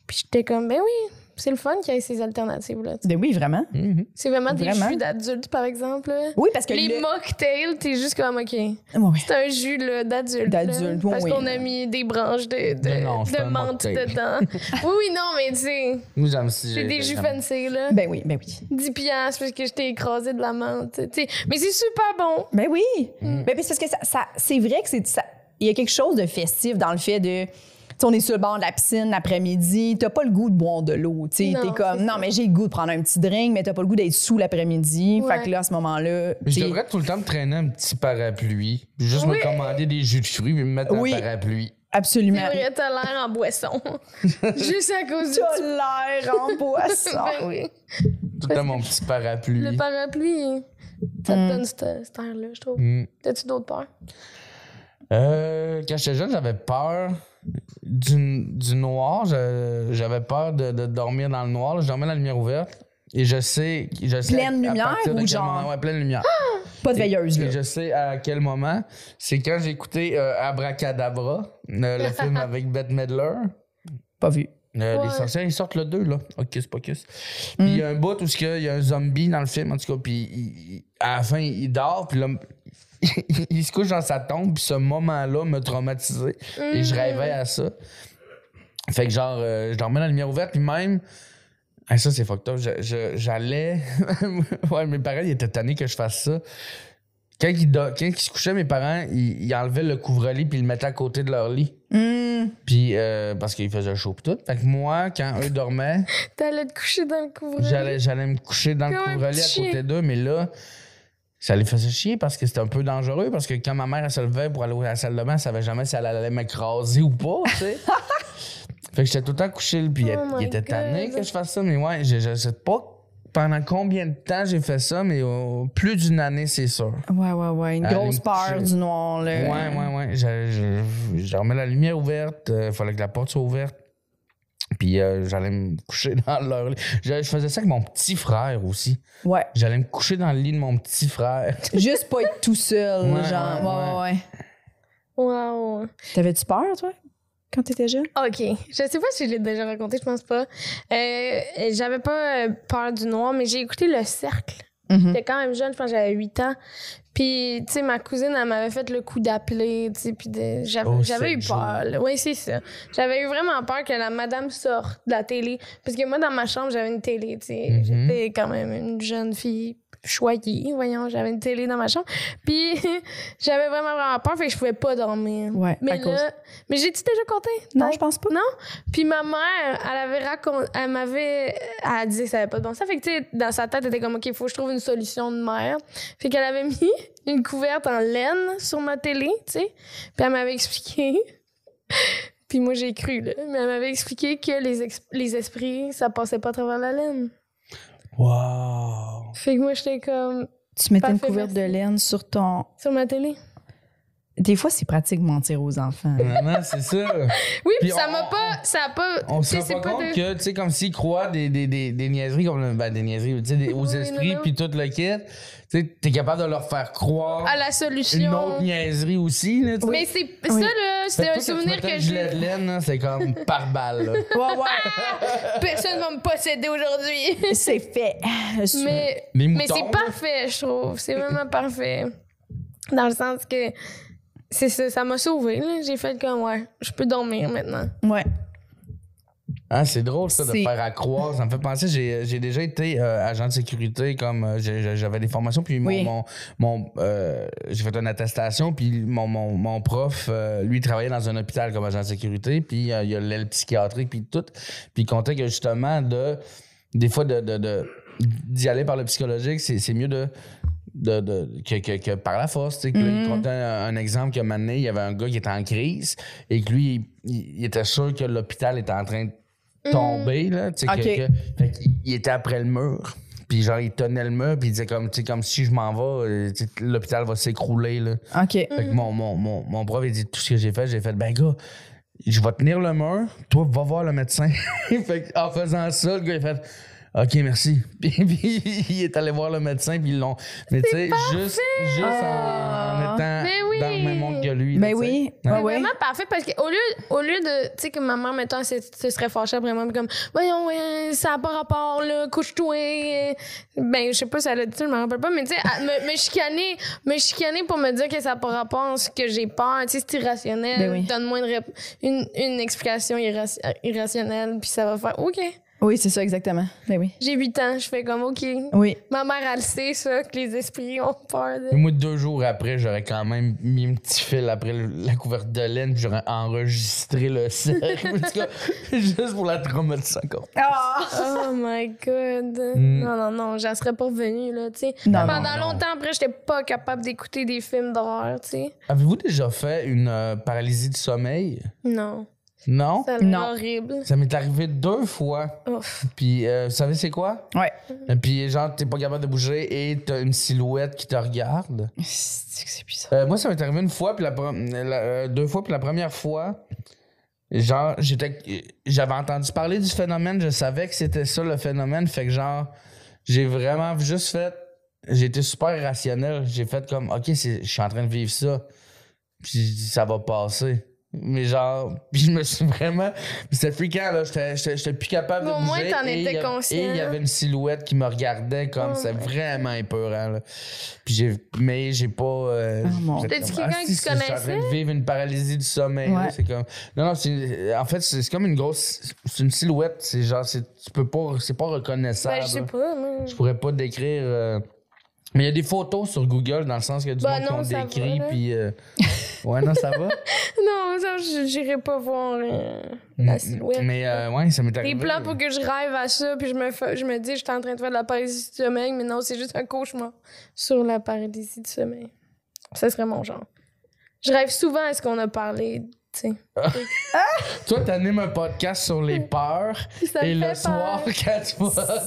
S3: puis j'étais comme ben oui c'est le fun qu'il y ait ces alternatives là
S2: Ben oui, vraiment.
S4: Mhm.
S3: c'est vraiment des
S2: Vraiment.
S3: jus d'adultes par exemple là.
S2: Oui, parce que.
S3: les
S2: le-
S3: mocktails t'es juste comme ok
S2: Ouais, ouais.
S3: c'est un jus là, d'adulte.
S2: D'adulte,
S3: là.
S2: oui,
S3: Parce
S2: oui.
S3: qu'on a mis des branches de, de,
S4: Non, non, c'est
S3: de
S4: un
S3: menthe
S4: mocktail.
S3: dedans. oui, oui, non, mais tu sais,
S4: Nous, j'aime si
S3: j'ai des jus fancy, là.
S2: Ben oui, ben oui.
S3: 10 piastres parce que je t'ai écrasé de la menthe. tu sais. Mais c'est super bon.
S2: Ben oui. Ben, puis c'est parce que ça, ça- c'est vrai que c'est ça- il y a quelque chose de festif dans le fait de tu sais, on est sur le bord de la piscine l'après-midi, t'as pas le goût de boire de l'eau, tu sais,
S3: Non,
S2: t'es comme
S3: c'est
S2: non mais j'ai le goût de prendre un petit drink, mais t'as pas le goût d'être sous l'après-midi,
S3: Ouais.
S2: fait que là à ce moment-là,
S4: Je
S2: t'es-
S4: devrais tout le temps me traîner un petit parapluie. Juste
S3: Oui.
S4: me commander des jus de fruits et me mettre
S2: Oui.
S4: un parapluie.
S3: C'est
S2: absolument.
S3: vrai, t'as l'air en boisson. Juste à cause du.
S2: T'as l'air en boisson.
S3: Ben oui.
S4: Tout le temps mon petit parapluie.
S3: Le parapluie, ça te
S2: Mm.
S3: donne cette, cette air-là, je trouve.
S4: Mm.
S3: T'as-tu d'autres peurs?
S4: Euh, quand j'étais jeune, j'avais peur du, du noir. Je- J'avais peur de, de dormir dans le noir. Je dormais la lumière ouverte. Et je sais. Je sais
S2: Pleine
S4: à- à
S2: lumière
S4: partir
S2: ou
S4: de quel
S2: genre-
S4: moment- ouais, pleine lumière.
S2: Pas de veilleuse
S4: Et-
S2: là.
S4: Et je sais à quel moment. C'est quand j'ai écouté euh, Abracadabra, euh, le film avec Bette Midler.
S2: Pas vu.
S4: Euh, Les
S3: Ouais.
S4: sorcières, ils sortent le 2, là. Hocus Pocus. Puis il y a un bout où ce qu'il y a- il y a un zombie dans le film, en tout cas. Puis il- il- à la fin, il dort, puis là, il se couche dans sa tombe, puis ce moment-là m'a traumatisé. Et
S3: Hmm.
S4: je rêvais à ça. Fait que genre, euh, je dormais la lumière ouverte, puis même. Ah, ça, c'est fucked up. Je- je- J'allais. ouais, mes parents, ils étaient tannés que je fasse ça. Quand ils, do- quand ils se couchaient, mes parents, ils, ils enlevaient le couvre-lit, puis ils le mettaient à côté de leur lit.
S2: Hum,
S4: Puis, euh, parce qu'il faisait chaud pis tout. Fait que moi, quand eux dormaient,
S3: T'allais te coucher dans le couvre
S4: j'allais, j'allais me coucher dans le
S3: Comme un
S4: couvre-lit à
S3: petit
S4: côté
S3: chien.
S4: d'eux, mais là, ça les faisait chier parce que c'était un peu dangereux. Parce que quand ma mère, elle se levait pour aller à la salle de bain, elle savait jamais si elle allait m'écraser ou pas, tu sais. fait que j'étais tout le temps couché, puis il-
S3: Oh
S4: il
S3: my
S4: était tanné
S3: God.
S4: que je fasse ça. Mais ouais, je, je sais pas pendant combien de temps j'ai fait ça, mais euh, plus d'une année, c'est sûr.
S2: Ouais ouais ouais, une
S4: Aller
S2: grosse
S4: me
S2: peur
S4: coucher.
S2: du noir là.
S4: Ouais, ouais, ouais. Je, je- je dormais la lumière ouverte. euh, Il fallait que la porte soit ouverte. Puis euh, j'allais me coucher dans leur lit. Je, je faisais ça avec mon petit frère aussi.
S2: Ouais.
S4: J'allais me coucher dans le lit de mon petit frère.
S2: Juste pas être tout seul,
S4: Ouais,
S2: genre
S4: ouais,
S2: ouais ouais. ouais.
S3: Wow.
S2: T'avais-tu peur toi quand t'étais jeune
S3: OK. Je sais pas si je l'ai déjà raconté, je pense pas. Euh, j'avais pas euh, peur du noir, mais j'ai écouté Le Cercle.
S2: Mhm.
S3: J'étais quand même jeune, je pense que j'avais 8 ans. Puis, tu sais, ma cousine, elle m'avait fait le coup d'appeler, tu sais, puis de- j'avais,
S4: Oh,
S3: j'avais eu
S4: sept
S3: peur. Oui, c'est ça. J'avais eu vraiment peur que la madame sorte de la télé. Parce que moi, dans ma chambre, j'avais une télé, tu sais.
S2: Mm-hmm.
S4: Mhm.
S3: J'étais quand même une jeune fille choyée, voyons. J'avais une télé dans ma chambre. Puis, j'avais vraiment, vraiment peur, fait que je pouvais pas dormir.
S2: Ouais, à
S3: Mais
S2: cause-
S3: là, mais j'ai-tu déjà compté?
S2: Non, je pense pas.
S3: Non? Puis ma mère, elle avait raconté, elle m'avait, elle a dit que ça avait pas de bon sens. Fait que, tu sais, dans sa tête, elle était comme, OK, il faut que je trouve une solution de mère. Fait qu'elle avait mis une couverte en laine sur ma télé, tu sais. Puis elle m'avait expliqué. Puis moi, j'ai cru, là. Mais elle m'avait expliqué que les, ex- les esprits, ça passait pas à travers la laine.
S4: Wow!
S3: Fait que moi, j'étais comme,
S2: Tu mettais une
S3: Parfait,
S2: couverte de
S3: merci.
S2: laine sur ton.
S3: sur ma télé.
S2: Des fois, c'est pratique de mentir aux enfants.
S4: Non, non, c'est ça.
S3: Oui, puis
S4: Puis
S3: ça
S4: on-
S3: m'a
S4: on-
S3: pas, ça a pas,
S4: On
S3: tu
S4: se
S3: sais,
S4: rend
S3: c'est
S4: pas
S3: pas
S4: compte
S3: de-
S4: que, tu sais, comme s'ils croient des, des, des, des niaiseries, comme, le- ben, des niaiseries, tu sais, des- aux
S3: Oui, non,
S4: esprits,
S3: non.
S4: puis tout le kit. Tu sais, t'es capable de leur faire croire
S3: à la
S4: une
S3: solution.
S4: autre niaiserie aussi, là, tu sais.
S3: Mais c'est, ça,
S2: Oui.
S3: là,
S4: Fait
S3: c'était un
S4: toi, quand tu
S3: souvenir
S4: mettais
S3: que
S4: le
S3: j'ai.
S4: gilet de laine, là, c'est comme par balle, là.
S2: Ouais, ouais,
S3: Personne va me posséder aujourd'hui.
S2: c'est fait. Je-
S3: mais
S4: Les
S3: mais
S4: moutons,
S3: c'est
S4: là.
S3: parfait, je trouve. C'est vraiment parfait. Dans le sens que c'est ça, ça m'a sauvé. J'ai fait comme ouais, je peux dormir maintenant.
S2: Ouais.
S4: Ah, c'est drôle, ça, de
S2: C'est-
S4: faire à croire. Ça me fait penser, j'ai j'ai déjà été euh, agent de sécurité, comme euh, j'ai- j'ai- j'avais des formations, puis mon,
S2: Oui.
S4: mon, mon, euh, j'ai fait une attestation, puis mon, mon, mon prof, euh, lui, travaillait dans un hôpital comme agent de sécurité, puis euh, il y a l'aile psychiatrique, puis tout. Puis il comptait que justement, de, des fois, de, de, de- d'y aller par le psychologique, c'est c'est mieux de de, de- que, que- que par la force. tu sais, que
S2: Mm-hmm.
S4: là, il comptait un, un exemple que un moment donné, il y avait un gars qui était en crise et que lui, il, il- il était sûr que l'hôpital était en train de tomber. Là, tu sais, que-
S2: Ok.
S4: que- fait qu'il- il était après le mur. Puis genre, il tenait le mur, puis il disait comme, tu sais, comme si je m'en vais, euh, tu sais, l'hôpital va s'écrouler. là.
S2: OK.
S4: Fait que mon, mon, mon, mon prof, il dit tout ce que j'ai fait, j'ai fait, ben gars, je vais tenir le mur, toi, va voir le médecin. fait que, en faisant ça, le gars, il a fait, OK, merci. Puis, puis, il est allé voir le médecin, puis ils l'ont. Mais tu sais, juste, juste en, en étant
S3: Mais oui.
S4: dans le même monde que lui.
S2: Ben
S4: là, tu sais.
S2: oui.
S4: Ouais.
S2: Ben
S3: C'est
S2: oui.
S3: vraiment parfait parce qu'au lieu, au lieu de. Tu sais, que maman, mettons, elle se se serait fâchée vraiment, puis comme, voyons, euh, ça n'a pas rapport, là, couche-toi. euh. Ben, je sais pas si elle a dit ça, je me rappelle pas, mais tu sais, elle me, me chicaner, me chicaner pour me dire que ça n'a pas rapport à ce que j'ai peur, tu sais, c'est irrationnel.
S2: Ben oui.
S3: Donne-moi une, rép- une, une explication irra- irrationnelle, puis ça va faire, OK.
S2: Oui, c'est ça, exactement. Ben oui.
S3: J'ai 8 ans, je fais comme, OK.
S2: Oui.
S3: Ma mère, elle sait ça, que les esprits ont peur. de-
S4: Mais Moi, deux jours après, j'aurais quand même mis un petit fil après le- la couverte de laine, puis j'aurais enregistré le cercle. En tout cas, juste pour la traumatiser encore.
S3: Oh my god.
S4: Mm.
S3: Non, non, non, j'en serais pas venue, là, tu sais.
S2: Non, non,
S3: Pendant
S4: non.
S3: longtemps après, j'étais pas capable d'écouter des films d'horreur, tu sais.
S4: Avez-vous déjà fait une euh, paralysie du sommeil?
S3: Non.
S4: Non?
S3: C'est
S2: Non.
S3: horrible.
S4: Ça m'est arrivé deux fois.
S3: Ouf.
S4: Puis, euh, vous savez, c'est quoi?
S2: Ouais.
S4: Puis, genre, t'es pas capable de bouger et t'as une silhouette qui te regarde.
S2: C'est que c'est puissant.
S4: Euh, moi, ça m'est arrivé une fois, puis la, pre- la- euh, deux fois, puis la première fois, genre, j'étais, j'avais entendu parler du phénomène, je savais que c'était ça le phénomène, fait que genre, j'ai vraiment juste fait, j'ai été super rationnel, j'ai fait comme, ok, c'est- je suis en train de vivre ça, puis ça va passer. Mais genre, puis je me suis vraiment. C'était fréquent, là. J'étais- J'étais j'étais plus capable de
S3: Mais au
S4: bouger.
S3: moins, t'en
S4: et il y
S3: étais
S4: avait-
S3: conscient.
S4: Et il y avait une silhouette qui me regardait comme.
S3: Oh
S4: c'est
S3: my
S4: vraiment épeurant, là. Puis j'ai. Mais j'ai pas. euh,
S2: Oh mon
S4: j'ai fait
S3: Dieu. T'as-tu
S4: comme,
S3: quelqu'un
S4: Ah,
S3: que tu
S4: si, si, je suis en train de vivre une paralysie du sommeil, là.
S2: Ouais.
S4: C'est comme. Non, non, c'est. En fait, c'est c'est comme une grosse. C'est une silhouette. C'est genre. c'est- Tu peux pas. C'est pas reconnaissable.
S3: Ben, je sais pas, moi.
S4: Je pourrais pas décrire. euh, Mais il y a des photos sur Google dans le sens que du
S3: Bah
S4: monde
S3: non,
S4: qui
S3: ça
S4: ont
S3: va,
S4: décrit,
S3: là.
S4: puis. euh, Ouais, non, ça va.
S3: Non, ça, je- j'irai pas voir euh, la silhouette.
S4: Mm, Mais euh, ouais, ça m'est arrivé.
S3: Des plans pour que je rêve à ça, puis je me, fais- je me dis, j'étais en train de faire de la paralysie du sommeil, mais non, c'est juste un cauchemar sur la paralysie du sommeil. Ça serait mon genre. Je rêve souvent à ce qu'on a parlé, tu sais.
S4: Toi, t'animes un podcast sur les peurs
S3: Puis ça me
S4: et le
S3: fait
S4: soir,
S3: peur.
S4: quand tu vas.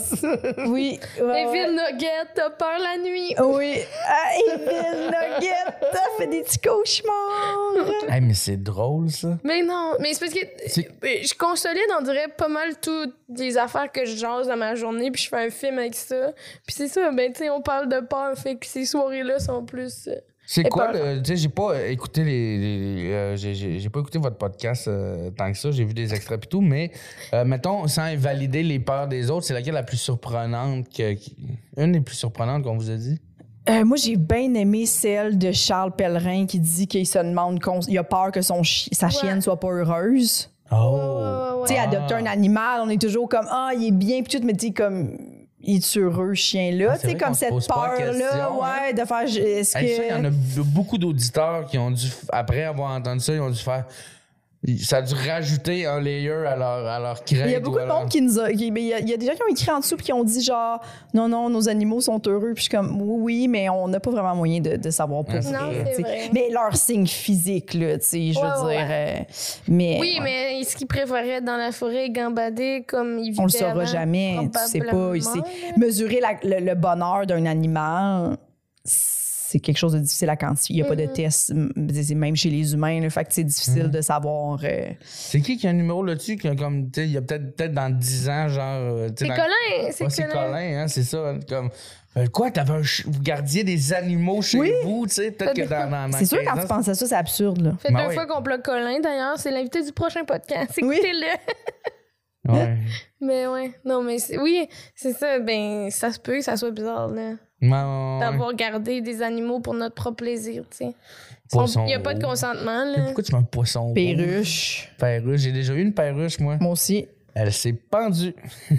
S2: Oui. ouais, ouais.
S3: David Nugget, t'as peur la nuit. Oh.
S2: Oui. Ah, Evil Nugget, t'as fait des petits cauchemars.
S4: hey, mais c'est drôle, ça.
S3: Mais non, mais c'est parce que
S4: C'est-
S3: euh, je consolide, on dirait, pas mal toutes les affaires que je jase dans ma journée, puis je fais un film avec ça. Puis c'est ça, ben, tu sais, on parle de peur, fait que ces soirées-là sont plus. euh,
S4: C'est
S3: Et
S4: quoi,
S3: peur.
S4: le- tu sais, j'ai pas euh, écouté les. les- les- euh, j'ai- j'ai j'ai pas écouté votre podcast euh, tant que ça, j'ai vu des extraits pis tout, mais euh, mettons, sans invalider les peurs des autres, c'est laquelle la plus surprenante que. qui- Une des plus surprenantes qu'on vous a dit?
S2: Euh, moi, j'ai bien aimé celle de Charles Pellerin qui dit qu'il se demande qu'on- il a peur que son chi- sa
S3: Ouais.
S2: chienne soit pas heureuse.
S3: ouais, ouais, ouais.
S2: Oh! Tu sais,
S4: Ah.
S2: adopter un animal, on est toujours comme ah, il est bien puis tout, mais tu sais comme il est heureux chien là,
S4: Ah,
S2: tu
S4: c'est
S2: sais
S4: vrai qu'on
S2: comme
S4: se
S2: cette
S4: pose pas
S2: peur
S4: la
S2: là,
S4: question, hein.
S2: ouais, de faire je- est-ce
S4: Hey, ça, il y en
S2: que
S4: a b- beaucoup d'auditeurs qui ont dû, f- après avoir entendu ça, ils ont dû faire. Ça a dû rajouter un layer à leur, à leur crainte.
S2: il y a
S4: ou
S2: beaucoup
S4: à
S2: de
S4: leur-
S2: monde qui nous a. qui- mais Il y, a, il y a des gens qui ont écrit en dessous puis qui ont dit genre non, non, nos animaux sont heureux. Puis je suis comme oui, oui, mais on n'a pas vraiment moyen de, de savoir pour
S4: Ouais,
S2: vrai,
S3: Non,
S2: tu sais.
S3: c'est vrai.
S2: Mais leur signe physique, là, tu sais, je veux
S3: Ouais,
S2: dire.
S3: ouais,
S2: euh, mais
S4: Eh,
S3: Oui, mais est-ce qu'il préférait être dans la forêt et gambader comme il vivait
S2: on le saura
S3: avant?
S2: jamais. Tu sais pas.
S3: Probablement,
S2: ici.
S3: là.
S2: Mesurer la- le, le bonheur d'un animal, c'est quelque chose de difficile à quantifier. Il n'y a pas de
S3: Mhm.
S2: test, m- c'est même chez les humains. Le fait que c'est difficile de savoir. euh,
S4: C'est qui qui a un numéro là-dessus? qui a comme, tu sais, Il y a peut-être peut dans 10 ans, genre. euh, tu sais,
S3: C'est
S4: dans-
S3: Colin, c'est
S4: Ouais, c'est
S3: Colin.
S4: Colin, hein, c'est ça. hein, Comme, euh, quoi, t'avais un ch- vous gardiez des animaux chez
S2: Oui.
S4: vous, tu sais, peut-être que dans, dans, dans
S2: c'est sûr,
S4: 15
S2: quand
S4: ans,
S2: tu penses à ça, c'est absurde. là.
S3: Fait
S4: Ben
S3: deux
S4: oui.
S3: fois qu'on bloque Colin, d'ailleurs, c'est l'invité du prochain podcast.
S2: Oui.
S3: Écoutez-le.
S4: Ouais.
S3: Mais ouais, non, mais c'est- oui, c'est ça. Ben, ça se peut que ça soit bizarre, là.
S4: Ouais, ouais, ouais.
S3: d'avoir gardé des animaux pour notre propre plaisir, tu sais.
S4: Poisson
S3: Il n'y a pas de
S4: rouge.
S3: consentement,
S4: Mais
S3: là.
S4: Pourquoi tu mets un poisson? rouge?
S2: Perruche.
S4: Perruche. J'ai déjà eu une perruche, moi.
S2: Moi aussi.
S4: Elle s'est pendue.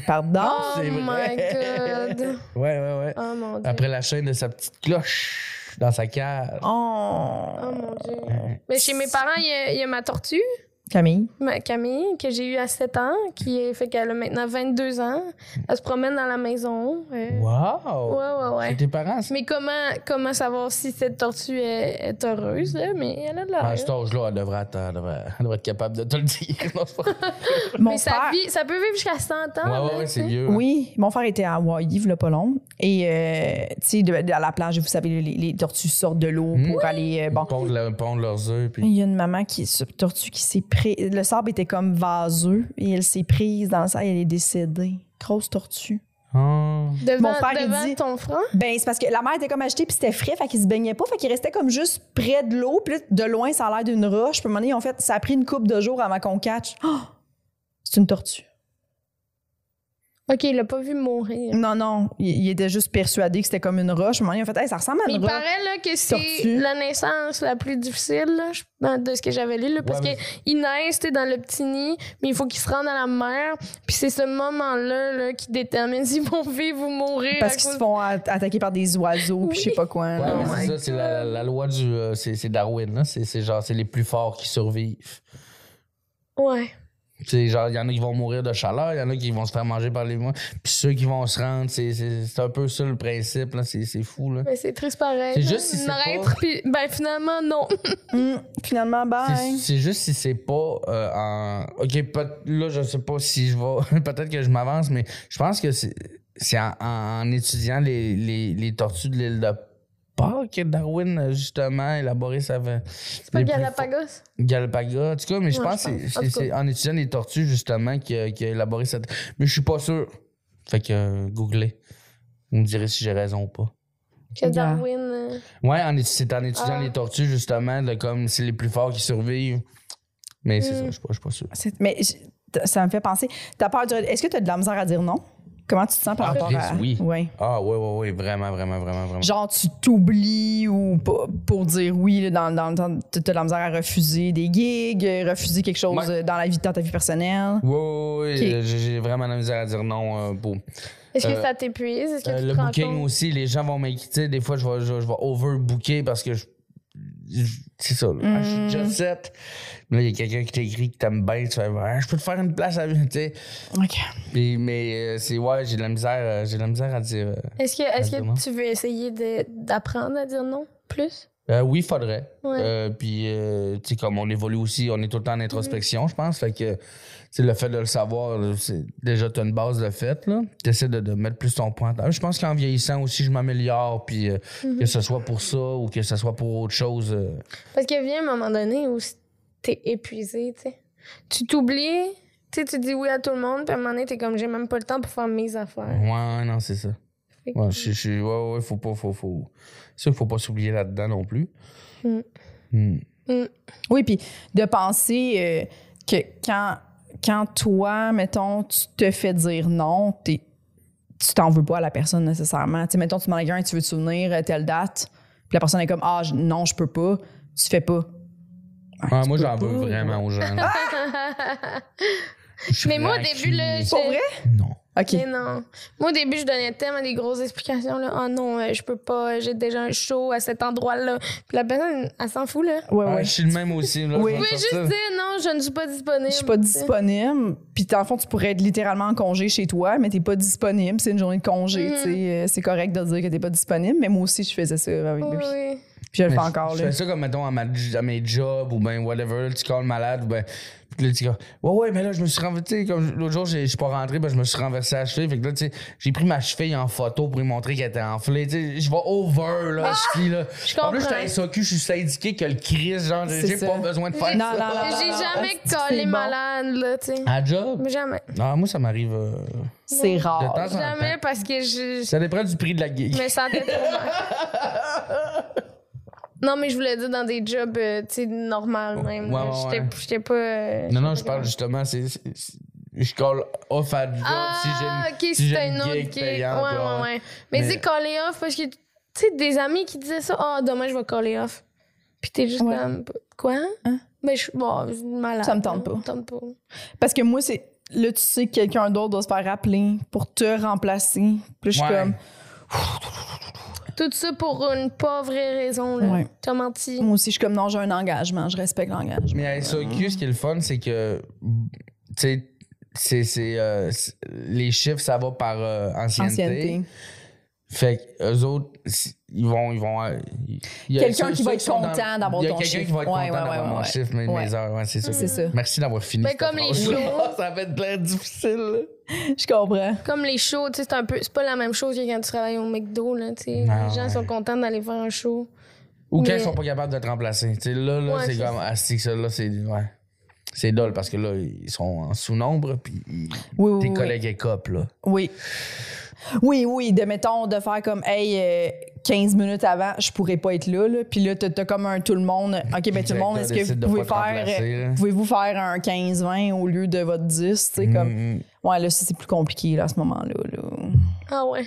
S2: Pardon.
S3: Oh
S4: c'est
S3: my
S4: vrai.
S3: god.
S4: Ouais, ouais,
S2: Ah,
S4: ouais.
S3: Oh mon dieu.
S4: Après la chaîne de sa petite cloche dans sa cage.
S2: Oh.
S3: Oh mon dieu.
S4: Ouais.
S3: Mais chez mes parents, il y, a- il y a ma tortue.
S2: Camille.
S3: Ma Camille, que j'ai eue à 7 ans, qui est, fait qu'elle a maintenant 22 ans. Elle se promène dans la maison. euh, Ouais,
S4: Wow!
S3: ouais, ouais.
S4: C'est tes parents, ça?
S3: Mais comment, comment savoir si cette tortue est, est heureuse, là? Mais elle a
S2: Ah,
S3: de la
S4: À cet âge-là, elle devrait, attendre, elle, devrait, elle devrait être capable de te le dire. Non, c'est pas-
S2: Mon
S3: Mais ça, vit, ça peut vivre jusqu'à 100 ans.
S4: ouais, ouais,
S3: là,
S4: ouais, c'est
S3: tu sais.
S4: vieux. hein.
S2: Ah, ben, Oui, mon frère était à Hawaï, il l'a pas long. Et, euh, tu sais, de- de- à la plage, vous savez, les, les tortues sortent de l'eau
S4: Mm.
S2: pour aller. euh,
S4: Ils
S2: bon.
S4: pondent, le- pondent leurs œufs. Puis...
S2: Il y a une maman qui est sur tortue qui s'est prise. Le sable était comme vaseux et elle s'est prise dans ça et elle est décédée. Grosse tortue.
S4: Ah.
S3: Devant,
S2: Mon frère, il
S3: devant
S2: dit-
S3: ton front.
S2: Ben, c'est parce que la mer était comme agitée puis c'était frais, fait qu'il se baignait pas, fait qu'il restait comme juste près de l'eau. Puis là, de loin, ça a l'air d'une roche. Puis à un moment donné, ils ont fait, ça a pris une coupe de jours avant qu'on catch. Oh! c'est une tortue.
S3: OK, il l'a pas vu mourir.
S2: Non, non, il, il était juste persuadé que c'était comme une roche. Puis À un moment donné, ils ont fait, Hey, ça ressemble à
S3: Mais il
S2: une roche.
S3: paraît là, que c'est
S2: Tortue.
S3: la naissance la plus difficile là, je- ben, de ce que j'avais lu. Là, parce
S4: Ouais,
S3: qu'ils naissent tu sais, dans le petit nid, mais il faut qu'ils se rendent à la mer. Puis c'est ce moment-là là, qui détermine s'ils vont vivre ou mourir.
S2: Parce
S3: à
S2: qu'ils
S3: cause-
S2: se font at- attaquer par des oiseaux, puis je sais pas quoi.
S4: Ouais,
S2: là.
S4: mais
S2: Ouais.
S4: c'est ça, c'est la, la loi du. euh, c'est c'est Darwin, là. C'est c'est genre, c'est les plus forts qui survivent.
S3: Ouais.
S4: Tu sais, genre, il y en a qui vont mourir de chaleur, il y en a qui vont se faire manger par les mois. Puis ceux qui vont se rendre, c'est- c'est c'est un peu ça le principe, là. C'est c'est fou, là.
S3: Mais c'est triste pareil.
S4: C'est
S3: là.
S4: juste si c'est
S3: Naître,
S4: pas-
S3: puis- Ben finalement, non.
S2: Mm, finalement,
S4: C'est-
S2: bye.
S4: C'est juste si c'est pas euh, en. Ok, peut- là, je sais pas si je vais. Peut-être que je m'avance, mais je pense que c'est c'est en, en- en étudiant les, les, les tortues de l'île de Pâques que Darwin a justement élaboré sa.
S3: C'est pas Galapagos.
S4: Galapagos. En tout cas, mais je
S3: Ouais,
S4: pense
S3: je
S4: que
S3: pense. En
S4: c'est- c'est
S3: tout cas.
S4: c'est en étudiant les tortues justement qu'il a, qu'il a élaboré cette. Mais je suis pas sûr. Fait que euh, googlez. Vous me direz si j'ai raison ou pas.
S3: Que
S2: Yeah.
S3: Darwin. euh,
S4: Ouais, en étu- c'est en étudiant
S3: Ah.
S4: les tortues, justement, de comme c'est les plus forts qui survivent. Mais c'est
S3: Mm.
S4: ça, je suis pas, je suis pas sûr.
S2: C'est- Mais je- t- ça me fait penser. T'as peur du- Est-ce que t'as de la misère à dire non? Comment tu te sens par
S4: Ah,
S2: rapport
S4: Chris,
S2: à.
S4: oui.
S2: Ouais.
S4: Ah, ouais, ouais, ouais, vraiment, vraiment, vraiment, vraiment.
S2: Genre, tu t'oublies ou pas- pour dire oui, là, dans, dans le temps, t'as t'as de la misère à refuser des gigs, euh, refuser quelque chose
S4: Ouais.
S2: euh, dans la vie, dans ta vie personnelle.
S4: Ouais, ouais, ouais,
S2: Ok.
S4: euh, j'ai- j'ai vraiment la misère à dire non euh, pour.
S3: Est-ce que
S4: Euh,
S3: ça t'épuise? Est-ce que
S4: Euh,
S3: tu
S4: le
S3: te rends
S4: booking
S3: compte?
S4: aussi, les gens vont m'inquiéter. Des fois, je vais, je, je vais overbooker parce que je. je- C'est ça, là. Ah, Je suis déjà set. Mais là, il y a quelqu'un qui t'écrit que t'aimes bien. Tu fais, Ah, je peux te faire une place à. Tu sais.
S2: OK.
S4: Puis, mais euh, c'est, ouais, j'ai de la misère, euh, j'ai de la misère à dire. euh,
S3: Est-ce que, est-ce
S4: Exactement.
S3: que tu veux essayer de- d'apprendre à dire non plus?
S4: Euh, oui, faudrait.
S3: Ouais. Mhm.
S4: Euh, puis, euh, tu sais, comme on évolue aussi, on est tout le temps en introspection, je pense. Fait que, tu sais, le fait de le savoir, là, c'est déjà, tu une base de fait, là. Tu essaies de, de mettre plus ton point. en table. Je pense qu'en vieillissant aussi, je m'améliore, puis euh,
S3: Mhm.
S4: que ce soit pour ça ou que ce soit pour autre chose. euh,
S3: Parce qu'il vient un moment donné où t'es épuisé, tu sais. Tu t'oublies, tu sais, tu dis oui à tout le monde, puis à un moment donné, t'es comme, j'ai même pas le temps pour faire mes affaires.
S4: Ouais, non, c'est ça.
S3: Fait que-
S4: Ouais, je, je- ouais, ouais, faut pas, faut, faut. C'est sûr qu'il faut pas s'oublier là-dedans non plus.
S3: Mm.
S4: Mm.
S2: Oui, puis de penser euh, que quand, quand toi, mettons, tu te fais dire non, t'es- tu t'en veux pas à la personne nécessairement. Tu sais, mettons, tu demandes à quelqu'un, tu veux te souvenir à telle date, puis la personne est comme, ah, je- non, je peux pas, tu fais pas. Ah, tu
S4: Ouais, Ah, moi,
S2: peux
S4: j'en veux
S2: pas.
S4: vraiment aux gens. là. Je suis
S3: Mais moi, au début, là,
S4: rancunier.
S3: je-
S2: Pour vrai?
S4: Non.
S2: OK.
S3: Mais non. Moi, au début, je donnais tellement des grosses explications, là. Ah non, euh, je peux pas, j'ai déjà un show à cet endroit-là. Puis la personne, elle s'en fout, là.
S2: Ouais,
S4: Ouais,
S2: ouais.
S4: je suis le même aussi. Là,
S2: Oui.
S4: je vais
S2: Vous
S3: Tu
S4: me
S3: pouvez
S4: sortir.
S3: juste dire non, je ne suis pas disponible.
S2: Je suis pas
S3: tu sais.
S2: disponible. Puis, dans le fond, tu pourrais être littéralement en congé chez toi, mais t'es pas disponible. C'est une journée de congé.
S3: Mhm.
S2: tu sais. Euh, C'est correct de dire que t'es pas disponible, mais moi aussi, je faisais ça avec
S3: Oui,
S2: lui.
S3: oui.
S2: Puis, je le
S4: Mais
S2: fais
S4: je-
S2: encore.
S4: Je
S2: là.
S4: fais ça comme, mettons, à, ma, à mes jobs ou ben whatever. là, Tu calls malade ou ben. Puis là, tu dis, ouais, ouais, mais là, je me suis renversé. tu sais, Comme l'autre jour, j'ai- je suis pas rentré, ben, je me suis renversé la cheville. Fait que là, tu sais, j'ai pris ma cheville en photo pour lui montrer qu'elle était enflée. Tu sais, je vais over, là, je suis là.
S3: Ah! Je
S4: En plus, je
S3: comprends.
S4: suis SOQ, je suis syndiqué que le Chris, genre,
S2: C'est
S4: j'ai
S2: ça.
S4: pas besoin de faire
S2: Non, non,
S4: ça.
S2: non, non,
S3: J'ai
S2: non,
S3: jamais
S2: non.
S3: collé
S2: C'est bon. Ah.
S3: malade, là, tu sais.
S4: À job?
S3: Mais Jamais.
S4: Non, moi, ça m'arrive. euh,
S2: C'est
S4: de temps
S2: rare.
S4: en temps.
S3: Jamais parce que je,
S4: Ça dépend du prix de la
S3: Je
S4: guille.
S3: me sentais trop mal. Non, mais je voulais dire dans des jobs, euh, tu sais,
S2: Oh,
S3: normal même.
S4: Ouais,
S3: là.
S4: ouais,
S3: J'étais-
S4: ouais.
S3: J'étais pas... euh,
S4: Non, non, je
S3: j'étais pas
S4: parle justement, c'est. c'est- c'est- Je colle off à job si j'ai une
S3: Ah, ok,
S4: si j'ai
S3: c'était
S4: une
S3: une autre
S4: gig
S3: gig.
S4: payante,
S3: ouais,
S4: ouais,
S3: ouais, ouais. Mais,
S4: Mais-
S3: tu sais, coller off, parce que, tu sais, des amis qui disaient ça, « Ah, demain, je vais coller off. » Puis t'es juste
S2: Ouais.
S3: comme, « Quoi?
S2: Hein?
S3: Mais je suis bon, je suis malade.
S2: Ça me tente pas.
S3: Ça me tente pas.
S2: Parce que moi, c'est. Là, tu sais que quelqu'un d'autre doit se faire appeler pour te remplacer. Puis là, je suis
S4: Ouais.
S2: comme.
S3: Tout ça pour une pas vraie raison. Là.
S2: Ouais.
S3: T'as menti.
S2: Moi aussi, je suis comme non, j'ai un engagement, je respecte l'engagement.
S4: Mais à SOQ, ce qui est le fun, c'est que, tu sais, c'est, c'est, euh, c'est- les chiffres, ça va par euh, ancienneté.
S2: Ancienneté.
S4: Fait que eux autres, si- ils vont. Ils vont euh, il- il y a
S2: Quelqu'un
S4: ceux-
S2: qui
S4: ceux
S2: va être
S4: sont dans-
S2: content d'avoir
S4: Il y a
S2: ton
S4: quelqu'un qui
S2: chiffre.
S4: va être
S2: Ouais,
S4: content
S2: ouais,
S4: d'avoir
S2: ouais,
S4: mon
S2: ouais.
S4: chiffre, mes,
S2: Ouais.
S4: mes heures. ouais, c'est ça.
S2: C'est ça.
S4: Merci d'avoir fini.
S3: Ben,
S4: cette
S3: comme les
S4: phrase-là.
S3: shows.
S4: ça fait de l'air difficile. là.
S2: Je comprends.
S3: Comme les shows, tu sais, c'est un peu. C'est pas la même chose que quand tu travailles au McDo, là, tu sais.
S4: Non,
S3: Les gens
S4: ouais.
S3: sont contents d'aller faire un show.
S4: Ou quand
S3: Mais-
S4: ils sont pas capables de te remplacer. Tu sais, là, là
S3: Ouais,
S4: c'est
S3: c'est
S4: comme. Ah, c'est que ça, là, c'est. Ouais. C'est dole parce que là, ils sont en sous-nombre, puis ils-
S2: Oui, oui,
S4: tes
S2: oui.
S4: collègues écopent, là.
S2: Oui. Oui, oui, de mettons, de faire comme, hey, euh, 15 minutes avant, je pourrais pas être là, là. Puis là, t'as t'as comme un tout le monde. OK, ben tout le monde, est-ce que
S4: Décide de
S2: vous pouvez
S4: pas te
S2: faire.
S4: remplacer, là.
S2: euh, Pouvez-vous faire un 15-20 au lieu de votre 10? Tu sais, comme.
S4: Mm,
S2: Ouais, là, ça, c'est plus compliqué, là, à ce moment-là. là.
S3: Ah ouais.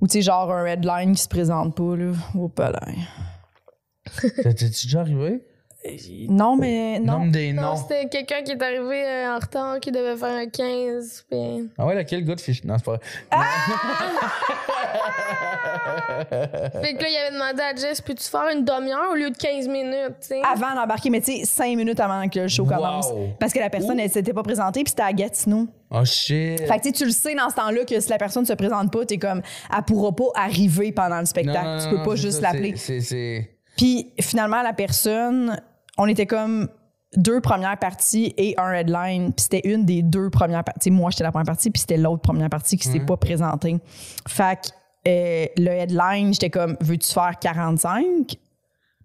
S2: Ou, tu sais, genre un headline qui se présente pas, là. Oh, pas là.
S4: mm. T'es-tu déjà arrivé?
S2: Non, mais non.
S4: Nomme des
S3: Non,
S4: noms.
S3: c'était quelqu'un qui est arrivé euh, en retard, qui devait faire un 15. puis-
S4: Ah ouais, laquelle gars de fiche? Non, c'est pas vrai.
S3: Fait que là, il avait demandé à Jess, peux-tu faire une demi-heure au lieu de 15 minutes, tu sais?
S2: Avant d'embarquer, mais tu sais, 5 minutes avant que le show
S4: Wow.
S2: commence. Parce que la personne, elle s'était pas présentée, puis c'était à Gatineau.
S4: Oh shit.
S2: Fait que tu sais, tu le sais dans ce temps-là que si la personne se présente pas, t'es comme, elle pourra pas arriver pendant le
S4: Non,
S2: spectacle.
S4: non,
S2: tu
S4: non,
S2: peux
S4: non,
S2: pas
S4: c'est
S2: juste
S4: ça,
S2: l'appeler.
S4: C'est. c'est-
S2: Puis finalement, la personne, on était comme deux premières parties et un headline. Puis c'était une des deux premières parties. Moi, j'étais la première partie, puis c'était l'autre première partie qui s'est pas présentée. Fait que euh, le headline, j'étais comme, veux-tu faire 45?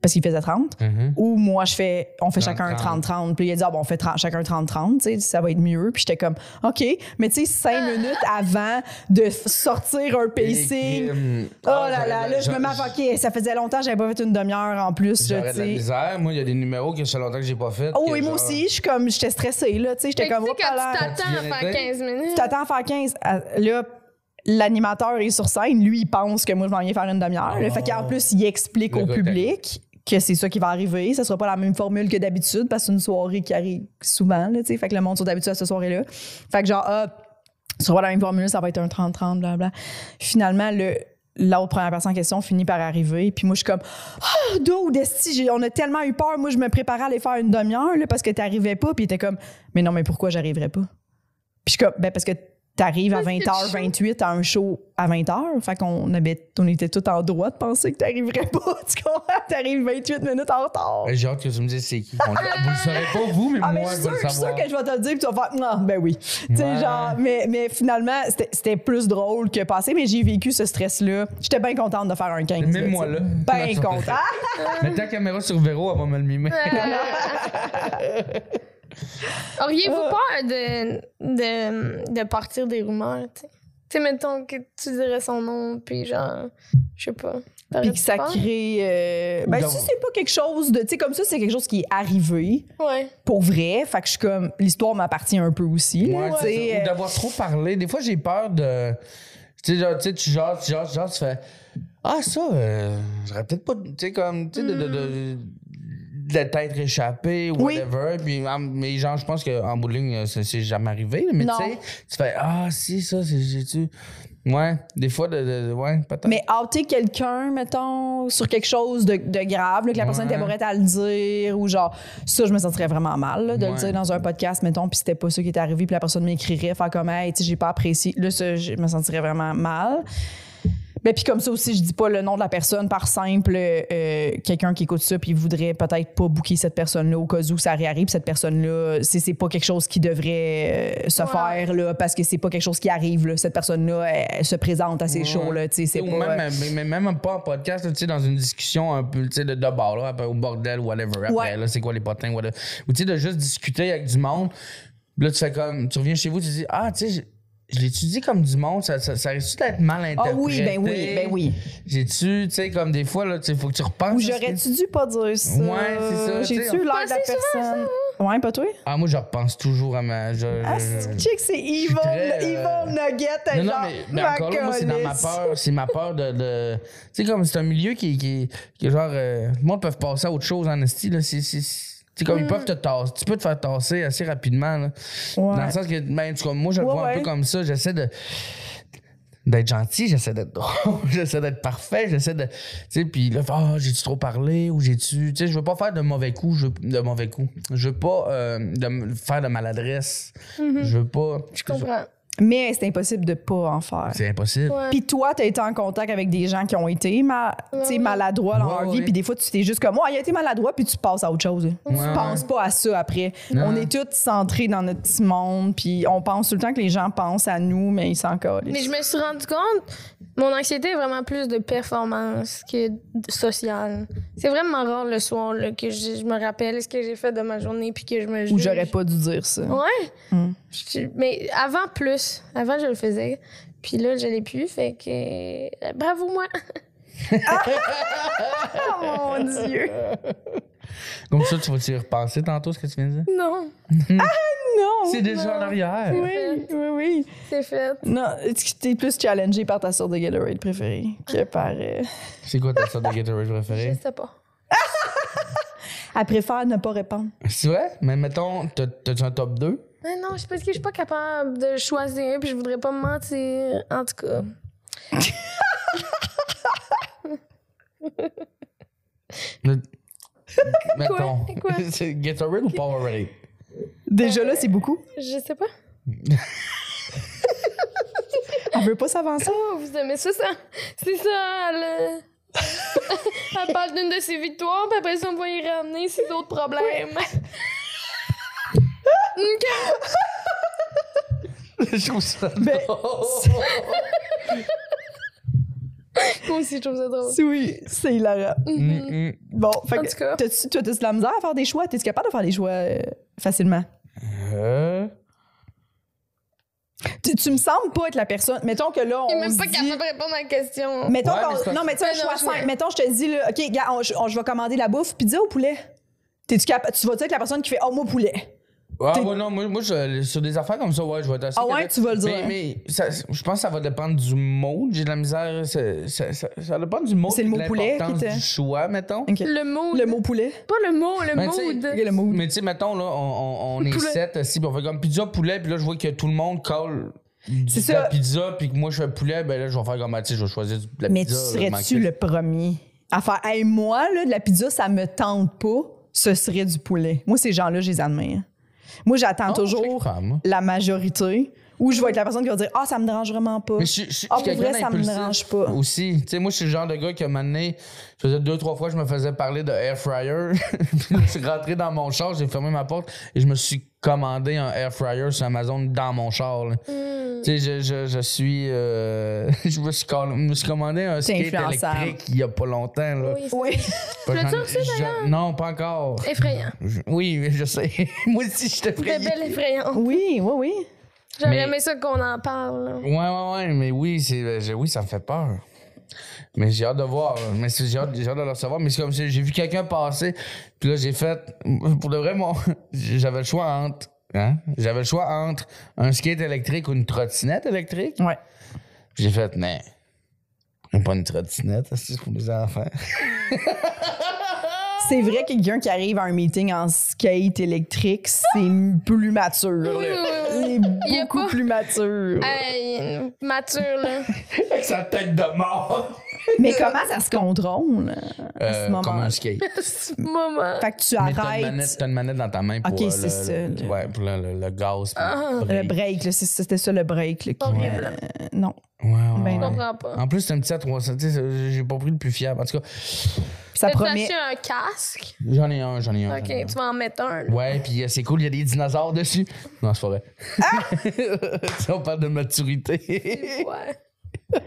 S2: Parce qu'il faisait 30.
S4: Mhm.
S2: Ou moi, je fais, on fait
S4: 30,
S2: chacun 30-30. Puis il a dit, ah, bon, on fait 30 chacun 30-30, tu sais, ça va être mieux. Puis j'étais comme, OK. Mais tu sais, cinq minutes avant de f- sortir un pacing,
S4: Mm.
S2: Oh
S4: Ah,
S2: là
S4: j'aurais
S2: là,
S4: de-
S2: là, je me
S4: j'a-
S2: mets à fucker. Ça faisait longtemps que j'avais pas fait une demi-heure en plus, là,
S4: J'aurais
S2: tu
S4: de la
S2: sais.
S4: misère. Moi, il y a des numéros que ça fait longtemps que j'ai pas fait.
S2: Oh,
S4: que
S2: et moi
S4: genre-
S2: aussi, je suis comme, j'étais stressée, là, tu sais. J'étais
S3: Fait que,
S2: comme,
S3: tu sais,
S2: oh là
S3: quand
S2: là.
S3: tu t'attends à
S4: Tu viens
S3: faire
S4: d'être?
S3: 15
S2: Tu
S3: minutes.
S2: t'attends à faire 15. Ah, Là, l'animateur est sur scène. Lui, il pense que moi, je m'en viens faire une demi-heure. Le Fait qu'en plus, il explique
S4: Oh. Le
S2: au
S4: gars est
S2: public que c'est ça qui va arriver. Ça sera pas la même formule que d'habitude parce que c'est une soirée qui arrive souvent, là, tu sais. Fait que le monde sont habitués à cette soirée-là. Fait que genre, ah, ce sera pas la même formule, ça va être un 30-30, blablabla. Finalement, le. L'autre première personne en question finit par arriver. Puis moi, je suis comme, ah, d'où, Desti, j'ai- on a tellement eu peur. Moi, je me préparais à aller faire une demi-heure là, parce que t'arrivais pas. Puis il était comme, mais non, mais pourquoi j'arriverais pas? Puis je suis comme, ben parce que t'arrives à
S3: Parce que tu
S2: 20h28 à un show à 20h. Fait qu'on avait, on était tout en droit de penser que t'arriverais pas. Tu comprends? T'arrives 28 minutes en retard.
S4: J'ai hâte que tu me dises c'est qui. On- vous le saurez pas, vous, mais
S2: Ah, mais
S4: moi,
S2: je suis
S4: je
S2: sûre,
S4: vais le
S2: je suis sûre
S4: savoir.
S2: que je vais te le dire, puis tu vas faire, non, ben oui. Tu sais,
S4: Ouais.
S2: genre, mais, mais finalement, c'était- c'était plus drôle que passé, mais j'ai vécu ce stress-là. J'étais bien contente de faire un 15.
S4: Même moi, là.
S2: Bien
S4: Non,
S2: contente. Ah!
S4: Mets ta caméra sur Véro, elle va me le mimer.
S3: euh, Auriez-vous
S2: Oh.
S3: peur de, de, de partir des rumeurs, tu sais? Tu sais, mettons que tu dirais son nom, puis genre, je sais pas.
S2: Puis que ça crée. euh, ben,
S4: Ou
S2: si
S4: d'avoir-
S2: c'est pas quelque chose de. Tu sais, comme ça, c'est quelque chose qui est arrivé
S3: Ouais.
S2: pour vrai. Fait que je suis comme. L'histoire m'appartient un peu aussi. là,
S4: Ouais,
S2: tu sais,
S4: c'est ça. Ou
S2: euh,
S4: d'avoir trop parlé. Des fois, j'ai peur de. Tu sais, genre, tu sais, tu genre, tu genre, tu genre, tu fais. Ah, ça, euh, j'aurais peut-être pas. Tu sais, comme. Tu sais, de, de, de, de t'être échappé ou
S2: Oui.
S4: whatever. Puis, en- mais genre, je pense qu'en bout de ligne, ça c'est jamais arrivé. Mais tu
S2: Non.
S4: sais, tu fais. Ah, si, ça, c'est. j'ai-tu- Ouais, des fois, de, de- de- ouais, peut-être.
S2: Mais outer quelqu'un, mettons, sur quelque chose de, de grave, là, que la personne
S4: Ouais.
S2: était pas prête à le dire, ou genre, ça, je me sentirais vraiment mal là, de le
S4: Ouais.
S2: dire dans un podcast, mettons, puis c'était pas ça qui est arrivé, puis la personne m'écrirait, faire comme, hey, tu sais, j'ai pas apprécié. Là, ça, je me sentirais vraiment mal. Mais puis comme ça aussi, je dis pas le nom de la personne par simple, euh, quelqu'un qui écoute ça puis voudrait peut-être pas booker cette personne-là au cas où ça réarrive, puis cette personne-là, c'est c'est pas quelque chose qui devrait euh, se
S3: Ouais.
S2: faire là, parce que c'est pas quelque chose qui arrive là. Cette personne-là, elle, elle se présente à ces
S4: Ouais.
S2: shows là, tu sais, c'est
S4: Ou
S2: pas-
S4: même, mais, mais même pas en podcast, là, tu sais, dans une discussion un peu, tu sais, de, de bar, là, après, au bordel, whatever, après,
S2: Ouais.
S4: là, c'est quoi les potins, whatever. Ou, tu sais, de juste discuter avec du monde. Là, tu fais comme, tu reviens chez vous, tu dis, ah, tu sais, je- je l'ai-tu dit comme du monde, ça, ça, ça risque d'être mal
S2: Ah
S4: interprété?
S2: oui, ben oui, ben oui.
S4: J'ai-tu, tu sais, comme des fois, là, tu sais, faut que tu repenses.
S2: Ou
S4: à ce que-
S2: j'aurais-tu dû pas dire ça?
S4: Ouais, c'est ça, tu sais,
S2: J'ai-tu
S4: on-
S2: l'air de la
S3: Pensez souvent à
S2: personne? Ouais, pas toi?
S4: Ah, moi, je repense toujours à ma. je-
S2: Ah,
S4: je-
S2: c'est- check, c'est evil,
S4: très,
S2: le-
S4: euh,
S2: evil nugget,
S4: Non, non,
S2: genre,
S4: mais, mais encore là, moi, c'est dans ma
S2: macolisse.
S4: peur. C'est ma peur de. de- Tu sais, comme c'est un milieu qui, qui, qui est genre. euh, le monde peut passer à autre chose en esti. là. C'est. c'est- c'est
S2: Hmm.
S4: comme ils peuvent te tasser. Tu peux te faire tasser assez rapidement. là.
S2: Ouais.
S4: Dans le sens que, ben, en tout cas, moi, je le
S2: Ouais,
S4: vois un
S2: ouais.
S4: peu comme ça. J'essaie de. d'être gentil, j'essaie d'être drôle, j'essaie d'être parfait, j'essaie de. Tu sais, puis là, Ah, j'ai-tu trop parlé ou j'ai-tu. Tu sais, je veux pas faire de mauvais coups, je veux, de mauvais coups. Je veux pas euh, de m- faire de maladresse.
S2: Mm-hmm.
S4: Je veux pas.
S3: Je comprends.
S2: Mais c'est impossible de pas en faire.
S4: C'est impossible.
S3: Ouais.
S2: Puis toi, t'as été en contact avec des gens qui ont été ma- tu sais,
S3: ouais.
S2: maladroits dans leur
S4: Ouais,
S2: vie,
S4: ouais.
S2: puis des fois, tu t'es juste comme, oh, il a été maladroit, puis tu passes à autre chose. Tu
S4: Ouais.
S2: penses pas à ça après. On est tous centrés dans notre petit monde, puis on pense tout le temps que les gens pensent à nous, mais ils s'en collent.
S3: Mais je me suis rendu compte, mon anxiété est vraiment plus de performance que d- sociale. C'est vraiment rare le soir là, que je, je me rappelle ce que j'ai fait de ma journée puis que je me
S2: Ou
S3: juge.
S2: j'aurais pas dû dire ça.
S3: Ouais.
S2: Mm.
S3: Je- mais avant plus, avant je le faisais. Puis là, je l'ai plus, fait que euh, bravo moi.
S2: Oh mon Dieu!
S4: Donc, ça, tu vas-tu y repenser tantôt ce que tu viens de dire?
S3: Non,
S2: Oh Non!
S4: C'est déjà en arrière.
S2: Oui, oui, oui.
S3: c'est fait.
S2: Non, est-ce que t'es plus challengé par ta sorte de Gatorade préférée que par... euh,
S4: C'est quoi ta sorte de Gatorade
S3: Je
S4: préférée?
S3: sais pas.
S2: Elle préfère ne pas répondre.
S4: C'est vrai? Mais mettons, t'as- t'as-tu un top 2?
S3: Mais non, je pense que je suis pas capable de choisir puis je voudrais pas me mentir. En tout cas.
S4: Le- Mettons.
S3: Quoi?
S4: C'est Gatorade ou Powerade?
S2: Déjà là, c'est beaucoup.
S3: Je sais pas.
S2: Elle veut pas s'avancer.
S3: Oh, vous aimez ça, ça? C'est ça, elle... euh, elle parle d'une de ses victoires, puis après ça, on va y ramener ses autres problèmes. Ok.
S4: Je trouve ça
S2: Ben,
S4: drôle.
S3: Moi aussi, je trouve ça drôle.
S2: Oui, c'est hilarant.
S3: Mhm.
S4: Mm, mm.
S2: Bon, fait
S3: En
S2: que
S3: tout cas.
S2: t'as-tu toi, t'as-tu de la misère à faire des choix? T'es-tu capable de faire des choix euh, facilement?
S4: Euh,
S2: Tu, tu me sembles pas être la personne... Mettons que là, on
S3: Il est même
S2: se
S3: pas
S2: dit-
S3: capable de répondre à la question.
S2: Mettons
S4: Ouais,
S2: qu'on-
S4: mais c'est pas-
S2: Non, mais tu sais, un
S3: Mais non,
S2: choix
S3: je-
S2: simple. Mettons, je te dis, là, OK, gars, on- je- on- je vais commander la bouffe, pizza ou poulet? T'es-tu capable... Tu vas dire que la personne qui fait « Oh, moi, poulet!
S4: Ah
S2: T'es-
S4: ouais, non, moi, moi, je- sur des affaires comme ça, ouais, je vais être assez
S2: Ah ouais,
S4: correct.
S2: tu
S4: Ben,
S2: vas le dire.
S4: Mais, mais ça- je pense que ça va dépendre du mot. J'ai de la misère. Ça, ça, ça, ça dépend du mot.
S2: C'est le
S4: de
S2: mot poulet qui
S4: l'importance
S2: te-
S4: du choix, mettons. »
S2: OK.
S3: Le mood.
S2: Le mot « poulet
S3: Pas le mot, le
S4: Ben,
S3: mood.
S4: t'sais,
S2: Ok, le mot.
S4: Mais tu sais, mettons, là, on, on, on est
S3: Poulet.
S4: sept, si, puis on fait comme pizza, poulet, puis là, je vois que tout le monde colle du-
S2: C'est
S4: de la
S2: ça.
S4: pizza, puis que moi, je fais poulet, ben là, je vais faire comme, ah, tu sais, je vais choisir du- de la
S2: Mais tu
S4: pizza. là,
S2: serais-tu
S4: manquer-
S2: le premier à faire Hey, moi, là, de la pizza, ça me tente pas, ce serait du poulet. Moi, ces gens-là, je les admire. Moi, j'attends
S4: Non, je
S2: toujours
S4: comprends, moi.
S2: la majorité ou je vais être la personne qui va dire Ah, ça me dérange vraiment pas.
S4: Mais je, je- je suis
S2: Ah, pour
S4: quelqu'un
S2: vrai, ça me
S4: d'impulsif
S2: dérange pas.
S4: Aussi, tu sais, moi, je suis le genre de gars qui, à un moment donné, je faisais deux, trois fois, je me faisais parler de air fryer. Puis là, je suis rentré dans mon char, j'ai fermé ma porte et je me suis commandé un air fryer sur Amazon dans mon char. là.
S2: Hmm.
S4: Tu sais, je, je, je suis. euh, je me suis, comm- me suis commandé un
S2: T'es
S4: skate
S2: influençable.
S4: électrique il y a pas longtemps. Là.
S3: Oui, c'est
S2: Oui.
S4: Pas-
S3: L'as-tu
S4: j'en-
S3: reçu,
S4: j'en- Non, pas encore.
S3: effrayant.
S4: Je- oui, je sais. moi aussi, je te
S3: Très
S4: prie.
S3: belle effrayant.
S2: oui, oui, oui.
S3: J'aurais
S4: Mais-
S3: aimé ça qu'on en parle. là.
S4: Ouais, ouais, ouais, mais oui, c'est, euh, j'ai- oui, ça me fait peur. Mais j'ai hâte de voir. euh, Mais c'est- j'ai, hâte, j'ai hâte de le recevoir. Mais c'est comme si j'ai vu quelqu'un passer. Puis là, j'ai fait. Pour de vrai, moi, j'avais le choix entre. hein, J'avais le choix entre un skate électrique ou une trottinette électrique.
S2: Ouais.
S4: Puis j'ai fait, mais. Pas une trottinette, c'est pour les enfants.
S2: C'est vrai que quelqu'un qui arrive à un meeting en skate électrique, c'est plus mature. là. C'est
S3: Il y a
S2: beaucoup
S3: pas-
S2: plus mature.
S3: Hey, mature, là.
S4: Avec sa tête de mort.
S2: Mais comment ça se contrôle euh, à
S4: Euh,
S2: ce
S4: comme
S2: moment-là?
S4: un skate.
S3: Ce moment.
S2: Fait que tu
S4: Mais t'as une,
S2: arrêtes.
S4: manette, t'as une manette dans ta main pour,
S2: Ok,
S4: euh,
S2: c'est
S4: le,
S2: ça,
S4: le-
S2: le-
S4: ouais, pour le, le- le gaz. puis
S3: Ah,
S4: le
S2: Le
S4: break.
S2: break, là, c'est- c'était ça le break. là, qui-
S3: Horrible.
S2: Euh, non.
S4: Ouais, ouais,
S2: Ben
S4: ouais.
S3: Je comprends pas.
S4: En plus, c'est un petit à 300. Tu sais, c'est- j'ai pas pris le plus fiable. En tout cas,
S2: Ça
S3: T'as-tu
S2: promet.
S3: acheté un casque?
S4: j'en ai un, j'en ai un.
S3: Ok,
S4: j'en ai un.
S3: tu vas en mettre un. là.
S4: Ouais, puis euh, c'est cool, il y a des dinosaures dessus. Non, c'est pas vrai. Ça, on parle de maturité.
S3: Ouais.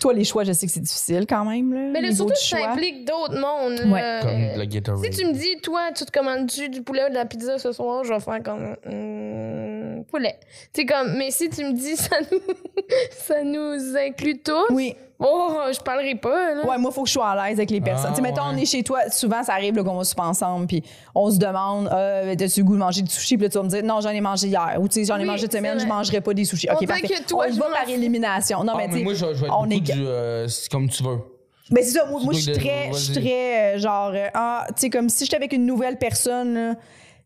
S2: Toi, les choix, je sais que c'est difficile quand même. Là,
S3: Mais là,
S2: niveau
S3: surtout,
S2: de
S3: ça
S2: choix.
S3: implique d'autres mondes.
S2: Ouais.
S3: là.
S4: Comme le Gatorade.
S3: Si tu me dis, toi, tu te commandes-tu du poulet ou de la pizza ce soir, je vais faire comme. hum, poulet. Tu sais, comme. Mais si tu me dis, ça nous, ça nous inclut tous.
S2: Oui.
S3: Oh, je parlerai pas, là.
S2: Ouais, moi, faut que je sois à l'aise avec les personnes.
S4: Ah,
S2: Tu sais, mettons,
S4: ouais.
S2: on est chez toi, souvent, ça arrive là, qu'on va souper ensemble, puis on se demande, euh, t'as-tu le goût de manger du sushi? Puis là, tu vas me dire, non, j'en ai mangé hier. Ou, tu sais, j'en ai
S3: Oui,
S2: mangé cette
S3: c'est
S2: semaine,
S3: vrai.
S2: je mangerai pas des sushis.
S3: On
S2: OK,
S3: dirait
S2: parfait.
S3: que toi,
S2: on y
S3: je
S2: va
S3: m'en
S2: par
S3: fous.
S2: élimination. Non,
S4: Ah,
S2: mais,
S4: mais
S2: tu
S4: moi,
S2: sais,
S4: je, je vais être
S2: on
S4: beaucoup
S2: est.
S4: du. euh, c'est comme tu veux.
S2: Mais c'est ça, moi, moi, je suis
S4: Surtout que de-
S2: très, je suis
S4: vas-y.
S2: très, euh, genre, euh, ah, tu sais, comme si j'étais avec une nouvelle personne, là,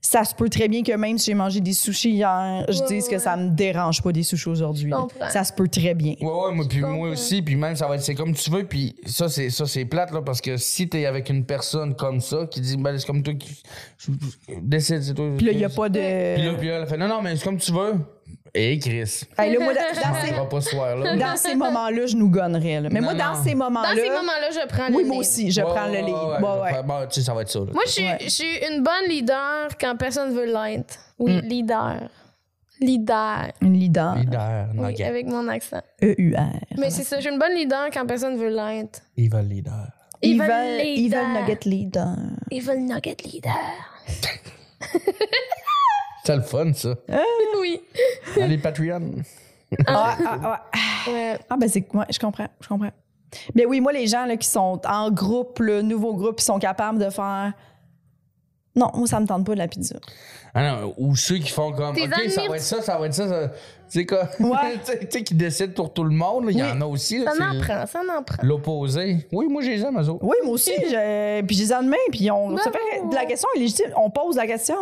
S2: ça se peut très bien que même si j'ai mangé des sushis hier, je
S3: Ouais,
S2: dise
S3: ouais.
S2: que ça me dérange pas des sushis aujourd'hui.
S3: Je
S2: là.
S3: comprends.
S2: Ça se peut très bien.
S4: Ouais, ouais, moi, puis moi
S3: comprends.
S4: aussi, puis même, ça va être, c'est comme tu veux, puis ça, c'est, ça, c'est plate, là, parce que si t'es avec une personne comme ça, qui dit, ben, c'est comme toi qui, je- je- décide, c'est toi.
S2: Puis là, il n'y a pas de.
S4: Puis là, puis là, elle fait, non, non, mais c'est comme tu veux. Et Chris.
S2: Hey, là, moi, dans-
S4: On
S2: dans, ces-
S4: mangera pas ce soir-là.
S2: dans ces, moments-là, je nous gonnerais. là. Mais
S4: Non,
S2: moi, dans
S4: non.
S2: ces
S3: Dans
S2: moments-là.
S3: ces moments-là, je prends le
S2: oui,
S3: lead.
S2: moi aussi, je
S4: Ouais,
S2: prends le Bah,
S4: ouais,
S2: livre.
S4: ouais, je vais faire, Bon, tu sais, ça va être ça, là.
S3: Moi, je suis,
S2: Ouais.
S3: je suis une bonne leader quand personne veut l'être. Oui,
S2: Mm.
S3: leader. Leader.
S2: Une leader. E
S4: Leader,
S3: Oui,
S4: ok.
S3: avec mon accent.
S2: E-U-R.
S3: Mais c'est ça, je suis une bonne leader quand personne veut l'être.
S2: Mm.
S4: Evil leader.
S3: Evil
S2: Evil
S3: leader.
S2: Nugget Leader.
S3: Evil Nugget Leader.
S4: C'est le fun, ça.
S3: Oui.
S4: Allez, Patreon.
S2: Ah, ah, ah.
S3: Ouais.
S2: Ah, ben c'est ouais, je comprends, je comprends. Mais oui, moi, les gens là, qui sont en groupe, le nouveau groupe, ils sont capables de faire. Non, moi, ça me tente pas de la pizza.
S4: Ah non, ou ceux qui font comme.
S3: Tes
S4: OK, ça
S3: ennemis-
S4: va être ça, ça va être ça. ça- Tu sais quoi?
S2: Ouais.
S4: tu sais- tu sais, qui décident pour tout le monde, là, il y en a aussi. là,
S3: Ça en
S4: c'est
S3: prend, ça en prend.
S4: L'opposé. Oui, moi, je les aime, eux autres.
S2: Oui, moi aussi. je- euh, Puis je les admets, puis on.
S3: Non.
S2: ça fait- la question est légitime. On pose la question.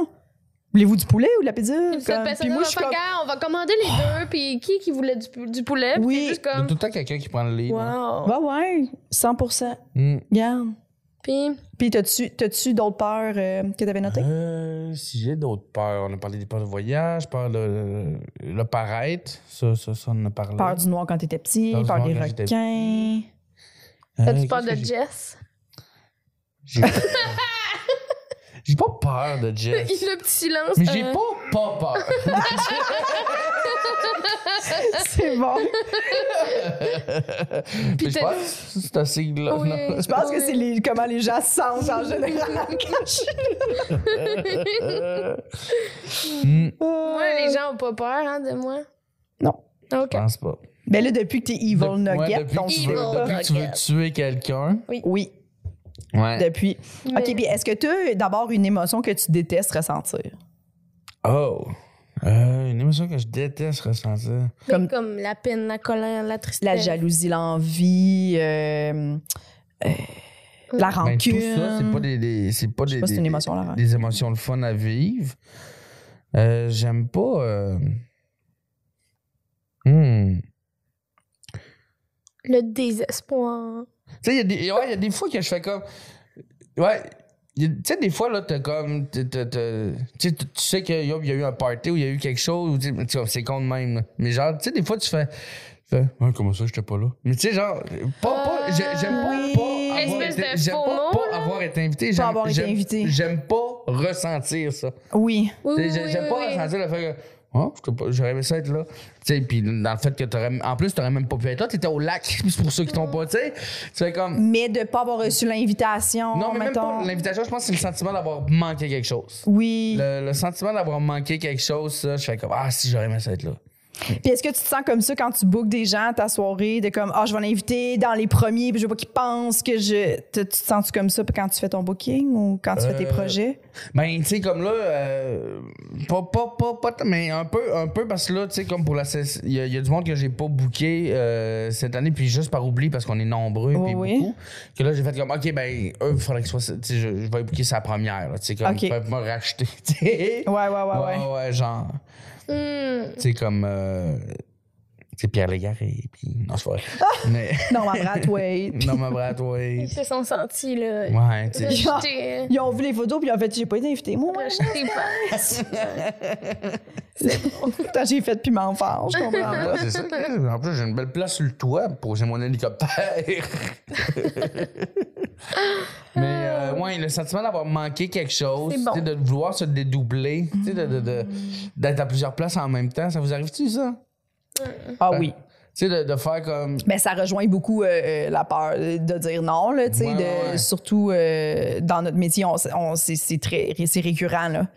S2: Voulez-vous du poulet ou de la pizza?
S3: Cette
S2: Comme- Puis
S3: personne-là
S2: moi,
S3: va
S2: je suis
S3: faire,
S2: comme. Oh!
S3: regarde, on va commander les deux, puis qui qui voulait du, du poulet? Puis
S2: Oui.
S3: c'est juste
S4: Il y a
S3: comme,
S4: tout le temps quelqu'un qui prend le livre. hein.
S3: wow.
S2: Ouais, ouais, 100
S4: Hmm.
S2: Regarde.
S3: Puis,
S2: Puis t'as-tu t'as-tu d'autres peurs euh, que t'avais notées?
S4: Euh, si j'ai d'autres peurs, on a parlé des peurs de voyage, peur de le, paraître, ça, ça, ça, on en a parlé.
S2: Peur du noir quand t'étais petit,
S4: Peur du
S2: peur
S4: noir
S2: des
S4: quand j'étais
S2: requins.
S4: Euh,
S3: t'as-tu
S4: qu'est-ce
S3: peur de
S4: que j'ai-
S3: Jess?
S4: J'ai j'ai pas peur de Jess.
S3: Le petit silence.
S4: Mais j'ai
S3: euh,
S4: pas pas peur.
S2: C'est bon.
S4: Mais je
S3: t'as-
S4: pense que c'est un signe là.
S3: Oui.
S4: non.
S2: Je pense que c'est les- comment les gens se sentent en général quand je
S4: Euh, Hmm,
S3: Moi, les gens ont pas peur hein, de moi.
S2: Non.
S3: OK.
S4: Je pense pas.
S2: Ben là, depuis que t'es Evil
S4: Dep- ouais,
S2: Nugget,
S4: depuis
S2: on
S4: que tu
S2: se
S4: veux,
S2: veut
S3: Evil
S2: pas.
S4: depuis que tu veux
S3: Nugget.
S4: tuer quelqu'un.
S2: Oui,
S4: Ouais.
S2: depuis.
S3: Mais-
S2: OK, puis est-ce que tu as d'abord une émotion que tu détestes ressentir?
S4: Oh. Euh, une émotion que je déteste ressentir.
S3: Mais
S2: Comme-
S3: Comme... la peine, la colère, la tristesse.
S2: La jalousie, l'envie, euh, euh, la
S4: Ben,
S2: rancune.
S4: tout ça, c'est pas des, des- c'est pas
S2: Je sais
S4: des,
S2: pas si c'est une
S4: des-
S2: émotion, la rancune.
S4: des émotions le fun à vivre. Euh, J'aime pas. euh, hmm.
S3: Le désespoir.
S4: Tu sais, il y, a des- ouais, il y a des fois que je fais comme. Ouais. il y a- Tu sais, des fois, là, t'as comme. t'as- t'as- t'as- Tu sais, tu tu sais qu'il y, a il y a eu un party ou il y a eu quelque chose, ou tu sais, c'est con de même. là. Mais genre, tu sais, des fois, tu fais. tu fais, Ouais, comment ça, j'étais pas là? Mais tu sais, genre, pas, pas, j'ai- j'aime pas,
S2: Oui.
S4: pas, avoir
S3: Espèce
S4: été-
S3: de
S4: j'aime
S3: faux
S4: pas,
S3: mot,
S4: pas avoir été invité. j'aime-
S2: avoir été
S4: j'aime-
S2: invité.
S4: J'aime pas ressentir ça.
S2: Oui.
S3: Oui,
S4: Tu
S3: oui,
S4: sais, j'ai-
S3: oui,
S4: J'aime
S3: oui,
S4: pas
S3: oui.
S4: ressentir le fait que. Oh, j'étais pas- j'aurais aimé ça être là. Tu sais, puis dans le fait que t'aurais. En plus, t'aurais même pas pu être là. T'étais au lac. C'est pour ceux qui t'ont pas, tu sais. Tu fais comme.
S2: Mais de pas avoir reçu l'invitation,
S4: Non, mais
S2: mettons.
S4: même pas l'invitation, je pense que c'est le sentiment d'avoir manqué quelque chose.
S2: Oui.
S4: Le, le sentiment d'avoir manqué quelque chose, ça, je fais comme Ah, si j'aurais aimé ça être là.
S2: Puis est-ce que tu te sens comme ça quand tu bookes des gens à ta soirée, de comme, ah, je vais l'inviter dans les premiers, puis je veux pas qu'ils pensent que je. Tu tu te sens-tu comme ça quand tu fais ton booking ou quand tu fais tes
S4: Euh,
S2: projets?
S4: Ben, tu sais, comme là, euh, pas, pas, pas, pas, tant, mais un peu, un peu, parce que là, tu sais, comme pour la sais- il y, a- il y a du monde que j'ai pas booké euh, cette année, puis juste par oubli, parce qu'on est nombreux,
S2: Oui,
S4: puis
S2: oui.
S4: beaucoup, que là, j'ai fait comme, OK, ben, eux, il faudrait que ce soit, tu sais, je, je vais booker sa première, là, tu sais, comme,
S2: Ok.
S4: ils peuvent me racheter, tu sais.
S2: Ouais, ouais, ouais, ouais.
S4: ouais, genre,
S3: Hmm.
S4: tu sais, comme, euh, tu sais, Pierre Légaré, puis, non, c'est pas vrai. Mais-
S2: Non, ma Brathwaite.
S4: Non, ma brate, oui.
S3: Ils se sont sentis, là.
S4: Ouais, tu sais.
S3: Rejetés.
S2: Ils ont vu les photos, puis en fait, j'ai pas été invitée. Moi, ouais.
S3: Rejetés par.
S2: Putain, j'ai fait piment en phare, je comprends.
S4: Ah, c'est ça. Chris. En plus, j'ai une belle place sur le toit pour poser mon hélicoptère. Mais, euh, ouais, le sentiment d'avoir manqué quelque chose,
S3: C'est bon.
S4: tu sais, de vouloir se dédoubler, tu sais, de- de- de- d'être à plusieurs places en même temps, ça vous arrive-tu, ça? Hein?
S2: Ah oui.
S4: Tu sais, de, de faire comme.
S2: Ben, ça rejoint beaucoup euh, euh, la peur de dire non, là, tu sais,
S4: Ouais,
S2: de-
S4: ouais, ouais.
S2: surtout euh, dans notre métier, on, on- c'est, c'est très c'est récurrent. Là.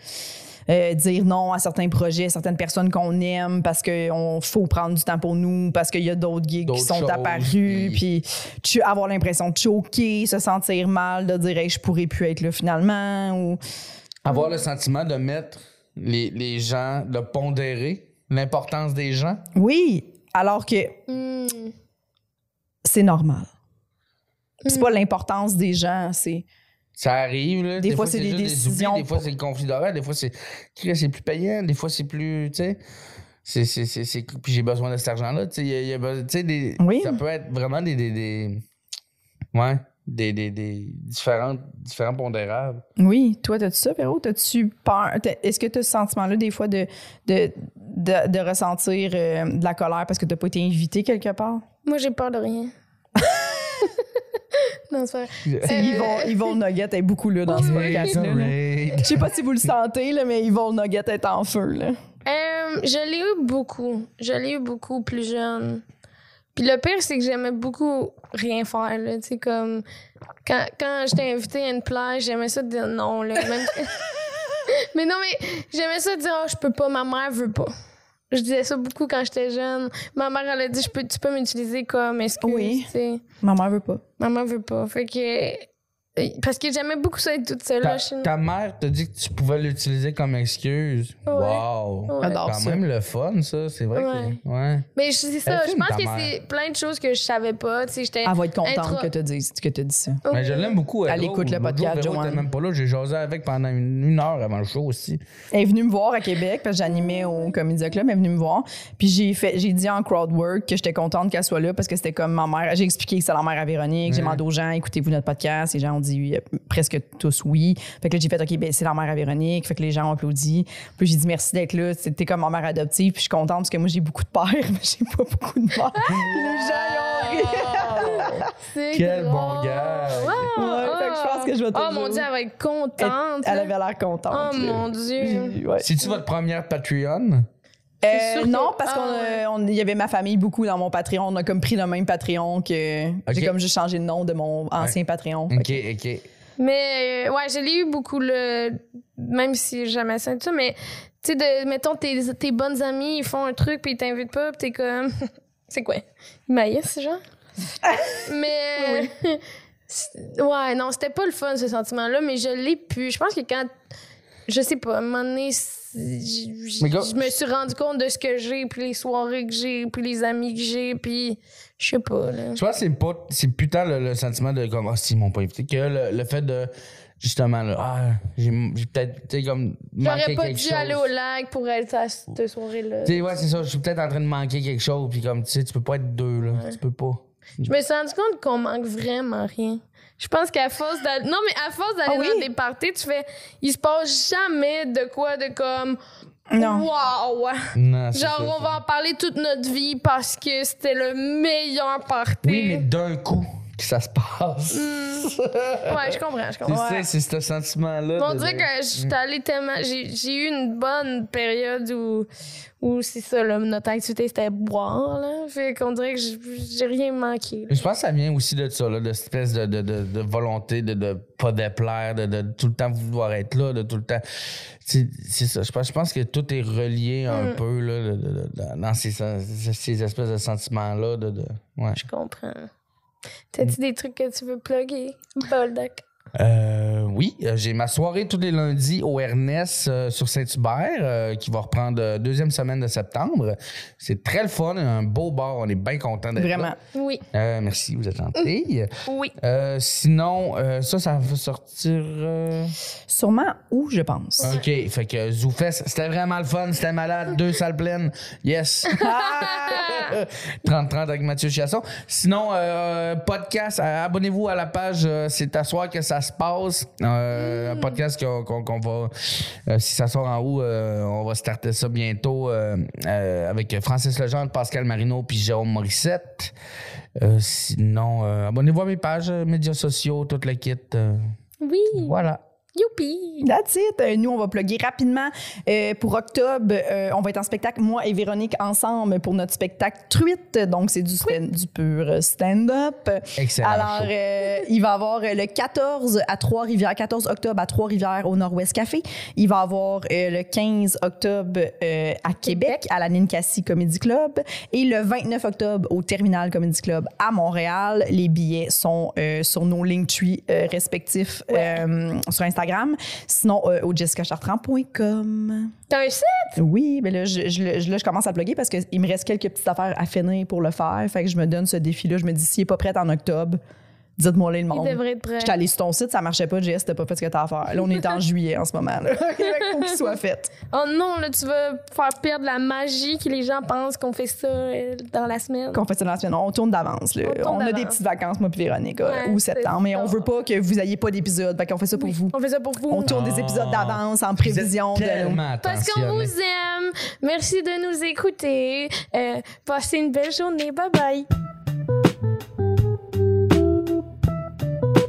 S2: Euh, dire non à certains projets, certaines personnes qu'on aime parce qu'on faut prendre du temps pour nous, parce qu'il y a d'autres gigs
S4: D'autres
S2: qui sont
S4: choses,
S2: apparus, puis tu avoir l'impression de choquer, se sentir mal, de dire hey, je pourrais plus être là finalement. Ou...
S4: Avoir le sentiment de mettre les, les gens, de pondérer l'importance des gens.
S2: Oui, alors que
S3: Hmm.
S2: c'est normal. Puis C'est pas l'importance des gens, c'est
S4: Ça arrive, là.
S2: Des fois, c'est des
S4: juste
S2: décisions
S4: oublis, Des fois,
S2: pour-
S4: c'est le conflit d'horaire. Des fois, c'est Chris, c'est plus payant. Des fois, c'est plus. Tu sais. c'est- c'est- c'est- c'est- Puis j'ai besoin de cet argent-là. Tu sais, il y a- il y a besoin- tu sais, des-
S2: Oui.
S4: ça peut être vraiment des. des, des- Ouais. Des, des, des différentes, différents pondérables.
S2: Oui, toi, t'as-tu ça, Véro? T'as-tu peur? T'as- Est-ce que t'as ce sentiment-là, des fois, de, de, de, de ressentir euh, de la colère parce que t'as pas été invité quelque part?
S3: Moi, j'ai peur de rien. non, c'est pas vrai.
S2: C'est Yvon, Yvon Nugget est beaucoup là dans ce podcast-là. là. Je sais pas si vous le sentez, là, mais Yvon Nugget est en feu. Là.
S3: Euh, je l'ai eu beaucoup. Je l'ai eu beaucoup plus jeune. Puis le pire, c'est que j'aimais beaucoup rien faire. Là. Tu sais, comme quand, quand j'étais invitée à une plage, j'aimais ça de dire non. Là. Même- mais non, mais j'aimais ça de dire oh, je peux pas, ma mère veut pas. Je disais ça beaucoup quand j'étais jeune. Ma mère, elle a dit je peux, tu peux m'utiliser comme excuse.
S2: Oui.
S3: tu sais.
S2: Ma mère veut pas.
S3: Maman veut pas. Fait que. euh, Parce que j'aimais beaucoup ça être toute seule.
S4: Ta,
S3: là, chez nous.
S4: ta mère t'a dit que tu pouvais l'utiliser comme excuse.
S3: Ouais.
S4: Wow!
S3: Ouais.
S2: J'adore
S4: Quand
S2: ça.
S4: même le fun, ça. C'est vrai
S3: Ouais.
S4: que. Ouais.
S3: Mais je- c'est ça.
S4: Elle
S3: Je
S4: filme,
S3: pense
S4: ta
S3: que
S4: mère.
S3: c'est plein de choses que je savais pas. Tu sais, j'étais. Oh,
S2: Elle va être contente
S3: Intro-
S2: que tu dises que t'as dit ça.
S4: Mais je l'aime beaucoup.
S2: Elle écoute le podcast,
S4: Joanne.
S2: Joanne.
S4: même pas là. J'ai jasé avec pendant une, une heure avant le show aussi.
S2: Elle est venue me voir à Québec parce que j'animais au Comédia Club, elle est venue me voir. Puis j'ai fait j'ai dit en crowdwork que j'étais contente qu'elle soit là parce que c'était comme ma mère, j'ai expliqué que c'est la mère à Véronique, j'ai
S4: Mhm.
S2: demandé aux gens écoutez-vous notre podcast, les gens ont dit oui, euh, presque tous oui. Fait que là j'ai fait OK ben c'est la mère à Véronique, fait que les gens ont applaudi. Puis j'ai dit merci d'être là, c'était comme ma mère adoptive, puis je suis contente parce que moi j'ai beaucoup de pères, mais j'ai pas beaucoup de mères. les gens ils
S3: Oh
S2: ont ri.
S3: C'est
S4: Quel
S3: drôle.
S4: bon gars.
S3: Wow.
S2: Oh! Ouais, fait que je pense que je vais
S3: Oh
S2: toujours-
S3: mon dieu, elle va être contente.
S2: Elle avait l'air contente.
S3: Oh
S2: là.
S3: mon dieu.
S2: Ouais.
S4: C'est-tu votre première Patreon?
S3: C'est
S2: Euh,
S3: sûr que-
S2: non, parce
S3: Ah,
S2: qu'on a-
S3: ouais.
S2: on- il y avait ma famille beaucoup dans mon Patreon. On a comme pris le même Patreon que
S4: Ok. Mm.
S2: j'ai comme juste changé le nom de mon ancien Patreon.
S4: OK, OK.
S3: Mais euh, ouais, je l'ai eu beaucoup, là, même si jamais ça, tout ça, mais tu sais, de- mettons, tes, tes bonnes amies, ils font un truc, puis ils t'invitent pas, puis t'es comme. c'est quoi? Ils maïssent, genre? mais. c'est- Ouais, non, c'était pas le fun, ce sentiment-là, mais je l'ai pu. Je pense que quand. Je sais pas, à un moment donné, c'est- j- j-
S4: Mais gars-
S3: je me suis rendu compte de ce que j'ai, puis les soirées que j'ai, puis les amis que j'ai, puis je sais pas, là.
S4: Tu vois, c'est pas, c'est putain le, le sentiment de comme, ah, si, ils m'ont pas invité, que le, le fait de, justement, là, ah, j'ai, j'ai peut-être, tu sais, comme, manqué
S3: J'aurais pas
S4: quelque
S3: dû
S4: chose.
S3: aller au lac pour être à cette soirée-là.
S4: Tu sais, ouais, c'est ça, je suis peut-être en train de manquer quelque chose, puis comme, tu sais, tu peux pas être deux, là. Tu peux pas.
S3: Je me suis rendu compte qu'on manque vraiment rien. Je pense qu'à force d'aller. Non, mais à force d'aller
S2: Ah oui?
S3: dans des parties, tu fais. Il se passe jamais de quoi de comme.
S2: Non.
S3: Waouh!
S4: Non, c'est
S3: Genre,
S4: ça,
S3: on
S4: c'est-
S3: va en parler toute notre vie parce que c'était le meilleur party.
S4: Oui, mais d'un coup que ça se passe.
S3: Mm, Ouais, je comprends, je
S4: Tu
S3: comprends.
S4: sais, c'est ce sentiment-là.
S3: Mais On
S4: de-
S3: dirait
S4: de- Mm.
S3: que je suis allée tellement. J'ai j'ai eu une bonne période où, où c'est ça, là, notre activité c'était boire, là. Fait qu'on dirait que j'ai j'ai rien manqué. là.
S4: Je pense que ça vient aussi de ça, là, de cette espèce de, de, de, de volonté de ne pas déplaire, de, de tout le temps vouloir être là, de tout le temps. C'est c'est ça. Je pense, je pense que tout est relié un
S3: Mm.
S4: peu là, de- de- de- dans- dans ces, sen- ces espèces de sentiments-là. De, de- ouais.
S3: Je comprends.
S4: Mm.
S3: T'as-tu des trucs que tu veux plugger? Boldoc.
S4: Euh, oui, euh, j'ai ma soirée tous les lundis au Ernest euh, sur Saint-Hubert euh, qui va reprendre euh, deuxième semaine de septembre. C'est très le fun, un beau bar, on est bien content d'être là.
S2: Ben, Vraiment.
S3: Oui.
S4: Euh, merci, vous êtes gentil.
S3: Oui.
S4: Euh, sinon, euh, ça, ça va sortir. euh,
S2: Sûrement où, je pense.
S4: OK, fait que ZooFest, c'était vraiment le fun, c'était malade, deux salles pleines. Yes. 30-30 avec Mathieu Chiasson. Sinon, euh, podcast, euh, abonnez-vous à la page, euh, c'est à soir que ça se passe. Euh, Un podcast qu'on qu'on- qu'on va, euh, si ça sort en août, euh, on va starter ça bientôt euh, euh, avec Francis Legendre, Pascal Marino puis Jérôme Morissette. Euh, sinon, euh, abonnez-vous à mes pages, euh, médias sociaux, tout le kit. euh,
S3: Oui.
S4: voilà.
S3: Youpi.
S2: That's it. Euh, Nous, on va plugger rapidement. Euh, pour octobre, euh, on va être en spectacle, moi et Véronique, ensemble pour notre spectacle Truite. Donc, c'est du, stand- du pur stand-up.
S4: Excellent
S2: Alors,
S4: show.
S2: euh, il va y avoir euh, le 14 à Trois-Rivières, 14 octobre à Trois-Rivières au Nord-Ouest Café. Il va y avoir euh, le 15 octobre euh, à Québec, à la Ninkasi Comedy Club. Et le 29 octobre au Terminal Comedy Club à Montréal. Les billets sont euh, sur nos Linktree euh, respectifs euh, sur Instagram. Sinon, euh, au jessicachartrand.com.
S3: T'as un site?
S2: Oui, mais là je, je le- je- là, je commence à plugger parce qu'il me reste quelques petites affaires à finir pour le faire. Fait que je me donne ce défi-là. Je me dis, s'il n'est pas prêt en octobre, Dites-moi là le
S3: Il
S2: monde.
S3: devrait être prêt.
S2: J'étais allée sur ton site, ça marchait pas, JS, t'as pas fait ce que t'as à faire. Là, on est en juillet en ce moment. Là. Fait que faut qu'il soit fait.
S3: Oh non, là, tu vas faire perdre la magie que les gens pensent qu'on fait ça euh, dans la semaine.
S2: Qu'on fait ça dans la semaine. On tourne d'avance. là.
S3: On tourne
S2: On, a des
S3: d'avance.
S2: petites vacances, moi puis Véronique, euh,
S3: Ouais,
S2: ou
S3: c'est
S2: septembre. Mais on
S3: ça.
S2: veut pas que vous ayez pas d'épisode. Fait qu'on fait ça pour vous.
S3: On fait ça pour vous.
S2: On tourne des
S4: Ah.
S2: épisodes d'avance en
S4: Vous êtes
S2: prévision de.
S4: tellement
S3: Parce qu'on
S4: attentionnés.
S3: vous aime. Merci de nous écouter. Euh, passez une belle journée. Bye bye.